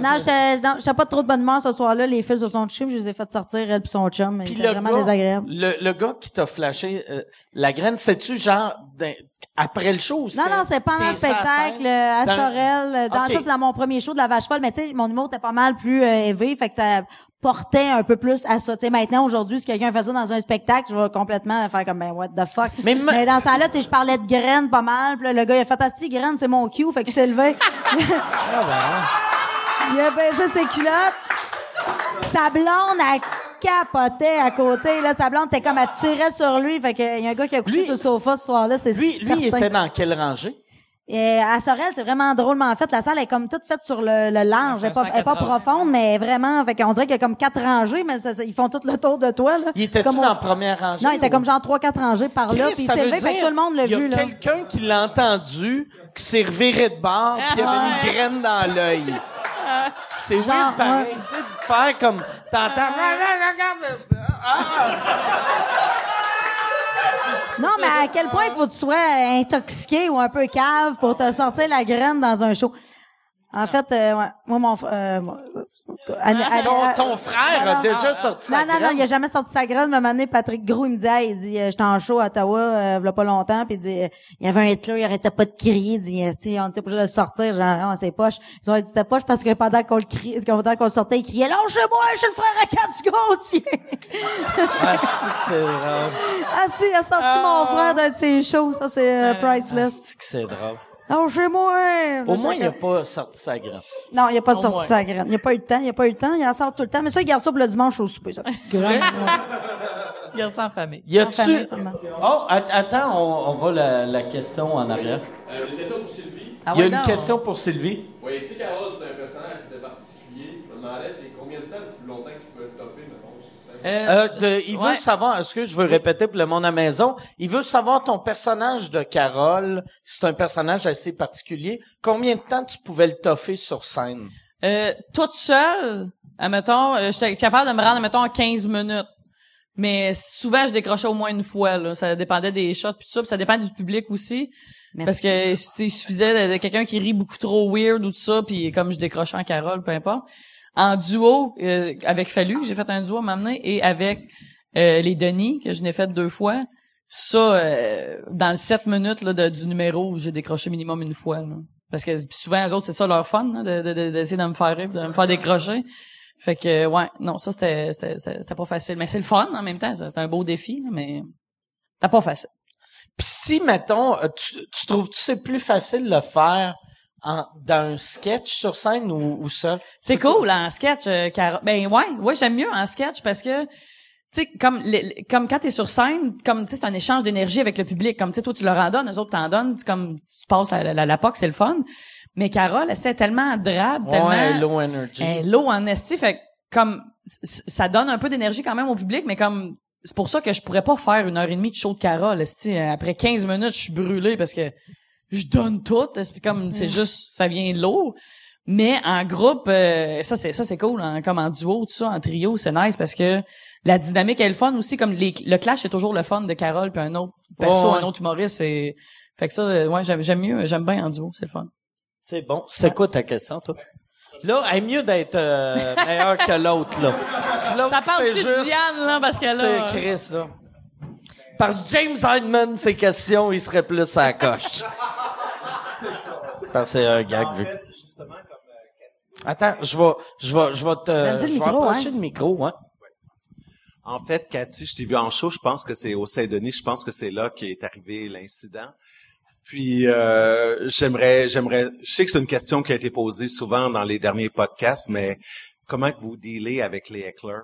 Non, j'étais non, j'étais pas de trop de bonne humeur ce soir-là. Les filles se sont touchées, puis je les ai fait sortir, elle puis son chum.
Puis
C'était
le
vraiment
gars,
désagréable.
Le, le gars qui t'a flashé euh, la graine, c'est-tu genre d'un- après le show? ou
Non,
c'était-
non, c'est pendant le
t'es sur la
spectacle
scène?
euh, à
Dans-
Sorel. euh, Dans
Ok.
ça, c'est dans mon premier show de la vache folle, mais tu sais, mon humour était pas mal plus euh, élevé, fait que ça portait un peu plus à ça. Tu sais, maintenant, aujourd'hui, si quelqu'un fait ça dans un spectacle, je vais complètement faire comme, ben, what the fuck.
Mais me-
dans ce temps-là, tu sais, je parlais de graines pas mal, puis là, le gars, il a fait, ah, si, graines, c'est mon cue, fait qu'il s'est levé.
Ah, ben, hein.
il a baissé ses culottes. Puis sa blonde, elle capotait à côté, là. Sa blonde était comme, elle tirait sur lui, fait qu'il y a un gars qui a couché
Lui-
sur le sofa ce soir-là, c'est
Lui,
certain.
lui il était dans quelle rangée?
Et à Sorel, c'est vraiment drôlement fait. La salle est comme toute faite sur le, le large. Elle est pas, elle est pas profonde, mais vraiment, fait qu'on dirait qu'il y a comme quatre rangées, mais ça- ça- ils font tout le tour de toi, là.
Il était-tu
Comme
dans
on-
la première rangée?
Non, il était
ou-
comme genre trois, quatre rangées par là,
Chris,
puis il
ça
s'est
veut
levé, fait
dire
que tout le monde l'a vu,
Il y a
là.
quelqu'un qui l'a entendu, qui s'est reviré de bord, puis il y avait une graine dans l'œil. C'est
Ah, Genre,
genre pareil,
ouais.
tu sais, de faire comme t'entends.
Non, mais à quel point il faut que tu sois intoxiqué ou un peu cave pour te sortir la graine dans un show? En fait, euh, ouais, moi, mon... fr- euh, bon, en tout cas, Anne- Anne-
Ton,
Anne-
ton frère a
non,
déjà sorti
Non,
sa
non, non,
graine.
il a jamais sorti sa graine. Mais un moment donné, Patrick Gros, il me dit, hey, il dit, euh, j'étais en show à Ottawa, euh, il pas longtemps, puis il dit, euh, il y avait un Hitler, il arrêtait pas de crier, il dit, euh, si, on était obligé de le sortir, genre, on ses poches. Ils ont dit, c'était poche parce que pendant qu'on le criait, pendant qu'on le sortait, il criait, lâche-moi, je suis le frère à Cathy Gauthier!
Ah, c'est que c'est drôle.
ah, si, il a sorti mon frère d'un de ses shows, ça, c'est euh, priceless.
C'est que c'est drôle.
Lâchez-moi!
Au moins, il n'a pas sorti sa graine.
Non, il a pas sorti
moins.
sa graine. Il a pas eu le temps, il a pas eu le temps, il en sort tout le temps, mais ça, il garde ça pour le dimanche au souper, ça.
Garde ça en famille.
Y
En famille
a-tu...
seulement.
Oh, at- attends, on, on va la, la question en arrière.
Euh, une question pour Sylvie.
Ah
Il y a
ouais,
une
non.
question pour Sylvie.
Oui, tu sais, Carole, c'est un personnage de particulier. Je me demandais, c'est combien de temps le plus longtemps que tu peux le toffer, mettons, c'est simple.
Euh, de- il veut
ouais.
savoir, est-ce que je veux répéter pour le monde à la maison, il veut savoir ton personnage de Carole, c'est un personnage assez particulier, combien de temps tu pouvais le toffer sur scène?
Euh, toute seule, admettons, euh, j'étais capable de me rendre, admettons, en 15 minutes. Mais souvent, je décrochais au moins une fois. Là. Ça dépendait des shots, puis tout ça. puis ça dépend du public aussi.
Merci.
Parce que euh, tu sais, il suffisait de, de quelqu'un qui rit beaucoup trop weird ou tout ça, puis comme je décrochais en Carole, peu importe. En duo, euh, avec Fallu, j'ai fait un duo à m'amener, et avec euh, les Denis, que je n'ai fait deux fois. Ça, euh, dans le 7 minutes là, de- du numéro, j'ai décroché minimum une fois. là. Parce que pis souvent, les autres, c'est ça leur fun, là, de- de- de- d'essayer de, me faire rire, de me faire décrocher. Fait que, ouais, non, ça, c'était c'était- c'était- c'était pas facile. Mais c'est le fun, en même temps, ça, c'était un beau défi, là, mais c'était pas facile.
Puis si, mettons, euh, tu, tu trouves-tu c'est plus facile de le faire en, dans un sketch sur scène ou, ou seul?
C'est cool en sketch, euh, Caro- Ben ouais, ouais, j'aime mieux en sketch parce que tu sais comme les- les- comme quand t'es sur scène, comme tu sais c'est un échange d'énergie avec le public, comme tu sais toi tu leur en donnes, les autres t'en donnent, tu- comme tu passes la la, la, la POC, c'est le fun. Mais Carole, elle, c'est tellement drabe, tellement
Ouais, low energy.
elle est low en esti, fait que, comme c- c- ça donne un peu d'énergie quand même au public, mais comme c'est pour ça que je pourrais pas faire une heure et demie de show de Carole, esti. après 15 minutes, je suis brûlé parce que je donne tout, esti, comme c'est juste ça vient lourd. Mais en groupe, euh, ça c'est ça c'est cool, hein, comme en duo, tout ça, en trio, c'est nice parce que la dynamique est le fun aussi, comme les, le clash est toujours le fun de Carole puis un autre perso,
Ouais, ouais.
un autre humoriste, c'est fait que ça, euh, ouais, j'aime j'aime mieux, j'aime bien en duo, c'est le fun.
C'est bon. C'était quoi ta question, toi? Là, elle est mieux d'être euh, meilleure que l'autre, là. Si l'autre,
Ça
tu
parle-tu
fais
de
juste-
Diane là parce que là,
C'est Chris, là. Parce que James Hyndman, ses questions, il serait plus à la coche. Parce que c'est un gag vu. Attends, je vais, je vais, je vais
Ben, dis
te,
le
je vais
micro,
approcher
hein.
le micro, hein.
En fait, Cathy, je t'ai vu en show, je pense que c'est au Saint-Denis, je pense que c'est là qu'est arrivé l'incident. Puis euh, j'aimerais, j'aimerais, je sais que c'est une question qui a été posée souvent dans les derniers podcasts, mais comment que vous dealez avec les hecklers?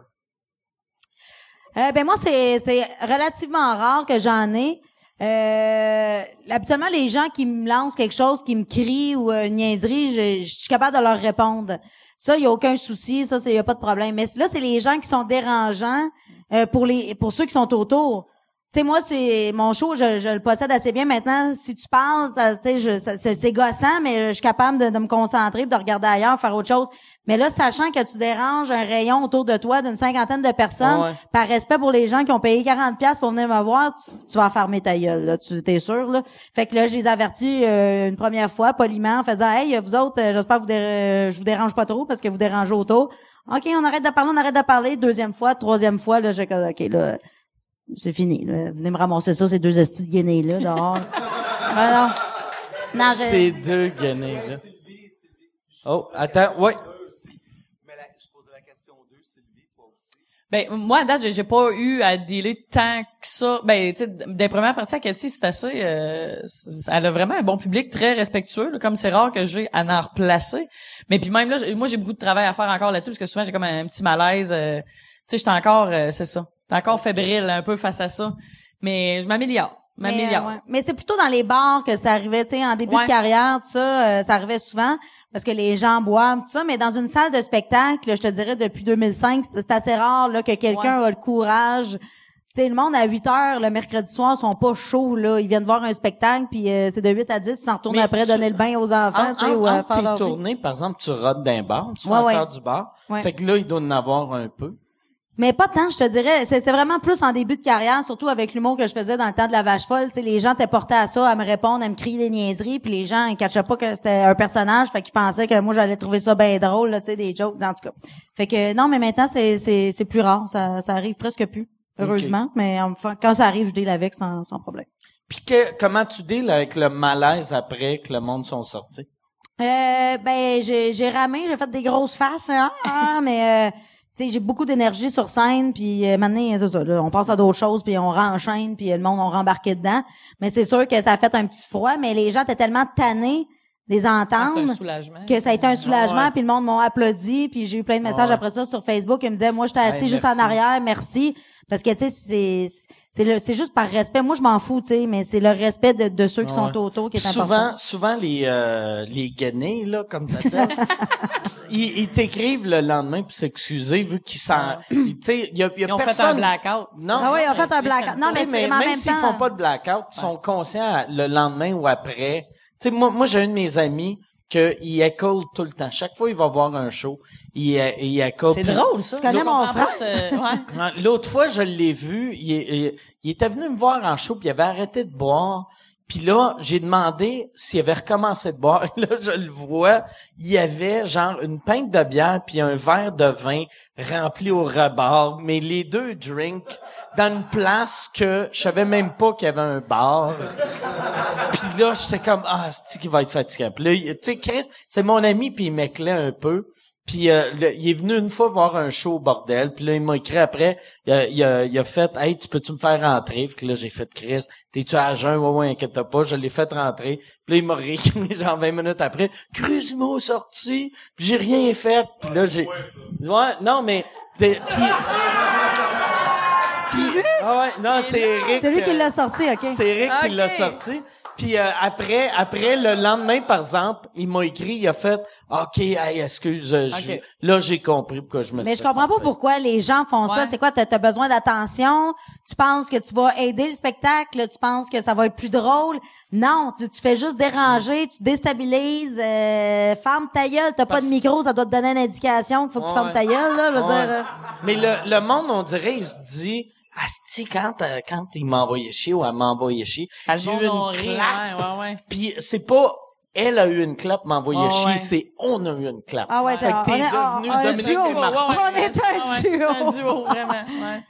Euh, ben moi, c'est c'est relativement rare que j'en ai. Euh, habituellement, les gens qui me lancent quelque chose, qui me crient ou euh, une niaiserie, je, je suis capable de leur répondre. Ça, il y a aucun souci, ça, il y a pas de problème. Mais là, c'est les gens qui sont dérangeants euh, pour les pour ceux qui sont autour. Tu sais, moi, c'est mon show, je, je le possède assez bien maintenant. Si tu parles, ça, tu sais, je- ça- c'est c'est gossant, mais je suis capable de, de me concentrer, puis de regarder ailleurs, faire autre chose. Mais là, sachant que tu déranges un rayon autour de toi d'une cinquantaine de personnes,
Ouais.
par respect pour les gens qui ont payé 40 pièces pour venir me voir, tu, tu vas fermer ta gueule, là, tu t'es sûr là. Fait que là, je les avertis euh, une première fois poliment en faisant "Hey, euh, vous autres, euh, j'espère que vous dé- euh, je vous dérange pas trop parce que vous dérangez autour." OK, on arrête de parler, on arrête de parler, deuxième fois, troisième fois là, j'ai comme, OK là, c'est fini. là. Venez me ramasser ça, ces deux hosties de guenilles, là, dehors. Alors, non, je...
T'es deux guenilles, là. Oh, attends, ouais.
Mais la- je posais la question aux deux, Sylvie, toi aussi.
Ben moi à date j'ai- j'ai pas eu à dealer tant que ça. Ben tu sais des premières parties à Cathy c'est assez, euh, c- elle a vraiment un bon public très respectueux. là, comme c'est rare que j'ai à en replacer. Mais puis même là j'ai- moi j'ai beaucoup de travail à faire encore là-dessus parce que souvent j'ai comme un petit malaise. euh, tu sais j'étais encore euh, c'est ça, j'étais encore fébrile un peu face à ça. Mais je m'améliore,
Mais,
m'améliore.
euh, ouais. Mais c'est plutôt dans les bars que ça arrivait, tu sais, en début
Ouais.
de carrière, tout ça, euh, ça arrivait souvent parce que les gens boivent, tout ça. Mais dans une salle de spectacle, je te dirais depuis 2005, c'est c'est assez rare là que quelqu'un a le courage. Tu sais, le monde à 8 heures le mercredi soir ils sont pas chauds là, ils viennent voir un spectacle puis euh, c'est de 8 à 10, ils s'en retournent
Mais
après
tu-
donner le bain aux enfants, Ah, tu sais, ou à
En,
faire
en, en
leur-
tes tournées, par exemple, tu rodes d'un bar, tu fais
Ouais, ouais.
encore du bar.
Ouais.
Fait que là, il doit en avoir un peu.
Mais pas tant, je te dirais. C'est c'est vraiment plus en début de carrière, surtout avec l'humour que je faisais dans le temps de la vache folle. Tu sais, les gens étaient portés à ça, à me répondre, à me crier des niaiseries, puis les gens ils catchaient pas que c'était un personnage, fait qu'ils pensaient que moi j'allais trouver ça bien drôle, là, tu sais, des jokes, en tout cas. Fait que non, mais maintenant c'est c'est c'est plus rare, ça ça arrive presque plus, heureusement. Mais enfin, quand ça arrive, je deal avec sans sans problème.
Puis que, comment tu deals avec le malaise après que le monde sont sortis?
Euh, ben j'ai j'ai ramé, j'ai fait des grosses faces, hein, hein, mais euh, tu sais j'ai beaucoup d'énergie sur scène, puis euh, maintenant c'est ça, là, on passe à d'autres choses, puis on renchaîne, puis le monde on rembarqué dedans. Mais c'est sûr que ça a fait un petit froid, mais les gens étaient tellement tannés des
Ah, c'est un
entendre
soulagement.
que ça a été un soulagement, puis le monde m'a applaudi, puis j'ai eu plein de messages
Ah Ouais.
après ça sur Facebook qui me disaient, moi, j'étais assis
Hey,
juste en
merci.
arrière, merci. Parce que, tu sais, c'est, c'est le, c'est juste par respect. Moi, je m'en fous, tu sais, mais c'est le respect de, de ceux qui
Ah Ouais.
sont autour qui est
Puis
important.
souvent, souvent les euh, les guenés, là, comme t'appelles, ils, ils t'écrivent le lendemain pour s'excuser vu qu'ils s'en... Tu sais, il y a, il y a
Ils ont fait un
personne...
blackout.
Non,
Ah oui,
non,
en fait, un blackout. Non,
Tu
mais,
sais,
tu sais, mais en
même
même
s'ils
temps.
font pas de blackout, ils sont conscients à- le lendemain ou après. Tu sais, moi, moi j'ai un de mes amis que il école tout le temps. Chaque fois, il va voir un show, il il école.
C'est
Puis
drôle, ça.
Tu connais
Je
mon
comprends pas
frère?
ce- euh, ouais.
Ouais, Hein, L'autre fois, je l'ai vu, il, est- il- il était venu me voir en show, puis il avait arrêté de boire. Puis là, j'ai demandé s'il avait recommencé de boire. Et là, je le vois, il y avait genre une pinte de bière puis un verre de vin rempli au rebord, mais les deux drinks dans une place que je savais même pas qu'il y avait un bar. puis là, j'étais comme ah, c'est qui va être fatigué. Puis là, il- tu sais Chris, c'est mon ami puis il m'éclait un peu. Puis euh, le- il est venu une fois voir un show au bordel, puis là il m'a écrit après, il a, il a- il a fait "Hey, tu peux-tu me faire rentrer Fait que là j'ai fait "Chris, t'es-tu à jeun Ouais ouais, inquiète pas, je l'ai fait rentrer." Puis là il m'a réécrit genre 20 minutes après "Chris m'a sorti, puis j'ai rien fait." Puis là j'ai Ouais, non mais t'es- puis Puis- ah ouais, non, c'est Eric.
C'est lui qui
euh,
l'a sorti, OK?
c'est Eric qui
Ok.
l'a sorti. Puis euh, après, après le lendemain, par exemple, il m'a écrit, il a fait OK, hey, excuse, euh, je-
Ok.
là j'ai compris pourquoi je me suis
Mais je
fait
comprends pas
sortir.
pourquoi les gens font ça.
Ouais.
C'est quoi? T'as as besoin d'attention? Tu penses que tu vas aider le spectacle? Tu penses que ça va être plus drôle? Non, tu, tu fais juste déranger, tu déstabilises. Euh, ferme ta gueule, t'as pas de micro, ça doit te donner une indication qu'il faut que tu
Ouais.
fermes ta gueule. Là, je veux
Ouais.
dire, euh,
Mais le, le monde, on dirait, il se dit Asti, quand, euh, quand il m'a envoyé chier ou elle m'a envoyé chier,
Ah, le
j'ai
monde
eu
ont
une
ri,
claque.
ouais, ouais, ouais.
Puis c'est pas elle a eu une claque, m'a envoyé
Ouais,
chier,
ouais.
c'est on a eu une claque.
Ah ouais, c'est
Fait que
on
t'es
est-
devenu
on- on est
Dominique
duo,
Desmarchais.
ouais, ouais. On est un duo.
Un duo, vraiment. Ouais.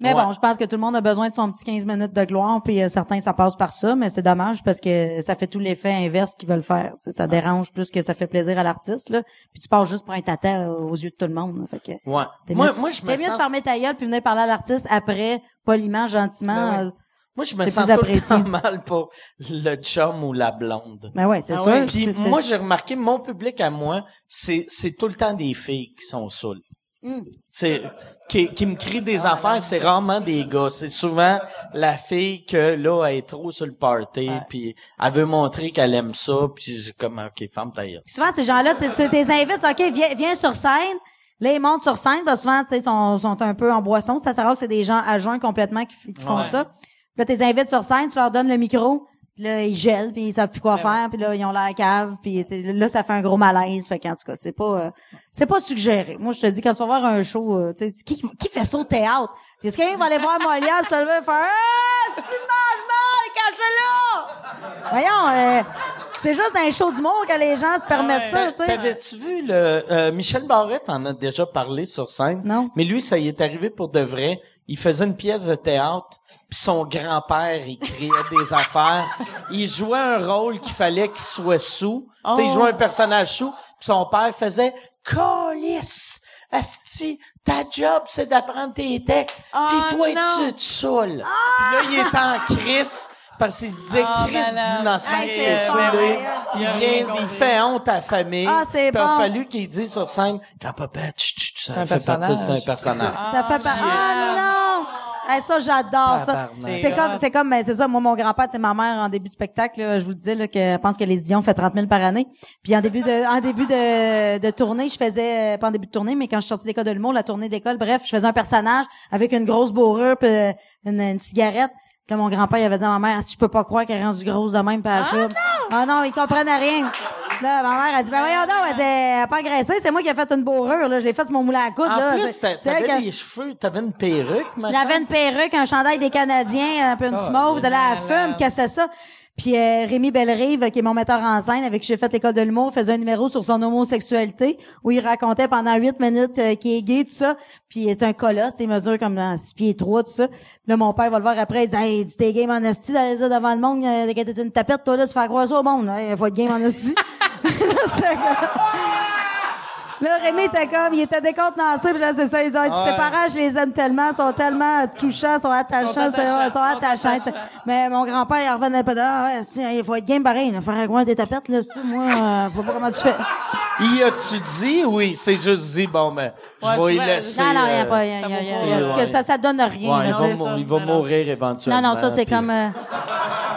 Mais
Ouais.
bon, je pense que tout le monde a besoin de son petit 15 minutes de gloire, puis euh, certains, ça passe par ça, mais c'est dommage parce que ça fait tout l'effet inverse qu'ils veulent faire. Ça, ça dérange plus que ça fait plaisir à l'artiste, là. Puis tu passes juste pour un tata aux yeux de tout le monde. là. Fait que
Ouais.
T'es
Moi,
mieux-
moi, je
T'es
me
mieux de
sens
fermer ta gueule puis venir parler à l'artiste après, poliment, gentiment.
Ben
euh,
Moi, je me
C'est
sens tout
plus
le
apprécié.
temps mal pour le chum ou la blonde.
Ben ouais, c'est
Ah
sûr.
ouais,
Puis
C'est-
moi, j'ai remarqué, mon public à moi, c'est, c'est tout le temps des filles qui sont saoules. Hmm. C'est, qui, qui me crient des affaires, c'est rarement des gars. C'est souvent la fille que, là, elle est trop sur le party, puis elle veut montrer qu'elle aime ça, puis j'ai comme, OK, femme ta gueule.
Puis souvent, ces gens-là, tu tu les invites, OK, viens, viens sur scène. Là, ils montent sur scène, parce que souvent, tu sais, sont, sont un peu en boisson. C'est assez rare que c'est des gens à jeun complètement qui, f- qui font
Ouais.
ça. Puis là, tu les invites sur scène, tu leur donnes le micro, puis là, ils gèlent, puis ils savent plus quoi faire, puis là, ils ont la cave, puis tu sais, là, ça fait un gros malaise. Fait qu'en tout cas, c'est pas euh, c'est pas suggéré. Moi, je te dis, quand tu vas voir un show, euh, tu sais, qui, qui fait ça au théâtre? Puis est-ce quelqu'un va aller voir Molière, puis se lever et faire « Ah, c'est mal, mal, cachez-le! » Voyons, euh, c'est juste dans les shows d'humour que les gens se permettent ça, tu sais.
T'avais-tu vu le euh, Michel Barrette en a déjà parlé sur scène.
Non.
Mais lui, ça y est arrivé pour de vrai. Il faisait une pièce de théâtre, puis son grand-père, il créait des affaires. Il jouait un rôle qu'il fallait qu'il soit sous. Tu sais, il jouait un personnage sous, puis son père faisait Colis! Asti, ta job, c'est d'apprendre tes textes, puis toi,
non.
tu te saoules. Puis là, il est en crise parce qu'il se disait
Ah,
Chris
malade.
d'innocent
Hey,
qui
c'est hein.
s'est
bon,
saoulé.
ouais.
Il
Il a rien
vient, il
compris.
fait honte à la famille.
Ah, c'est
Puis Il a
bon.
fallu qu'il dise sur scène, quand papa, tch, tch, tch, ça
un
fait partie,
personnage.
c'est un personnage.
Ça fait pas. Ah non! Hey, ça, j'adore ça.
Tabarnak.
C'est
C'est
grave.
comme, c'est comme, ben, c'est ça. Moi, mon grand-père, c'est ma mère en début du spectacle. là, je vous le disais là, que je pense que les Dion fait 30 000 par année. Puis en début de, en début de, de tournée, je faisais euh, pas en début de tournée, mais quand je suis sortie d'école de l'humour, la tournée d'école, bref, je faisais un personnage avec une grosse bourrure, puis euh, une, une cigarette. Puis là, mon grand-père, il avait dit à ma mère, ah, si je peux pas croire qu'elle est rendue grosse de même, pas ah, non! ah non, il comprenait rien. Là, ma mère, elle dit, ben voyons donc, elle dit, elle a pas engraissé, c'est moi qui ai fait une bourrure, là. Je l'ai faite sur mon moulin à coude,
En
Ah, là.
plus,
C'est-
t'a-
c'est elle
t'avais
qui a-
des cheveux, t'avais une perruque, ma
J'avais une perruque, un chandail des Canadiens, un peu une smoke, de la fume, qu'est-ce que c'est ça? Puis euh, Rémi Bellerive, qui est mon metteur en scène, avec qui j'ai fait l'école de l'humour, faisait un numéro sur son homosexualité où il racontait pendant huit minutes euh, qu'il est gay, tout ça. Puis c'est un colosse, il mesure comme dans six pieds trois, tout ça. Puis là, mon père va le voir après, il dit « Hey, dis t'es game en esti, d'aller dire devant le monde, euh, que t'es une tapette, toi là, tu fais croire ça au monde. là. Hey, faut être game en esti. » Là, c'est comme- Là, Rémi était comme, il était décontenancé, puis là, c'est ça, ils ont dit, tes parents, je les aime tellement, sont tellement touchants, sont attachants, c'est- ouais, sont attachants. Mais mon grand-père, il revenait pas dedans, ouais, si, il faut être game pareil, il faut faire un des tapettes, là, si, moi, euh, faut pas comment tu fais.
Y a-tu dit? Oui, c'est juste dit, bon, mais je
Ouais,
vais y
c'est-
laisser.
Non, non, il y a
euh,
pas, il y a,
ça
il y a-
vaut
il y a-
pas,
il y a-
ouais.
que ça, ça donne rien,
ouais,
là,
il
tu
va,
sais.
mou-
ça.
il va
Alors.
mourir
Non,
éventuellement.
non, ça, c'est
puis-
comme, euh,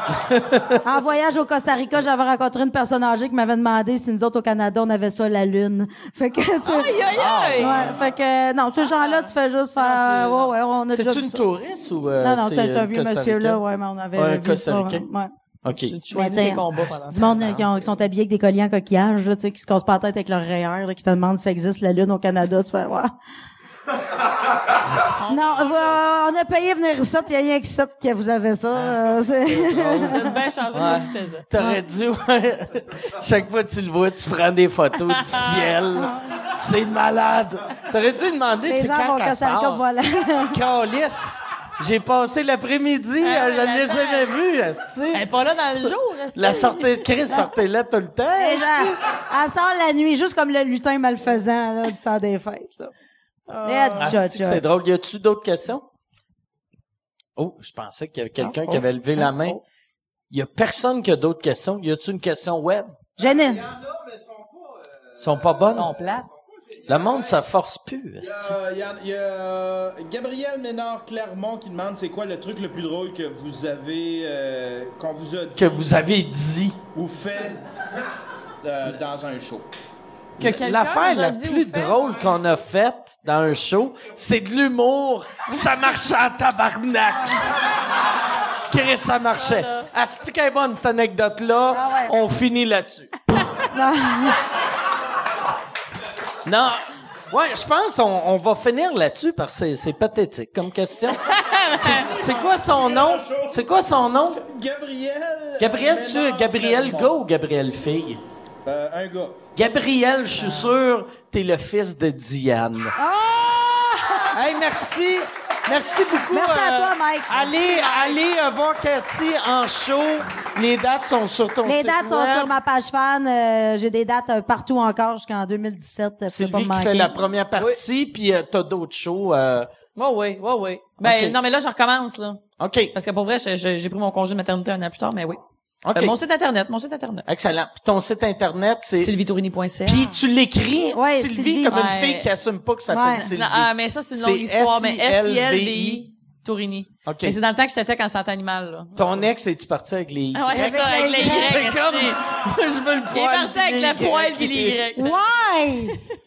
en voyage au Costa Rica, j'avais rencontré une personne âgée qui m'avait demandé si nous autres au Canada, on avait ça la lune. Fait que, tu
Aïe, aïe,
Ah,
aïe!
Ouais, fait que, non, ce genre-là, tu fais juste
Ah,
faire,
non, tu-
ouais, ouais, on a déjà
C'est
vu
une
ça.
touriste ou. euh,
euh, Non, non, c'est un
euh,
vieux
Costa Rica?
monsieur, là. Ouais, mais on avait
Ouais, un
vu ça,
Costaricain.
ouais.
OK.
Tu
Mais
choisis
c'est-
tes combats pendant
Du monde euh, qui, ont- qui sont habillés avec des colliers en coquillage, là, tu sais, qui se cassent pas la tête avec leur rayeur, là, qui te demandent si ça existe la lune au Canada, tu fais, ouais. Ah, non, euh, on a payé venir ici, il y a rien qui saute que vous avez ça.
Ah,
euh, c'est-
T'as bien changé
Ouais.
ma vitesse.
T'aurais dû, ouais. chaque fois que tu le vois, tu prends des photos du ciel. C'est malade. T'aurais dû demander
les
c'est
gens vont
quand
au
qu'elle
Costa Rica,
sort.
voilà.
Câlisse. J'ai passé l'après-midi,
Ah,
euh, je
mais
l'ai
attends.
jamais vue,
Ah
esti.
Elle est pas là dans le jour, restez.
La sortie, Chris sortait là tout le temps.
Les gens, elle sort la nuit, juste comme le lutin malfaisant, là, du temps des fêtes, là.
Ah,
Net shot,
c'est-tu que c'est
shot.
drôle. Y a-tu d'autres questions? Oh, je pensais qu'il y avait quelqu'un qui avait levé la main. Y a personne qui a d'autres questions. Y a-tu une question web?
Janine.
Ils sont pas bonnes?
Son plat.
Le monde, ça force plus, esti.
Il Euh, y a, il y a Gabriel Ménard Clermont qui demande c'est quoi le truc le plus drôle que vous avez euh, qu'on vous a dit
Que vous avez dit.
ou fait euh, dans un show.
Que quelqu'un
L'affaire
nous a
la
dit
plus
ou fait.
drôle qu'on a faite dans un show, c'est de l'humour. Ça marchait en tabarnak. Chris, ça marchait. Asti qu'elle est bonne, cette anecdote-là.
Ah ouais.
On finit là-dessus. non. Ouais, je pense on, on va finir là-dessus parce que c'est- c'est pathétique comme question. C'est- C'est quoi son nom? C'est quoi son nom?
Gabriel.
Gabriel,
Ménard
sûr, Gabriel
Clermont.
gars ou Gabriel fille?
Euh, un gars.
Gabriel, je suis sûr, t'es le fils de Diane.
Ah.
Hey, merci. Merci beaucoup. euh,
Merci à toi, Mike.
Allez, allez euh, voir Cathy en show. Les dates sont sur ton
Les
site
dates sont
web.
sur ma page fan. euh, J'ai des dates euh, partout encore jusqu'en 2017. euh,
C'est
faut pas
lui
me
qui fait
manquer.
la première partie, puis euh, t'as d'autres shows. euh,
Ouais, ouais, ouais, ouais. Ben,
Ok.
non, mais là, je recommence, là.
OK.
Parce que pour vrai, je- je- j'ai pris mon congé de maternité un an plus tard, mais oui.
OK.
Euh, mon site internet, mon site internet.
Excellent. Puis ton site internet, c'est...
sylvietourini.ca.
Puis tu l'écris,
Ouais,
Sylvie,
Sylvie.
comme une
Ouais.
fille qui assume pas que ça s'appelle
Ouais.
Sylvie.
Non, ah, mais ça, c'est une longue
C'est
histoire, mais
S-I-L-V-I.
S-I-L-V-I, Tourini.
Ok.
Mais c'est dans le temps que j'étais en santé animale, là.
Ton ex, es-tu parti avec les...
Ah ouais, c'est ça, avec les Y.
C'est
esti.
comme, moi, je veux le poil.
Il est parti avec
puis
le poil puis les Y.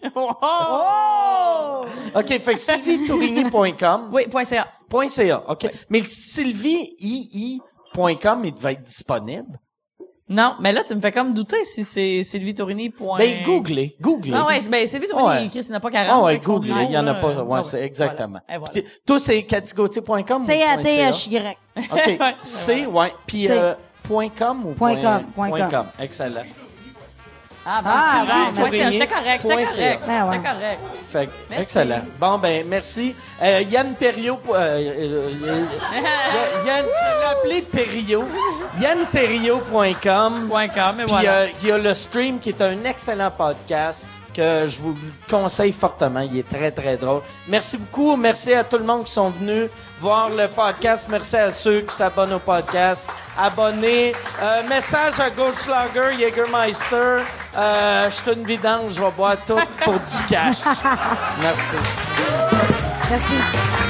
Ouais!
Oh!
OK, fait que sylvietourini.com.
Oui, point .ca.
Point .ca, OK. Mais le sylviei.com, il devait être disponible.
Non, mais là, tu me fais comme douter si c'est Sylvie Tourini. point-
Ben, googlez, googlez.
Ah ouais, c'est- ben, Sylvie Tourini,
Ouais.
Chris, il n'a pas
Ah
40.
ouais,
fait qu'on
googlez,
google,
il y en a
là.
pas.
Ah
Ouais, c'est exactement.
Voilà. Et voilà.
Puis t'es- Toi, c'est catigotier.com ou point
C'est
CA?
ATHY.
OK,
Ouais.
c'est, ouais. Puis
C'est.
euh, point .com ou
Point com, point com.
Excellent.
Ah, ben,
Ah,
Sylvie
ouais,
Tourini,
merci.
J'étais correct,
Point
j'étais
CA.
correct.
Ben ouais.
J'étais correct.
Fait que,
Merci.
excellent. Bon, ben, merci. Euh, Yann Perriot, euh, euh, euh, euh, Yann, je l'ai appelé Perriot. YannTerriot.com.
Point com, mais
Puis
voilà.
euh, il y a le stream qui est un excellent podcast que je vous conseille fortement. Il est très, très drôle. Merci beaucoup. Merci à tout le monde qui sont venus voir le podcast. Merci à ceux qui s'abonnent au podcast. Abonnez. Euh, message à Goldschlager, Jägermeister. Euh, je suis une vidange, je vais boire tout pour du cash. Merci.
Merci.